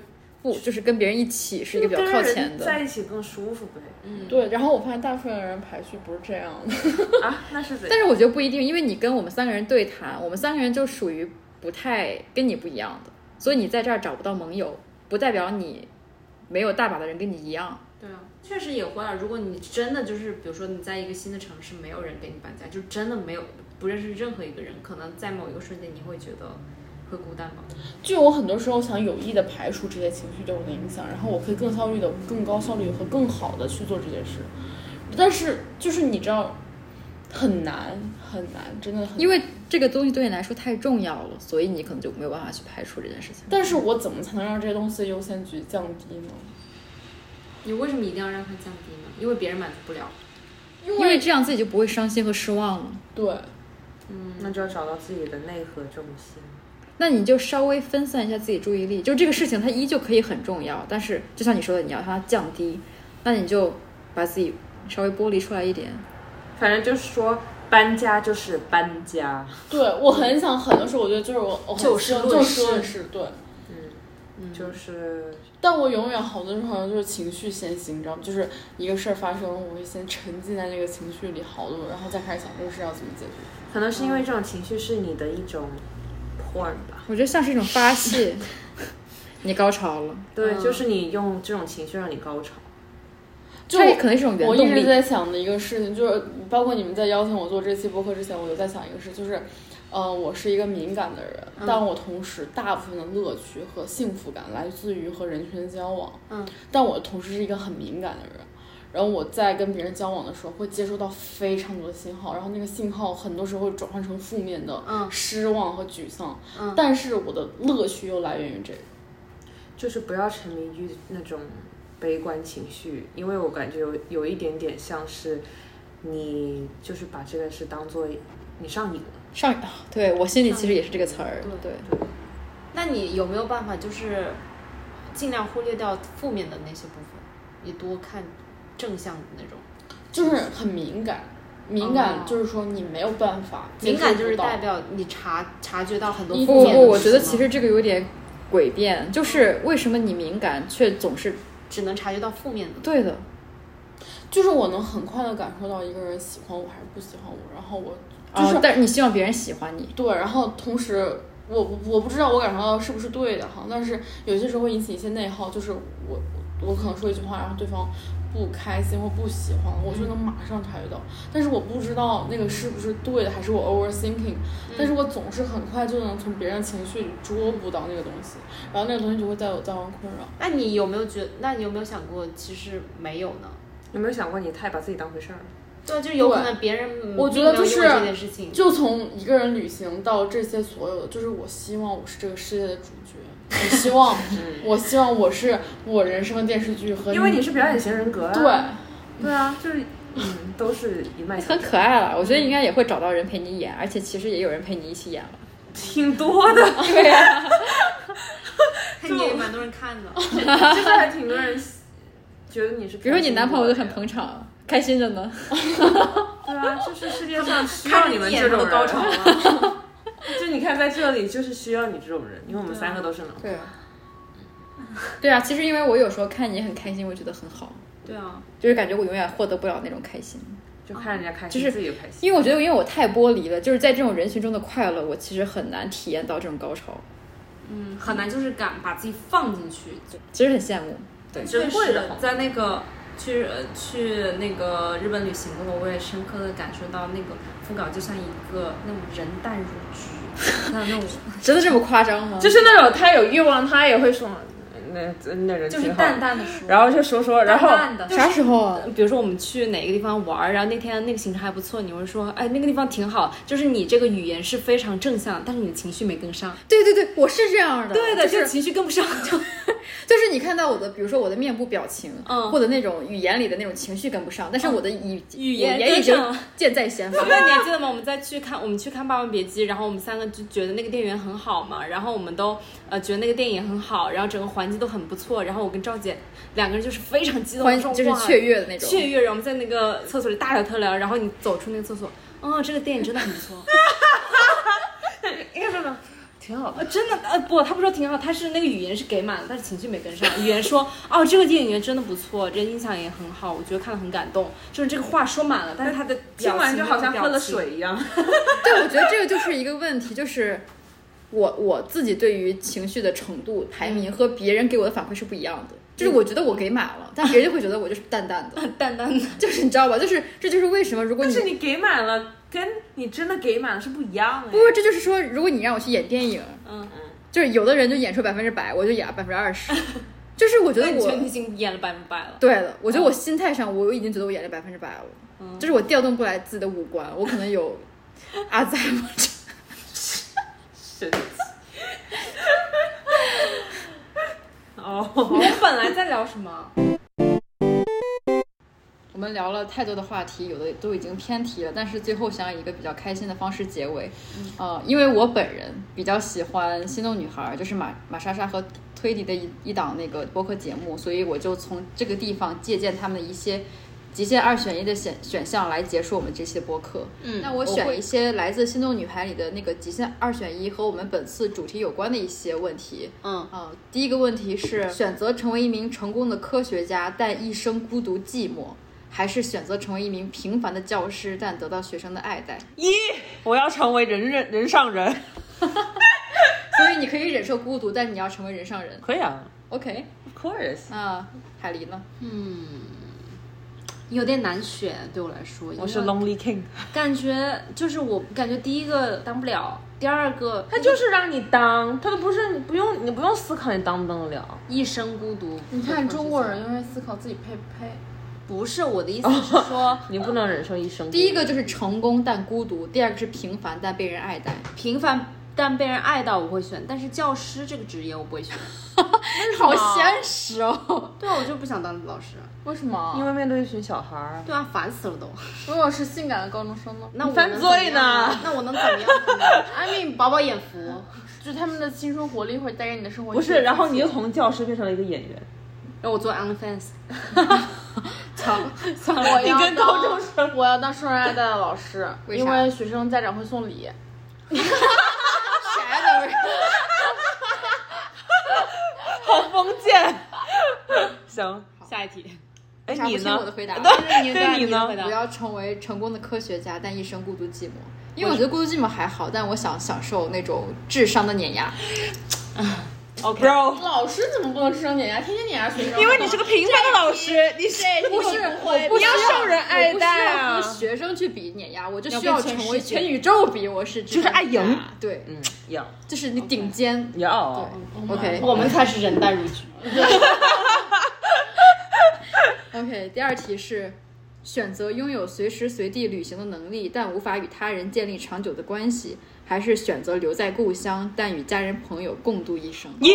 [SPEAKER 3] 不、就是跟别人一起是一个比较
[SPEAKER 5] 跟
[SPEAKER 3] 靠
[SPEAKER 5] 人
[SPEAKER 3] 前的。
[SPEAKER 5] 在一起更舒服
[SPEAKER 3] [laughs]
[SPEAKER 5] 呗。
[SPEAKER 1] 对，然后我发现大部分人排序不是这样的，
[SPEAKER 5] 啊，那是怎
[SPEAKER 3] 但
[SPEAKER 5] 样？
[SPEAKER 3] 是我觉得不一定，因为你跟我们三个人对谈，我们三个人就属于不太跟你不一样的，所以你在这儿找不到盟友，不代表你没有大把的人跟你一样。
[SPEAKER 2] 对啊，确实也会啊。如果你真的就是，比如说你在一个新的城市，没有人给你搬家，就真的没有不认识任何一个人，可能在某一个瞬间你会觉得会孤单吧。
[SPEAKER 1] 就我很多时候想有意的排除这些情绪对我的影响，然后我可以更效率的、更高效率和更好的去做这件事，但是就是你知道，很难很难，真的很难
[SPEAKER 3] 因为这个东西对你来说太重要了，所以你可能就没有办法去排除这件事情。
[SPEAKER 1] 但是我怎么才能让这些东西的优先级降低呢？
[SPEAKER 2] 你为什么一定要让它降低呢？因为别人满足不了。
[SPEAKER 3] 因为这样自己就不会伤心和失望了。
[SPEAKER 1] 对，
[SPEAKER 4] 那就要找到自己的内核重心。
[SPEAKER 3] 那你就稍微分散一下自己注意力，就这个事情它依旧可以很重要，但是就像你说的，你要让它降低，那你就把自己稍微剥离出来一点。
[SPEAKER 5] 反正就是说搬家就是搬家，
[SPEAKER 1] 对我很想狠的时候，我觉得就是我我很
[SPEAKER 2] 就
[SPEAKER 1] 希
[SPEAKER 2] 事
[SPEAKER 1] 望
[SPEAKER 2] 论
[SPEAKER 1] 就
[SPEAKER 2] 事
[SPEAKER 1] 论事，对。
[SPEAKER 3] 嗯
[SPEAKER 5] 就是
[SPEAKER 1] 但我永远好多时候好像就是情绪先行，你知道吗？就是一个事儿发生，我会先沉浸在那个情绪里好多，然后再开始想这个事要怎么解决。
[SPEAKER 4] 可能是因为这种情绪是你的一种 porn 吧。
[SPEAKER 3] 我觉得像是一种发 [laughs] 泄，你高潮了，
[SPEAKER 4] 对，就是你用这种情绪让你高潮。
[SPEAKER 1] 就
[SPEAKER 3] 它也可能是一种原
[SPEAKER 1] 我一
[SPEAKER 3] 动
[SPEAKER 1] 直
[SPEAKER 3] 力。
[SPEAKER 1] 在想的一个事情，就是包括你们在邀请我做这期播客之前，我就在想一个事，就是，呃，我是一个敏感的人，
[SPEAKER 2] 嗯
[SPEAKER 1] 但我同时大部分的乐趣和幸福感来自于和人群的交往。
[SPEAKER 2] 嗯，
[SPEAKER 1] 但我同时是一个很敏感的人。然后我在跟别人交往的时候，会接收到非常多的信号，然后那个信号很多时候会转换成负面的
[SPEAKER 2] 嗯
[SPEAKER 1] 失望和沮丧，
[SPEAKER 2] 嗯
[SPEAKER 1] 但是我的乐趣又来源于这个。
[SPEAKER 4] 就是不要沉迷于那种悲观情绪，因为我感觉有有一点点像是你就是把这个事当做你上瘾了。
[SPEAKER 3] 上，啊对我心里其实也是这个词儿。对，
[SPEAKER 2] 那你嗯有没有办法就是尽量忽略掉负面的那些部分，也多看正向的那种？
[SPEAKER 1] 就是很敏感，敏感
[SPEAKER 2] 哦
[SPEAKER 1] 就是说你没有办法接
[SPEAKER 2] 敏
[SPEAKER 1] 受
[SPEAKER 2] 感就是
[SPEAKER 1] 不到
[SPEAKER 2] 代表你察察觉到很多
[SPEAKER 1] 你
[SPEAKER 2] 负
[SPEAKER 3] 不
[SPEAKER 2] 面的
[SPEAKER 3] 不，我觉得
[SPEAKER 2] 事情
[SPEAKER 3] 其实这个有点诡辩，就是为什么你敏感却总是
[SPEAKER 2] 只能察觉到负面的。
[SPEAKER 3] 对的？
[SPEAKER 1] 就是我能很快的感受到一个人喜欢我还是不喜欢我，然后我就
[SPEAKER 3] 啊
[SPEAKER 1] 是、
[SPEAKER 3] 但是你希望别人喜欢你，
[SPEAKER 1] 对，然后同时我我我不知道我感受到是不是对的哈，但是有些时候会引起一些内耗，就是我我可能说一句话，然后对方不开心或不喜欢，我就能马上察觉到，但是我不知道那个是不是对的，还是我 overthinking，但是我总是很快就能从别人情绪里捉捕到那个东西，然后那个东西就会带我造成困扰。
[SPEAKER 2] 那你有没有觉？那你有没有想过，其实没有呢？
[SPEAKER 4] 有没有想过你太把自己当回事儿了？
[SPEAKER 2] 对，就有
[SPEAKER 1] 对
[SPEAKER 2] 可能别人
[SPEAKER 1] 我
[SPEAKER 2] 并
[SPEAKER 1] 觉得
[SPEAKER 2] 没有
[SPEAKER 1] 就
[SPEAKER 2] 因为
[SPEAKER 1] 是
[SPEAKER 2] 这件事情，
[SPEAKER 1] 就从一个人旅行到这些所有的，就是我希望我是这个世界的主角，我希 [laughs] 望，我希望我是我人生的电视剧和
[SPEAKER 3] 嗯
[SPEAKER 4] 因为你是表演型人格啊。
[SPEAKER 1] 对，
[SPEAKER 4] 对啊，就是嗯，都是一脉相
[SPEAKER 3] 很
[SPEAKER 4] 承。
[SPEAKER 3] 可爱了。我觉得应该也会找到人陪你演，而且其实也有人陪你一起演了。
[SPEAKER 5] 挺多的，
[SPEAKER 2] 看你也蛮多人看的。
[SPEAKER 4] 就是还挺多人觉得你是。
[SPEAKER 3] 比如说你男朋友就很。捧场，开心着呢。
[SPEAKER 4] 对啊，就是世界上需
[SPEAKER 2] [laughs]
[SPEAKER 4] 要
[SPEAKER 2] 看
[SPEAKER 4] 你
[SPEAKER 2] 着
[SPEAKER 4] 们
[SPEAKER 2] 眼
[SPEAKER 4] 这种
[SPEAKER 2] 都
[SPEAKER 4] 人。
[SPEAKER 2] 高潮啊了，
[SPEAKER 4] [laughs] 就你看，在这里就是需要你这种人，因为我们三个都是男。
[SPEAKER 3] 对啊，对啊，其实因为我有时候看你很开心，我觉得很好，
[SPEAKER 2] [laughs] 对啊，
[SPEAKER 3] 就是感觉我永远获得不了那种开心，
[SPEAKER 4] 就看人家开心，
[SPEAKER 3] 就是
[SPEAKER 4] 自己开心。
[SPEAKER 3] 因为我觉得因为我太剥离了，就是在这种人群中的快乐，我其实很难体验到这种高潮，
[SPEAKER 2] 嗯，很难就是敢把自己放进去，就
[SPEAKER 3] 其实很羡慕。
[SPEAKER 2] 确
[SPEAKER 5] 真
[SPEAKER 2] 实
[SPEAKER 5] 会的。
[SPEAKER 2] 在那个去呃去那个日本旅行的时候，我也深刻的感受到那个副稿就像一个那种人淡如菊，那那种
[SPEAKER 3] 真的这么夸张吗？
[SPEAKER 4] 就是那种他有欲望，他也会说，那那人
[SPEAKER 2] 就是
[SPEAKER 4] 挺好
[SPEAKER 2] 淡淡的说，
[SPEAKER 4] 然后就说说，然后
[SPEAKER 2] 淡淡的
[SPEAKER 3] 啥时候啊？
[SPEAKER 2] 比如说我们去哪个地方玩儿，然后那天那个行程还不错，你会说，哎，那个地方挺好，就是你这个语言是非常正向，但是你的情绪没跟上，
[SPEAKER 3] 对对对，我是这样的。
[SPEAKER 2] 的，
[SPEAKER 3] 就
[SPEAKER 2] 就是情绪跟不上，就
[SPEAKER 3] 就是你看到我的，比如说我的面部表情，
[SPEAKER 2] 嗯
[SPEAKER 3] 或者那种语言里的那种情绪跟不上，但是我的语
[SPEAKER 2] 语言
[SPEAKER 3] 言已
[SPEAKER 2] 跟
[SPEAKER 3] 经
[SPEAKER 2] 上
[SPEAKER 3] 箭在弦
[SPEAKER 2] 所 [laughs]
[SPEAKER 3] 上
[SPEAKER 2] 以。你还记 [laughs] 得吗？我们在去看我们去看《霸王别姬》，然后我们三个就觉得那个店员很好嘛，然后我们都呃觉得那个电影很好，然后整个环境都很不错，然后我跟赵姐两个人就是非常激动，
[SPEAKER 3] 欢
[SPEAKER 2] 说
[SPEAKER 3] 就是
[SPEAKER 2] 哇
[SPEAKER 3] 雀跃的那种，
[SPEAKER 2] 雀跃，然后我们在那个厕所里大聊特聊，然后你走出那个厕所，哦，这个电影真的很不错。哎
[SPEAKER 4] 应该说呢，挺好的。
[SPEAKER 2] 呃，真的，呃，不，他不说挺好，他是那个语言是给满了，但是情绪没跟上。语言说，哦，这个电影院真的不错，这音响也很好，我觉得看了很感动。就是这个话说满了，但是他的 [laughs] 表
[SPEAKER 4] 听完
[SPEAKER 2] 情
[SPEAKER 4] 就
[SPEAKER 2] 没
[SPEAKER 4] 好
[SPEAKER 2] 有
[SPEAKER 4] 像
[SPEAKER 2] 表
[SPEAKER 4] 喝了
[SPEAKER 2] 情。
[SPEAKER 4] 水一样。 [laughs]
[SPEAKER 3] 对，我觉得这个就是一个问题，就是我我自己对于情绪的程度排
[SPEAKER 2] 嗯
[SPEAKER 3] 名和别人给我的反馈是不一样的。就是我觉得我给满了，但别人就会觉得我就是淡淡的，
[SPEAKER 2] [laughs] 淡淡的，
[SPEAKER 3] 就是你知道吧？就是这就是为什么如果
[SPEAKER 4] 但
[SPEAKER 3] 你
[SPEAKER 4] 是你给满了，跟你真的给满了是不一样的
[SPEAKER 3] 不。过这就是说，如果你让我去演电影，
[SPEAKER 2] 嗯，
[SPEAKER 3] 就是有的人就演出百分之百，我就演百分之
[SPEAKER 2] [laughs]
[SPEAKER 3] 二十，就是我觉
[SPEAKER 2] 那
[SPEAKER 3] 得
[SPEAKER 2] 你觉得
[SPEAKER 3] 我
[SPEAKER 2] 你已嗯经演了百分之百了？
[SPEAKER 3] 对的，我觉得我心态上我已经觉得我演了百分之百了，
[SPEAKER 2] 嗯
[SPEAKER 3] 就是我调动不来自己的五官，我可能有阿兹海默症。
[SPEAKER 4] 神奇。哦，
[SPEAKER 2] 我们本来在聊什么？
[SPEAKER 3] 我们聊了太多的话题，有的都已经偏题了，但是最后想以一个比较开心的方式结尾。
[SPEAKER 5] 嗯
[SPEAKER 3] 呃，因为我本人比较喜欢《心动女孩》，就是马马莎莎和推理的一一档那个播客节目，所以我就从这个地方借鉴他们的一些极限二选一的选选项来结束我们这期的播客。
[SPEAKER 5] 嗯
[SPEAKER 3] 那我
[SPEAKER 5] 我
[SPEAKER 3] 选
[SPEAKER 5] 会
[SPEAKER 3] 一些来自《心动女孩》里的那个极限二选一和我们本次主题有关的一些问题。
[SPEAKER 2] 嗯，
[SPEAKER 3] 呃，第一个问题是选择成为一名成功的科学家，但一生孤独寂寞，还是选择成为一名平凡的教师，但得到学生的爱戴？
[SPEAKER 4] [laughs] 一，我要成为人人人上人， [laughs]
[SPEAKER 3] 所以你可以忍受孤独，但你要成为人上人。
[SPEAKER 4] 可以啊
[SPEAKER 3] OK，
[SPEAKER 4] ，of course。
[SPEAKER 3] 那海狸呢？
[SPEAKER 2] 有点难选对我来说，
[SPEAKER 4] 我是
[SPEAKER 2] 因为
[SPEAKER 4] Lonely King，
[SPEAKER 2] 感觉就是我感觉第一个当不了，第二个
[SPEAKER 4] 他就是让你当，他都不是你不用你不用思考你当不当得了。
[SPEAKER 2] 一生孤独。
[SPEAKER 1] 你看中国人因为思考自己配不配，
[SPEAKER 2] 不是我的意思是说
[SPEAKER 4] 你不能忍受一生。
[SPEAKER 3] 第一个就是成功但孤独，第二个是平凡但被人爱戴。
[SPEAKER 2] [laughs] 平凡但被人爱到我会选，但是教师这个职业我不会选。
[SPEAKER 3] 好现实哦！
[SPEAKER 2] [laughs] 对啊，我就不想当老师。
[SPEAKER 1] 为什么？啊
[SPEAKER 4] 因为面对一群小孩儿，
[SPEAKER 2] 对啊，烦死了都。
[SPEAKER 1] 如果是性感的高中生呢？
[SPEAKER 2] 那我
[SPEAKER 4] 犯
[SPEAKER 2] 能
[SPEAKER 4] 罪
[SPEAKER 2] 怎么样
[SPEAKER 4] 呢
[SPEAKER 2] 那我能怎么样呢？I mean，饱饱眼福。
[SPEAKER 1] 就是他们的青春活力会带给你的生活。
[SPEAKER 4] 不是，然后你就从教师变成了一个演员，
[SPEAKER 2] 让我做 OnlyFans。 [laughs]
[SPEAKER 1] 我要
[SPEAKER 4] 跟高中
[SPEAKER 1] 生，我要当生人爱戴的老师，
[SPEAKER 3] 为
[SPEAKER 1] 因
[SPEAKER 3] 啥
[SPEAKER 1] 为学生家长会送礼。
[SPEAKER 3] 啥都是。
[SPEAKER 4] 好 [laughs] 封建。 [laughs] 行，
[SPEAKER 2] 下一题，
[SPEAKER 4] 哎，
[SPEAKER 3] 啥
[SPEAKER 4] 你
[SPEAKER 3] 不听我的
[SPEAKER 4] 呢？
[SPEAKER 3] 回答？
[SPEAKER 4] 对，
[SPEAKER 2] 对
[SPEAKER 4] 对
[SPEAKER 2] 你
[SPEAKER 4] 呢
[SPEAKER 2] 的回？答
[SPEAKER 3] 不要成为成功的科学家，但一生孤独寂寞。因为我觉得孤独寂寞还好，但我想享受那种智商的碾压。
[SPEAKER 4] bro，
[SPEAKER 1] 老师怎么不能智商碾压？天天碾压学生。
[SPEAKER 4] [laughs] 因为你是个平凡的老师，你是
[SPEAKER 1] 不是我
[SPEAKER 4] 你要受人爱戴
[SPEAKER 3] 我不需要和
[SPEAKER 4] 啊
[SPEAKER 3] 学生去比碾压，我就需
[SPEAKER 1] 要
[SPEAKER 3] 要
[SPEAKER 1] 跟全
[SPEAKER 3] 成为
[SPEAKER 1] 世界
[SPEAKER 3] 全宇宙比，我是就
[SPEAKER 4] 就是爱赢。
[SPEAKER 3] 对，
[SPEAKER 4] 嗯，要
[SPEAKER 3] 就是你顶尖。
[SPEAKER 1] 哦
[SPEAKER 4] 要。
[SPEAKER 1] ，Oh
[SPEAKER 3] OK
[SPEAKER 2] 我们才是人淡如菊。
[SPEAKER 3] OK，第二题是选择拥有随时随地旅行的能力，但无法与他人建立长久的关系，还是选择留在故乡，但与家人朋友共度一生？
[SPEAKER 4] 一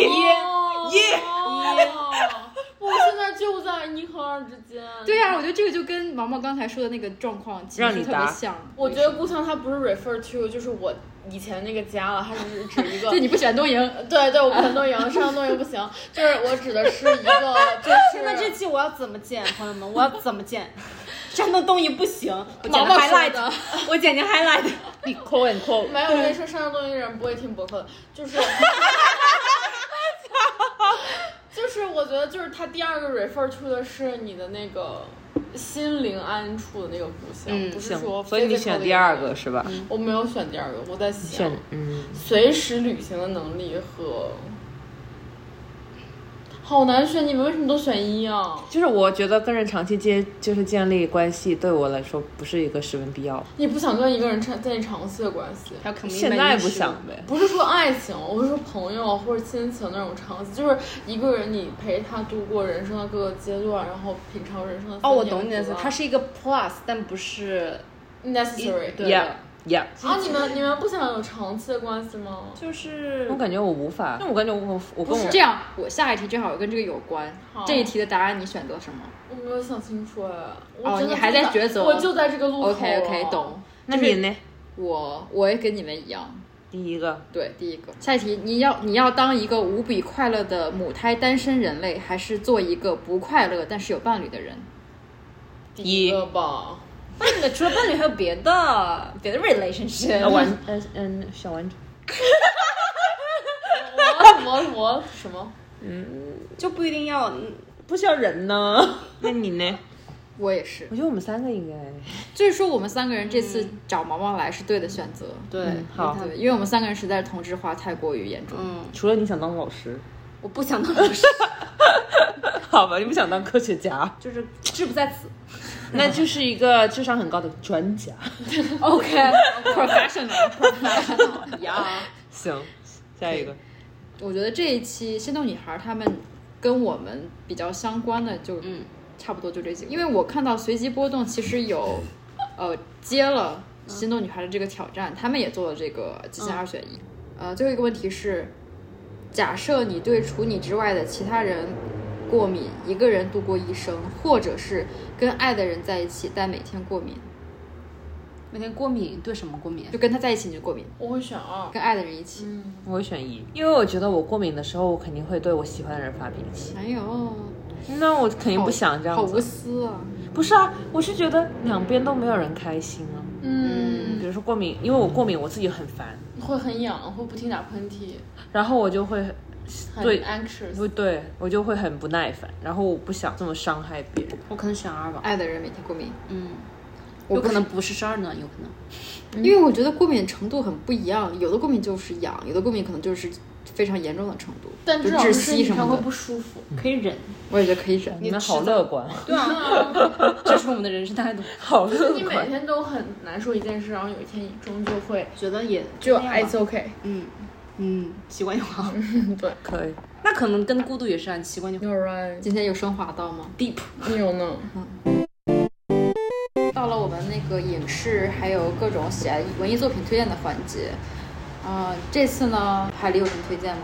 [SPEAKER 1] 我哦现在就在一和二之间。
[SPEAKER 3] 对呀、我觉得这个就跟毛毛刚才说的那个状况其实
[SPEAKER 4] 让你
[SPEAKER 3] 特
[SPEAKER 4] 答
[SPEAKER 3] 别像。
[SPEAKER 1] 我觉得故乡它不是 refer to，就是我以前那个家了，它是指
[SPEAKER 4] [laughs]
[SPEAKER 1] 一个。
[SPEAKER 3] 对你不喜欢东营，
[SPEAKER 1] 对对，我不能动摇，上动摇不行。 [laughs] 就是我指的是一
[SPEAKER 4] [laughs]
[SPEAKER 1] 个，就是
[SPEAKER 2] 那这期我要怎么剪，朋友们？我要怎么剪？山东东营不行，我剪
[SPEAKER 3] 毛
[SPEAKER 2] 个
[SPEAKER 3] 毛说
[SPEAKER 2] highlight，
[SPEAKER 3] 的。
[SPEAKER 2] 我剪个 highlight。
[SPEAKER 4] 你 call and call，
[SPEAKER 1] 没有，我跟你说，上上东西的人不会听博客的，就是。 [laughs] 就是我觉得，就是他第二个 refer to 的是你的那个心灵安处的那个故乡，
[SPEAKER 2] 嗯
[SPEAKER 1] 不是说
[SPEAKER 4] 行，所以你
[SPEAKER 1] physical
[SPEAKER 4] 选
[SPEAKER 1] 的
[SPEAKER 4] 第二个是吧？
[SPEAKER 1] 一个，我没有选第二个，我在想
[SPEAKER 4] 选嗯，
[SPEAKER 1] 随时旅行的能力和。好难选，你们为什么都选一啊？
[SPEAKER 4] 就是我觉得跟人长期接就是建立关系，对我来说不是一个十分必要。
[SPEAKER 1] 你不想跟一个人长建立长期的关系？
[SPEAKER 2] 还有 commitment
[SPEAKER 4] 现在不
[SPEAKER 2] issue
[SPEAKER 4] 想呗。
[SPEAKER 1] 不是说爱情，我是说朋友啊或者亲情那种长期，就是一个人你陪他度过人生的各个阶段，然后品尝人生的。
[SPEAKER 2] 哦，我懂你的意思，它
[SPEAKER 1] 他
[SPEAKER 2] 是一个 plus，但不是
[SPEAKER 1] necessary。
[SPEAKER 2] 对
[SPEAKER 4] Yeah yeah，
[SPEAKER 1] 啊，你们你们不想有长期的关系吗？
[SPEAKER 2] 就是
[SPEAKER 4] 我感觉我无法，那我感觉我我跟我
[SPEAKER 3] 这样，我下一题正好跟这个有关
[SPEAKER 1] 好。
[SPEAKER 3] 这一题的答案你选择什么
[SPEAKER 1] 我没有想清楚哎。
[SPEAKER 3] 哦
[SPEAKER 1] 我真的
[SPEAKER 3] 你还在
[SPEAKER 1] 就
[SPEAKER 3] 抉择
[SPEAKER 1] 我就在这
[SPEAKER 2] 啊
[SPEAKER 1] 个路口。啊
[SPEAKER 3] ？OK OK，懂。。
[SPEAKER 4] 那你呢？
[SPEAKER 3] 我我也跟你们一样，
[SPEAKER 4] 第一个
[SPEAKER 3] 对，第一个。下一题，你要你要当一个无比快乐的母胎单身人类，还是做一个不快乐但是有伴侣的人？
[SPEAKER 1] 第一
[SPEAKER 4] 一
[SPEAKER 1] 个吧。
[SPEAKER 2] 伴侣，除了伴侣还有别的别的 relationship。
[SPEAKER 4] 完嗯嗯小完整。
[SPEAKER 1] 我啊什么什么什么？
[SPEAKER 2] 就不一定要，嗯
[SPEAKER 4] 不需要人呢？ [laughs] 那你呢？
[SPEAKER 3] 我也是
[SPEAKER 4] 我，觉得我们三个应该
[SPEAKER 3] 就是说我们三个人这次
[SPEAKER 2] 嗯
[SPEAKER 3] 找毛毛来是对的选择。
[SPEAKER 2] 对，
[SPEAKER 4] 好，
[SPEAKER 3] 对，因为我们三个人实在是同质化太过于严重。 [laughs]
[SPEAKER 2] 嗯，
[SPEAKER 4] 除了你想当老师，
[SPEAKER 2] 我不想当老师，
[SPEAKER 4] [laughs]
[SPEAKER 2] [laughs]
[SPEAKER 4] 好吧，你不想当科学家，
[SPEAKER 2] 就是志不在此。
[SPEAKER 4] 那就是一个智商很高的专家。
[SPEAKER 3] OK，professional，professional 呀。
[SPEAKER 4] 行，下一个，
[SPEAKER 3] 我觉得这一期《心动女孩》她们跟我们比较相关的就，
[SPEAKER 2] 嗯
[SPEAKER 3] 差不多就这几个。因为我看到随机波动其实有，
[SPEAKER 4] 嗯
[SPEAKER 3] 呃，接了《心动女孩》的这个挑战，她们也做了这个极限二选一。呃，最后一个问题是，假设你对除你之外的其他人过敏，一个人度过一生，或者是跟爱的人在一起，但每天过敏，
[SPEAKER 2] 每天过敏，对什么过敏？
[SPEAKER 3] 就跟他在一起你就过敏，
[SPEAKER 5] 我会选二。
[SPEAKER 3] 跟爱的人一起。
[SPEAKER 5] 嗯
[SPEAKER 4] 我会选一，因为我觉得我过敏的时候，我肯定会对我喜欢的人发脾气，
[SPEAKER 3] 哎呦，
[SPEAKER 4] 那我肯定
[SPEAKER 3] 好
[SPEAKER 4] 不想这
[SPEAKER 3] 好
[SPEAKER 4] 样
[SPEAKER 3] 无
[SPEAKER 4] 子。
[SPEAKER 3] 私啊。
[SPEAKER 4] 不是啊，我是觉得两边都没有人开心啊。
[SPEAKER 3] 嗯，
[SPEAKER 4] 比如说过敏，因为我过敏，我自己很烦，
[SPEAKER 5] 会很痒，会不停打喷嚏，
[SPEAKER 4] 然后我就会
[SPEAKER 5] 很
[SPEAKER 4] 对
[SPEAKER 5] anxious。
[SPEAKER 4] 不对，我就会很不耐烦，然后我不想这么伤害别人。
[SPEAKER 2] 我可能选二吧，
[SPEAKER 3] 爱的人每天过敏，
[SPEAKER 2] 嗯，
[SPEAKER 3] 我
[SPEAKER 2] 有
[SPEAKER 3] 不
[SPEAKER 2] 可能不是十二呢，有可能。
[SPEAKER 3] 因为我觉得过敏程度很不一样，有的过敏就是痒，有的过敏可能就是非常严重的程度，
[SPEAKER 5] 但
[SPEAKER 3] 就
[SPEAKER 5] 至
[SPEAKER 3] 窒
[SPEAKER 5] 少是
[SPEAKER 3] 息
[SPEAKER 5] 你
[SPEAKER 3] 什
[SPEAKER 5] 还
[SPEAKER 3] 么
[SPEAKER 5] 会
[SPEAKER 3] 的。
[SPEAKER 5] 不舒服。
[SPEAKER 1] 嗯
[SPEAKER 2] 可以忍，
[SPEAKER 3] 我也觉得可以忍。
[SPEAKER 4] 你们好乐观，
[SPEAKER 5] 对啊，
[SPEAKER 2] 这是我们的人生态度。
[SPEAKER 4] [laughs] 好
[SPEAKER 5] 就是
[SPEAKER 4] 乐
[SPEAKER 5] 你每
[SPEAKER 4] 观。
[SPEAKER 5] 天都很难受一件事，然后有一天你终究会
[SPEAKER 2] 觉得也
[SPEAKER 5] 就
[SPEAKER 2] 那样
[SPEAKER 5] it's
[SPEAKER 2] 吧
[SPEAKER 5] [laughs] OK。
[SPEAKER 2] 嗯嗯，习惯就好。
[SPEAKER 4] 可以，
[SPEAKER 2] 那可能跟孤独也是啊，你习惯就好。
[SPEAKER 5] You're right，
[SPEAKER 3] 今天有升华到吗？
[SPEAKER 5] [laughs]
[SPEAKER 2] deep。
[SPEAKER 5] 有呢。
[SPEAKER 3] 到了我们那个影视还有各种喜爱文艺作品推荐的环节，啊、这次呢，海狸有什么推荐吗？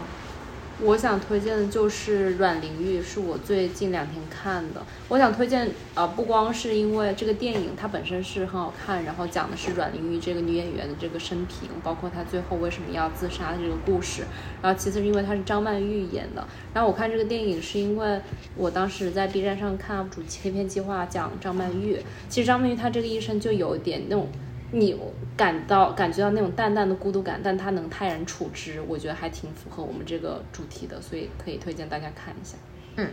[SPEAKER 2] 我想推荐的就是阮玲玉，是我最近两天看的。我想推荐，呃，不光是因为这个电影它本身是很好看，然后讲的是阮玲玉这个女演员的这个生平，包括她最后为什么要自杀的这个故事。然后其次是因为它是张曼玉演的。然后我看这个电影是因为我当时在 B 站上看 UP 主切片计划讲张曼玉，其实张曼玉她这个一生就有一点那种。你感到感觉到那种淡淡的孤独感，但它能泰然处之，我觉得还挺符合我们这个主题的，所以可以推荐大家看一下。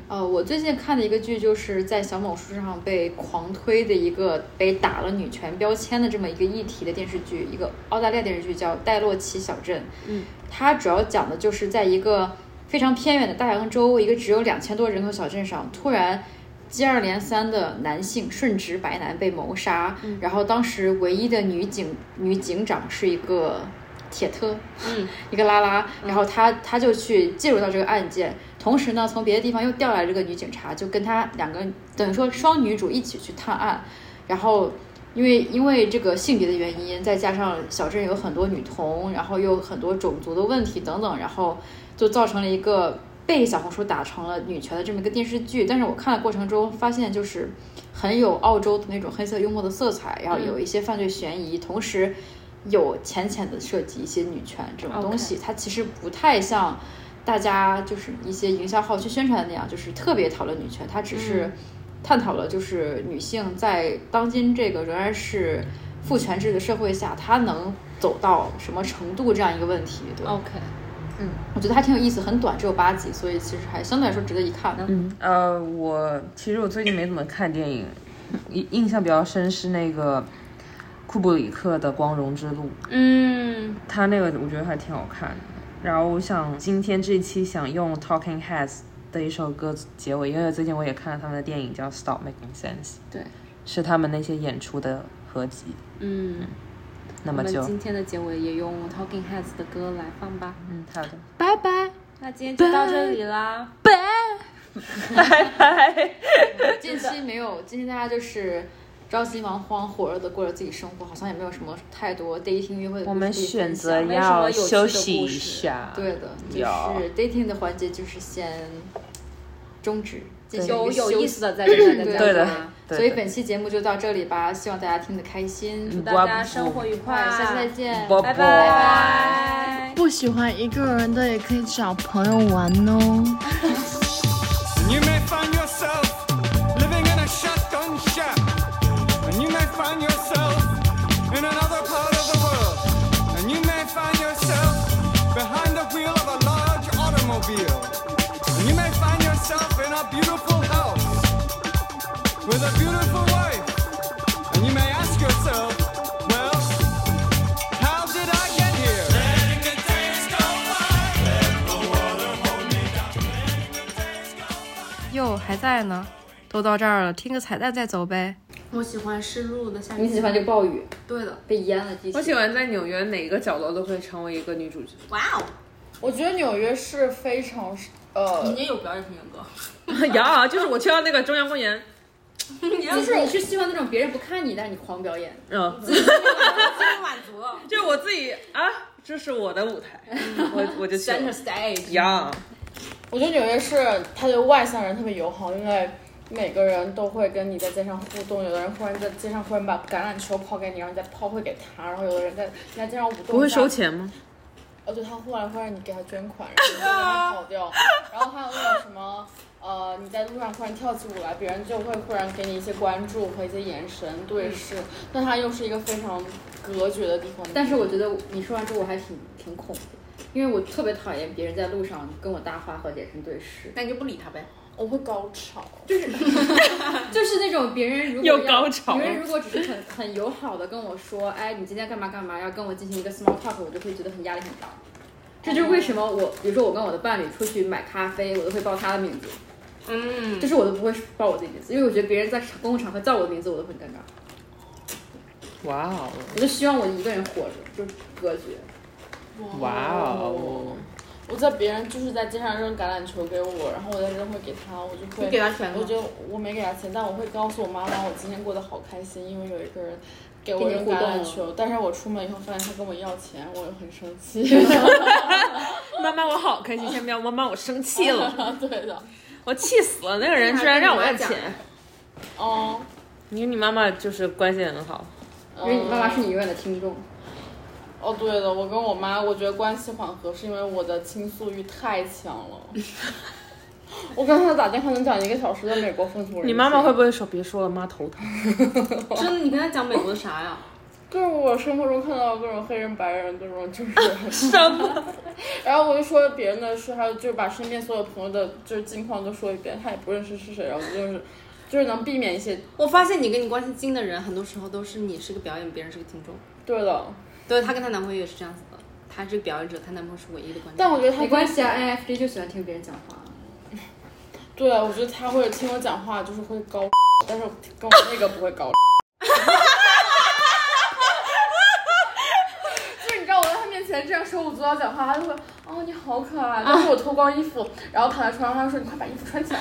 [SPEAKER 3] 呃，我最近看的一个剧，就是在小某书上被狂推的一个被打了女权标签的这么一个议题的电视剧，一个澳大利亚电视剧叫《戴洛奇小镇》。
[SPEAKER 2] 嗯，
[SPEAKER 3] 它主要讲的就是在一个非常偏远的大洋洲，一个只有两千多人口小镇上，突然接二连三的男性顺直白男被谋杀，然后当时唯一的女警女警长是一个铁特，
[SPEAKER 2] 嗯，
[SPEAKER 3] 一个拉拉，然后他他就去介入到这个案件，同时呢，从别的地方又调来这个女警察，就跟他两个等于说双女主一起去探案，然后。因为因为这个性别的原因，再加上小镇有很多女童，然后又有很多种族的问题等等，然后就造成了一个被小红书打成了女权的这么一个电视剧。但是我看的过程中发现，就是很有澳洲的那种黑色幽默的色彩，然后有一些犯罪悬疑，同时有浅浅的涉及一些女权这种东西。它其实不太像大家就是一些营销号去宣传的那样，就是特别讨论女权，它只是探讨了就是女性在当今这个仍然是父权制的社会下，她能走到什么程度这样一个问题。对，
[SPEAKER 2] OK，
[SPEAKER 3] 我觉得还挺有意思，很短，只有八集，所以其实还相对来说值得一看。
[SPEAKER 4] 嗯，呃，我其实我最近没怎么看电影，印印象比较深是那个库布里克的《光荣之路》，
[SPEAKER 2] 嗯，
[SPEAKER 4] 他那个我觉得还挺好看的。然后我想今天这一期想用 Talking Heads 的一首歌结尾，因为最近我也看了他们的电影叫《Stop Making Sense》，
[SPEAKER 2] 对，
[SPEAKER 4] 是他们那些演出的合集。
[SPEAKER 2] 嗯，
[SPEAKER 4] 那
[SPEAKER 2] 我
[SPEAKER 4] 么
[SPEAKER 2] 们
[SPEAKER 4] 就
[SPEAKER 2] 今天的结尾也用 Talking Heads 的歌来放吧。
[SPEAKER 4] 嗯，好的。
[SPEAKER 3] 拜拜，
[SPEAKER 2] 那今天就到这里啦，
[SPEAKER 3] 近期没有，近期大家就是。着急忙慌、火热的过着自己生活，好像也没有什么太多 dating 约会的故事可以分享。
[SPEAKER 4] 我们选择
[SPEAKER 2] 没什么有
[SPEAKER 4] 要
[SPEAKER 2] 趣的
[SPEAKER 4] 休息
[SPEAKER 2] 故
[SPEAKER 4] 一
[SPEAKER 2] 事
[SPEAKER 4] 下。
[SPEAKER 3] 对的，就
[SPEAKER 4] 有
[SPEAKER 3] 是 dating 的环节就是先终止，进行
[SPEAKER 2] 有
[SPEAKER 3] 一个
[SPEAKER 2] 有
[SPEAKER 3] 休
[SPEAKER 2] 意
[SPEAKER 3] 息
[SPEAKER 2] 思的再跟大家 [laughs]
[SPEAKER 3] 对
[SPEAKER 2] 交
[SPEAKER 4] 对
[SPEAKER 2] 流
[SPEAKER 4] 的
[SPEAKER 2] 啊，
[SPEAKER 4] 对的。
[SPEAKER 3] 所以本期节目就到这里吧，希望大家听得开心，
[SPEAKER 4] 嗯
[SPEAKER 2] 大家生活愉快，
[SPEAKER 3] 下期再，见，
[SPEAKER 4] 拜
[SPEAKER 2] 拜
[SPEAKER 4] 拜
[SPEAKER 2] 拜。
[SPEAKER 5] 不喜欢一个人的也可以找朋友玩哦。
[SPEAKER 6] And you may find yourself living in a shotgun shack. And you may find yourself in another part of the world. And you may find yourself behind the wheel of a large automobile. And you may find yourself in a beautiful house with a beautiful wife. And you may ask yourself, well, how did I get here?
[SPEAKER 2] 我喜欢湿漉漉的夏
[SPEAKER 3] 你喜欢就暴雨，
[SPEAKER 2] 对的，
[SPEAKER 3] 被淹了地
[SPEAKER 4] 我
[SPEAKER 3] 球。
[SPEAKER 4] 喜欢在纽约哪个角落都可以成为一个女主角。
[SPEAKER 2] 哇哦，
[SPEAKER 5] 我觉得纽约是非常呃，
[SPEAKER 2] 也有表演型人格，
[SPEAKER 4] [laughs] 呀，就是我去到那个中央公园，
[SPEAKER 3] 就是你是希望那种别人不看你，但是你狂表演。
[SPEAKER 4] 嗯，
[SPEAKER 2] 满足
[SPEAKER 4] 就是我
[SPEAKER 3] [laughs]
[SPEAKER 4] 自己啊，这是我的舞台，我我就去了
[SPEAKER 2] stage。
[SPEAKER 4] 呀。
[SPEAKER 1] 我觉得纽约是他对外向人特别友好，因为每个人都会跟你在街上互动，有的人忽然在街上忽然把橄榄球抛给你，然后你再抛回给他，然后有的人在你在街上舞动，
[SPEAKER 4] 不会收，钱吗？
[SPEAKER 1] 哦，对，他忽然会让你给他捐款，然后他跑
[SPEAKER 3] [laughs]
[SPEAKER 1] 掉，然后还有那种什么。呃，你在路上忽然跳起舞来，别人就会忽然给你一些关注和一些眼神对
[SPEAKER 3] 嗯
[SPEAKER 1] 视，但他又是一个非常隔绝的地方。
[SPEAKER 3] 但是我觉得你说完之后，我还挺挺恐怖，因为我特别讨厌别人在路上跟我搭话和眼神对视，
[SPEAKER 5] 那你就不理他呗。
[SPEAKER 1] 我会高潮，
[SPEAKER 3] [laughs] 就是那种别人如果要
[SPEAKER 4] 又高潮
[SPEAKER 3] 别人如果只是很很友好的跟我说，哎，你今天干嘛干嘛，要跟我进行一个 small talk，我就会觉得很压力很大。这就是为什么我，比如说我跟我的伴侣出去买咖啡，我都会报他的名字，
[SPEAKER 2] 嗯，
[SPEAKER 3] 就是我都不会报我自己名字，因为我觉得别人在公共场合叫我的名字，我都很尴尬。
[SPEAKER 4] 哇哦，
[SPEAKER 3] 我就希望我一个人活着，就是隔绝。
[SPEAKER 4] 哇哦，
[SPEAKER 1] 我在别人就是在街上扔橄榄球给我，然后我再扔回给他，我就会
[SPEAKER 5] 你给他钱吗
[SPEAKER 1] 我就我没给他钱，但我会告诉我妈妈我今天过得好开心，因为有一个人给我
[SPEAKER 3] 跟你
[SPEAKER 1] 扔
[SPEAKER 3] 互
[SPEAKER 1] 橄
[SPEAKER 3] 动
[SPEAKER 1] 榄
[SPEAKER 3] 了
[SPEAKER 1] 球，但是我出门以后发现他跟我要钱，我又很生气。
[SPEAKER 3] [laughs]
[SPEAKER 4] 妈妈我好开心，先不要，妈妈我生气了，
[SPEAKER 3] [laughs]
[SPEAKER 1] [laughs] 对的，
[SPEAKER 4] 我气死了，那个人居然让我要钱。
[SPEAKER 1] 哦，
[SPEAKER 4] 你跟你妈妈就是关系很好，
[SPEAKER 1] 因
[SPEAKER 3] 因为你爸妈是你永远的听众，
[SPEAKER 1] 哦，对的，我跟我妈，我觉得关系缓和是因为我的倾诉欲太强了。 [laughs] 我跟她打电话能讲一个小时的美国风土人情。
[SPEAKER 4] 你妈妈会不会说别说了，妈头疼？
[SPEAKER 2] 真的，你跟他讲美国的啥呀？
[SPEAKER 1] 就是我生活中看到各种黑人、白人，各种就是
[SPEAKER 4] 啊什么？
[SPEAKER 1] [laughs] 然后我就说别人的事，还有就是把身边所有朋友的就是近况都说一遍，他也不认识是谁，然后就是就是能避免一些
[SPEAKER 2] 我发现你跟你关系近的人，很多时候都是你是个表演，别人是个听众。
[SPEAKER 1] 对的。
[SPEAKER 2] 对，她跟她男朋友也是这样子的，她是表演者，她男朋友是唯一的观众。
[SPEAKER 1] 但我觉得他
[SPEAKER 3] 没关系啊，INFJ 就喜欢听别人讲话。
[SPEAKER 1] 对，啊我觉得他会听我讲话，就是会高， [laughs] 但是跟我那个不会高。 [laughs] 就是你知道我在他面前这样手舞足蹈讲话，他就会哦你好可爱，但是我脱光衣服，然后躺在床上，他就说你快把衣服穿起来。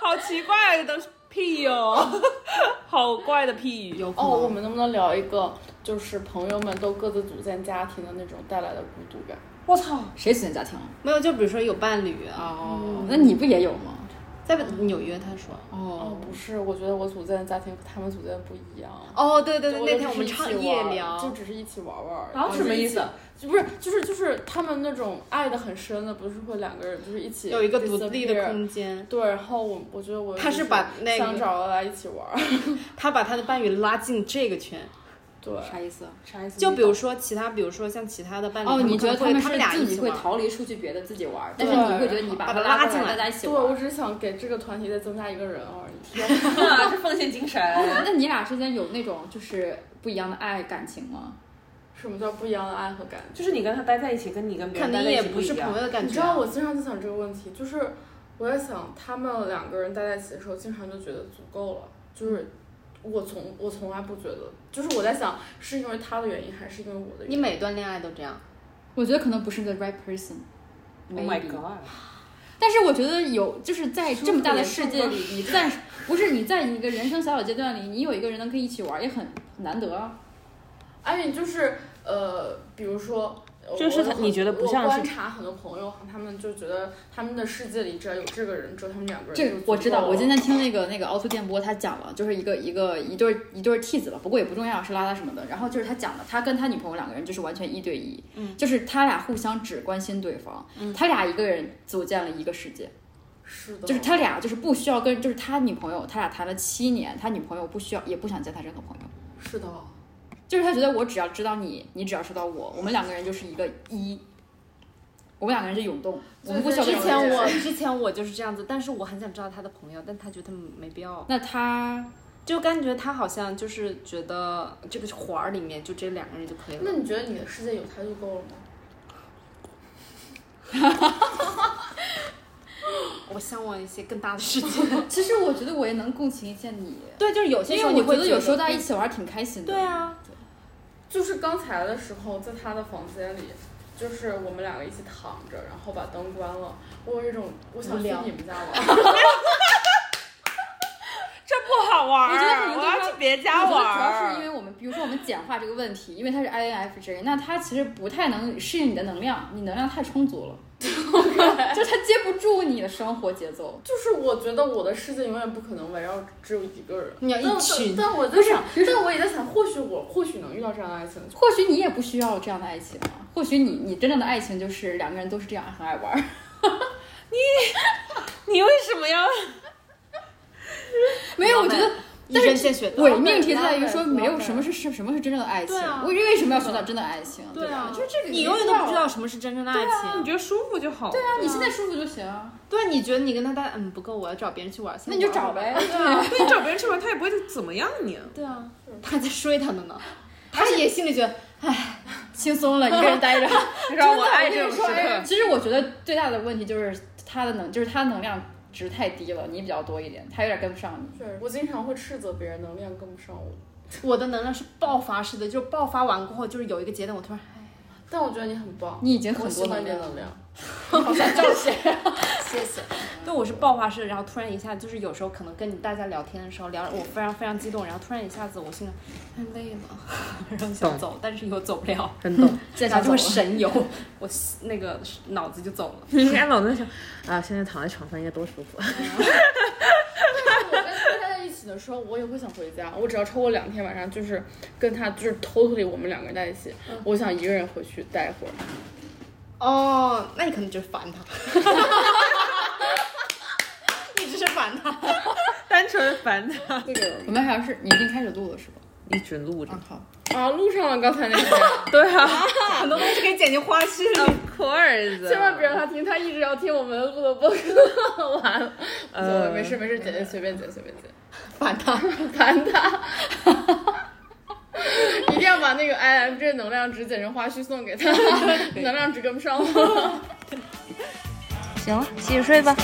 [SPEAKER 4] 好奇怪的屁哟、
[SPEAKER 5] 哦
[SPEAKER 4] [laughs] 好怪的屁哟！
[SPEAKER 1] [laughs] 哦，我们能不能聊一个就是朋友们都各自组建家庭的那种带来的孤独感？
[SPEAKER 3] 我操，谁组建家庭了？
[SPEAKER 2] 没有，就比如说有伴侣啊，
[SPEAKER 3] 哦，那你不也有吗？
[SPEAKER 2] 在纽约，她说。
[SPEAKER 1] 哦，不是，我觉得我组建的家庭和他们组建的不一样。
[SPEAKER 2] 哦，对对
[SPEAKER 1] 就
[SPEAKER 2] 对，
[SPEAKER 1] 我就
[SPEAKER 2] 那天
[SPEAKER 1] 只
[SPEAKER 2] 我们
[SPEAKER 1] 是一
[SPEAKER 2] 唱
[SPEAKER 1] 起
[SPEAKER 2] 夜
[SPEAKER 1] 玩儿
[SPEAKER 2] 聊，
[SPEAKER 1] 就只是一起玩玩儿。啊
[SPEAKER 4] 什么意思？
[SPEAKER 1] 就不是，就是就是他们那种爱的很深的，不是会两个人就是一起
[SPEAKER 2] 有一个独立的
[SPEAKER 1] disappear
[SPEAKER 2] 空间。
[SPEAKER 1] 对，然后我我觉得我
[SPEAKER 2] 他
[SPEAKER 1] 就是
[SPEAKER 2] 把那个
[SPEAKER 1] 想找大家一起玩
[SPEAKER 2] [laughs]
[SPEAKER 1] 儿，
[SPEAKER 2] 她把她的伴侣拉进这个圈，
[SPEAKER 1] 对，
[SPEAKER 3] 啥意思啊？
[SPEAKER 1] 啥意思？
[SPEAKER 2] 就比如说其他，比如说像其他的伴侣，
[SPEAKER 3] 哦，你
[SPEAKER 2] 可
[SPEAKER 3] 觉
[SPEAKER 2] 能
[SPEAKER 3] 得
[SPEAKER 2] 会
[SPEAKER 3] 们
[SPEAKER 2] 他们俩
[SPEAKER 3] 是自
[SPEAKER 2] 一
[SPEAKER 3] 己
[SPEAKER 2] 起
[SPEAKER 3] 会
[SPEAKER 2] 玩。
[SPEAKER 3] 逃离出去别的自己玩儿，但是你会觉得你
[SPEAKER 2] 把
[SPEAKER 3] 他
[SPEAKER 2] 他
[SPEAKER 3] 拉
[SPEAKER 2] 拉
[SPEAKER 3] 过
[SPEAKER 2] 进来
[SPEAKER 3] 大家一起
[SPEAKER 1] 对
[SPEAKER 3] 玩
[SPEAKER 1] 我
[SPEAKER 3] 儿。
[SPEAKER 1] 只想给这个团体再增加一个人而
[SPEAKER 2] [laughs]
[SPEAKER 1] 已。
[SPEAKER 4] [laughs]
[SPEAKER 5] 啊，这奉献精神。
[SPEAKER 3] 那你俩之间有那种就是不一样的爱感情吗？
[SPEAKER 1] 什么叫不一样的爱和感
[SPEAKER 5] [laughs] 就是你跟他待在一起，跟你跟别
[SPEAKER 2] 肯定
[SPEAKER 5] 人待在一
[SPEAKER 2] 也
[SPEAKER 5] 起
[SPEAKER 2] 不
[SPEAKER 5] 一
[SPEAKER 2] 是
[SPEAKER 5] 样
[SPEAKER 2] 朋友。的感
[SPEAKER 1] 你知
[SPEAKER 2] 觉
[SPEAKER 1] 道
[SPEAKER 2] 啊。
[SPEAKER 1] 我经常在想这个问题，就是我在想他们两个人待在一起的时候，经常就觉得足够了，就是我从我从来不觉得，就是我在想是因为他的原因还是因为我的原
[SPEAKER 2] 你
[SPEAKER 1] 因。
[SPEAKER 2] 每段恋爱都这样，
[SPEAKER 3] 我觉得可能不是 the right person。
[SPEAKER 5] Oh my god！
[SPEAKER 3] 但是我觉得有，就是在这么大的世界
[SPEAKER 1] 说得
[SPEAKER 3] 里，你暂时不是你在你的人生小小阶段里，你有一个人能跟你一起玩儿，也很很难得啊。
[SPEAKER 1] 艾米就是呃，比如说。
[SPEAKER 4] 就是他
[SPEAKER 1] 我很
[SPEAKER 4] 你觉得不像
[SPEAKER 1] 我
[SPEAKER 4] 是
[SPEAKER 1] 观察很多朋友，他们就觉得他们的世界里只要有这个人，只有他们两个人就
[SPEAKER 3] 这
[SPEAKER 1] 足
[SPEAKER 3] 个
[SPEAKER 1] 够了。
[SPEAKER 3] 我知道，我今天听那个那个凹凸电波，他讲了，就是一个一个一对一对 T 子吧，不过也不重要，是拉拉什么的。然后就是他讲了，他跟他女朋友两个人就是完全一对一，嗯，就是他俩互相只关心对方，嗯，他俩一个人组建了一个世界，
[SPEAKER 1] 是的，
[SPEAKER 3] 就是他俩就是不需要跟，就是他女朋友，他俩谈了七年，他女朋友不需要也不想见他任何朋友，
[SPEAKER 1] 是的，
[SPEAKER 3] 就是他觉得我只要知道你，你只要知道我，我们两个人就是一个一，我们两个人是涌动，我们不需要
[SPEAKER 1] 对
[SPEAKER 3] 跟
[SPEAKER 2] 之
[SPEAKER 1] 对
[SPEAKER 3] 任
[SPEAKER 2] 前
[SPEAKER 3] 何人
[SPEAKER 2] [laughs] 我之前我就是这样子，但是我很想知道他的朋友，但他觉得没必要，
[SPEAKER 3] 那他
[SPEAKER 2] 就感觉他好像就是觉得这个环儿里面就这两个人就可以
[SPEAKER 1] 那
[SPEAKER 2] 了。
[SPEAKER 1] 你觉得你的世界有他就够了吗？
[SPEAKER 2] 我向往一些更大的世界。
[SPEAKER 3] 其实我觉得我也能共情一下你，
[SPEAKER 2] 对，就是有些
[SPEAKER 3] 因
[SPEAKER 2] 时
[SPEAKER 3] 为
[SPEAKER 2] 候
[SPEAKER 3] 我
[SPEAKER 2] 你会
[SPEAKER 3] 觉得有时候
[SPEAKER 2] 他
[SPEAKER 3] 大家一起玩儿挺开心的。
[SPEAKER 2] 对，啊，
[SPEAKER 1] 就是刚才的时候，在他的房间里，就是我们两个一起躺着，然后把灯关了。我有一种我想
[SPEAKER 2] 无
[SPEAKER 1] 去
[SPEAKER 2] 聊
[SPEAKER 1] 你们家玩，
[SPEAKER 4] 这不好玩
[SPEAKER 3] 我觉得可能对方
[SPEAKER 5] 别
[SPEAKER 3] 我
[SPEAKER 5] 家
[SPEAKER 3] 觉得
[SPEAKER 5] 玩
[SPEAKER 3] 主要是因为
[SPEAKER 5] 儿。
[SPEAKER 3] 我们，比如说我们简化这个问题，因为它是 INFJ，那它其实不太能适应你的能量，你能量太充足
[SPEAKER 2] [laughs]
[SPEAKER 3] 了，就它接不住你的生活节奏。
[SPEAKER 1] [laughs] 就是我觉得我的世界永远不可能围绕只有一个人，
[SPEAKER 3] 你要一
[SPEAKER 1] 但我
[SPEAKER 3] 群
[SPEAKER 1] 但我在想，但我也在想，或许我或许能遇到这样的爱情，
[SPEAKER 3] 或许你也不需要这样的爱情啊，或许你你真正的爱情就是两个人都是这样很爱玩儿。
[SPEAKER 5] 你为什么要？
[SPEAKER 3] 没有，我觉得
[SPEAKER 2] 一针见血的。
[SPEAKER 3] 伪命题在于说没有什么是是什么是真正的爱情，
[SPEAKER 2] 对啊
[SPEAKER 3] 我为什么要寻找真的爱情？对
[SPEAKER 2] 对啊
[SPEAKER 3] 吧，就是这个
[SPEAKER 2] 你永远都不知道什么是真正的爱
[SPEAKER 5] 你
[SPEAKER 4] 啊
[SPEAKER 2] 情。
[SPEAKER 5] 觉得舒服就好。对
[SPEAKER 3] 对啊，你现在舒服就行啊，
[SPEAKER 2] 对，你觉得你跟他搭嗯不够，我要找别人去玩，
[SPEAKER 3] 那你就找。呗。对啊，
[SPEAKER 5] 那你找别人去玩，他也不会怎么样你。
[SPEAKER 2] 对啊，他还在睡他呢呢。
[SPEAKER 3] 他也心里觉得，唉，轻松了，一个人待着。
[SPEAKER 5] 你知
[SPEAKER 3] 真
[SPEAKER 5] 道
[SPEAKER 3] 的
[SPEAKER 5] 我爱
[SPEAKER 3] 跟
[SPEAKER 5] 这种
[SPEAKER 3] 你
[SPEAKER 5] 时
[SPEAKER 3] 说哎
[SPEAKER 5] [laughs] 刻。
[SPEAKER 3] 其实我觉得最大的问题就是他的能，就是他能量值太低了，你比较多一点，他有点跟不上你。
[SPEAKER 1] 确实，我经常会斥责别人能量跟不上我，
[SPEAKER 2] [laughs] 我的能量是爆发式的，就是爆发完过后，就是有一个节点，我突然
[SPEAKER 1] 但我觉得你很棒，
[SPEAKER 3] 你已经很
[SPEAKER 1] 我喜
[SPEAKER 3] 多
[SPEAKER 1] 欢
[SPEAKER 3] 能
[SPEAKER 1] 你的
[SPEAKER 3] 量了，
[SPEAKER 1] 能量，
[SPEAKER 3] 好像就是。
[SPEAKER 1] 谢谢。
[SPEAKER 2] 对，我是爆发式，然后突然一下，就是有时候可能跟你大家聊天的时候聊，我非常非常激动，然后突然一下子我心里太累了，然后想
[SPEAKER 4] 懂
[SPEAKER 2] 走，但是又走不了，
[SPEAKER 4] 很 [laughs] 懂。
[SPEAKER 3] 见
[SPEAKER 2] 然
[SPEAKER 3] 下
[SPEAKER 2] 后就会
[SPEAKER 3] 走了
[SPEAKER 2] 神游，我那个脑子就走了。
[SPEAKER 4] 应该老在想啊，现在躺在床上应该多舒服。
[SPEAKER 1] [laughs] 我跟他在一起的时候，我也会想回家。我只要超过两天晚上，就是跟他就是 totally 我们两个人在一起，我想一个人回去待一会儿。
[SPEAKER 2] 哦，那你可能就是烦他， [laughs] 你只是烦他。
[SPEAKER 5] [laughs] 单纯烦他。
[SPEAKER 1] 那个
[SPEAKER 3] 我们好像是你已经开始录了是吧？
[SPEAKER 4] [laughs] 一直录着
[SPEAKER 3] 啊，好。
[SPEAKER 1] 啊，录上了刚才那个，
[SPEAKER 4] 对啊
[SPEAKER 5] [laughs] 很多东西可以剪进花絮里。
[SPEAKER 4] ，of course，
[SPEAKER 1] 千万别让他听，他一直要听我们录的播客。 [laughs] 完了，
[SPEAKER 4] 呃
[SPEAKER 1] 呃，没事没事，姐姐随便剪随便剪，
[SPEAKER 3] 烦他，
[SPEAKER 1] [laughs] 烦他。 [laughs] 一定要把那个 INFJ 能量值剪成花絮送给 [laughs] 他，能量值跟不上我。
[SPEAKER 7] 行了，洗洗睡吧。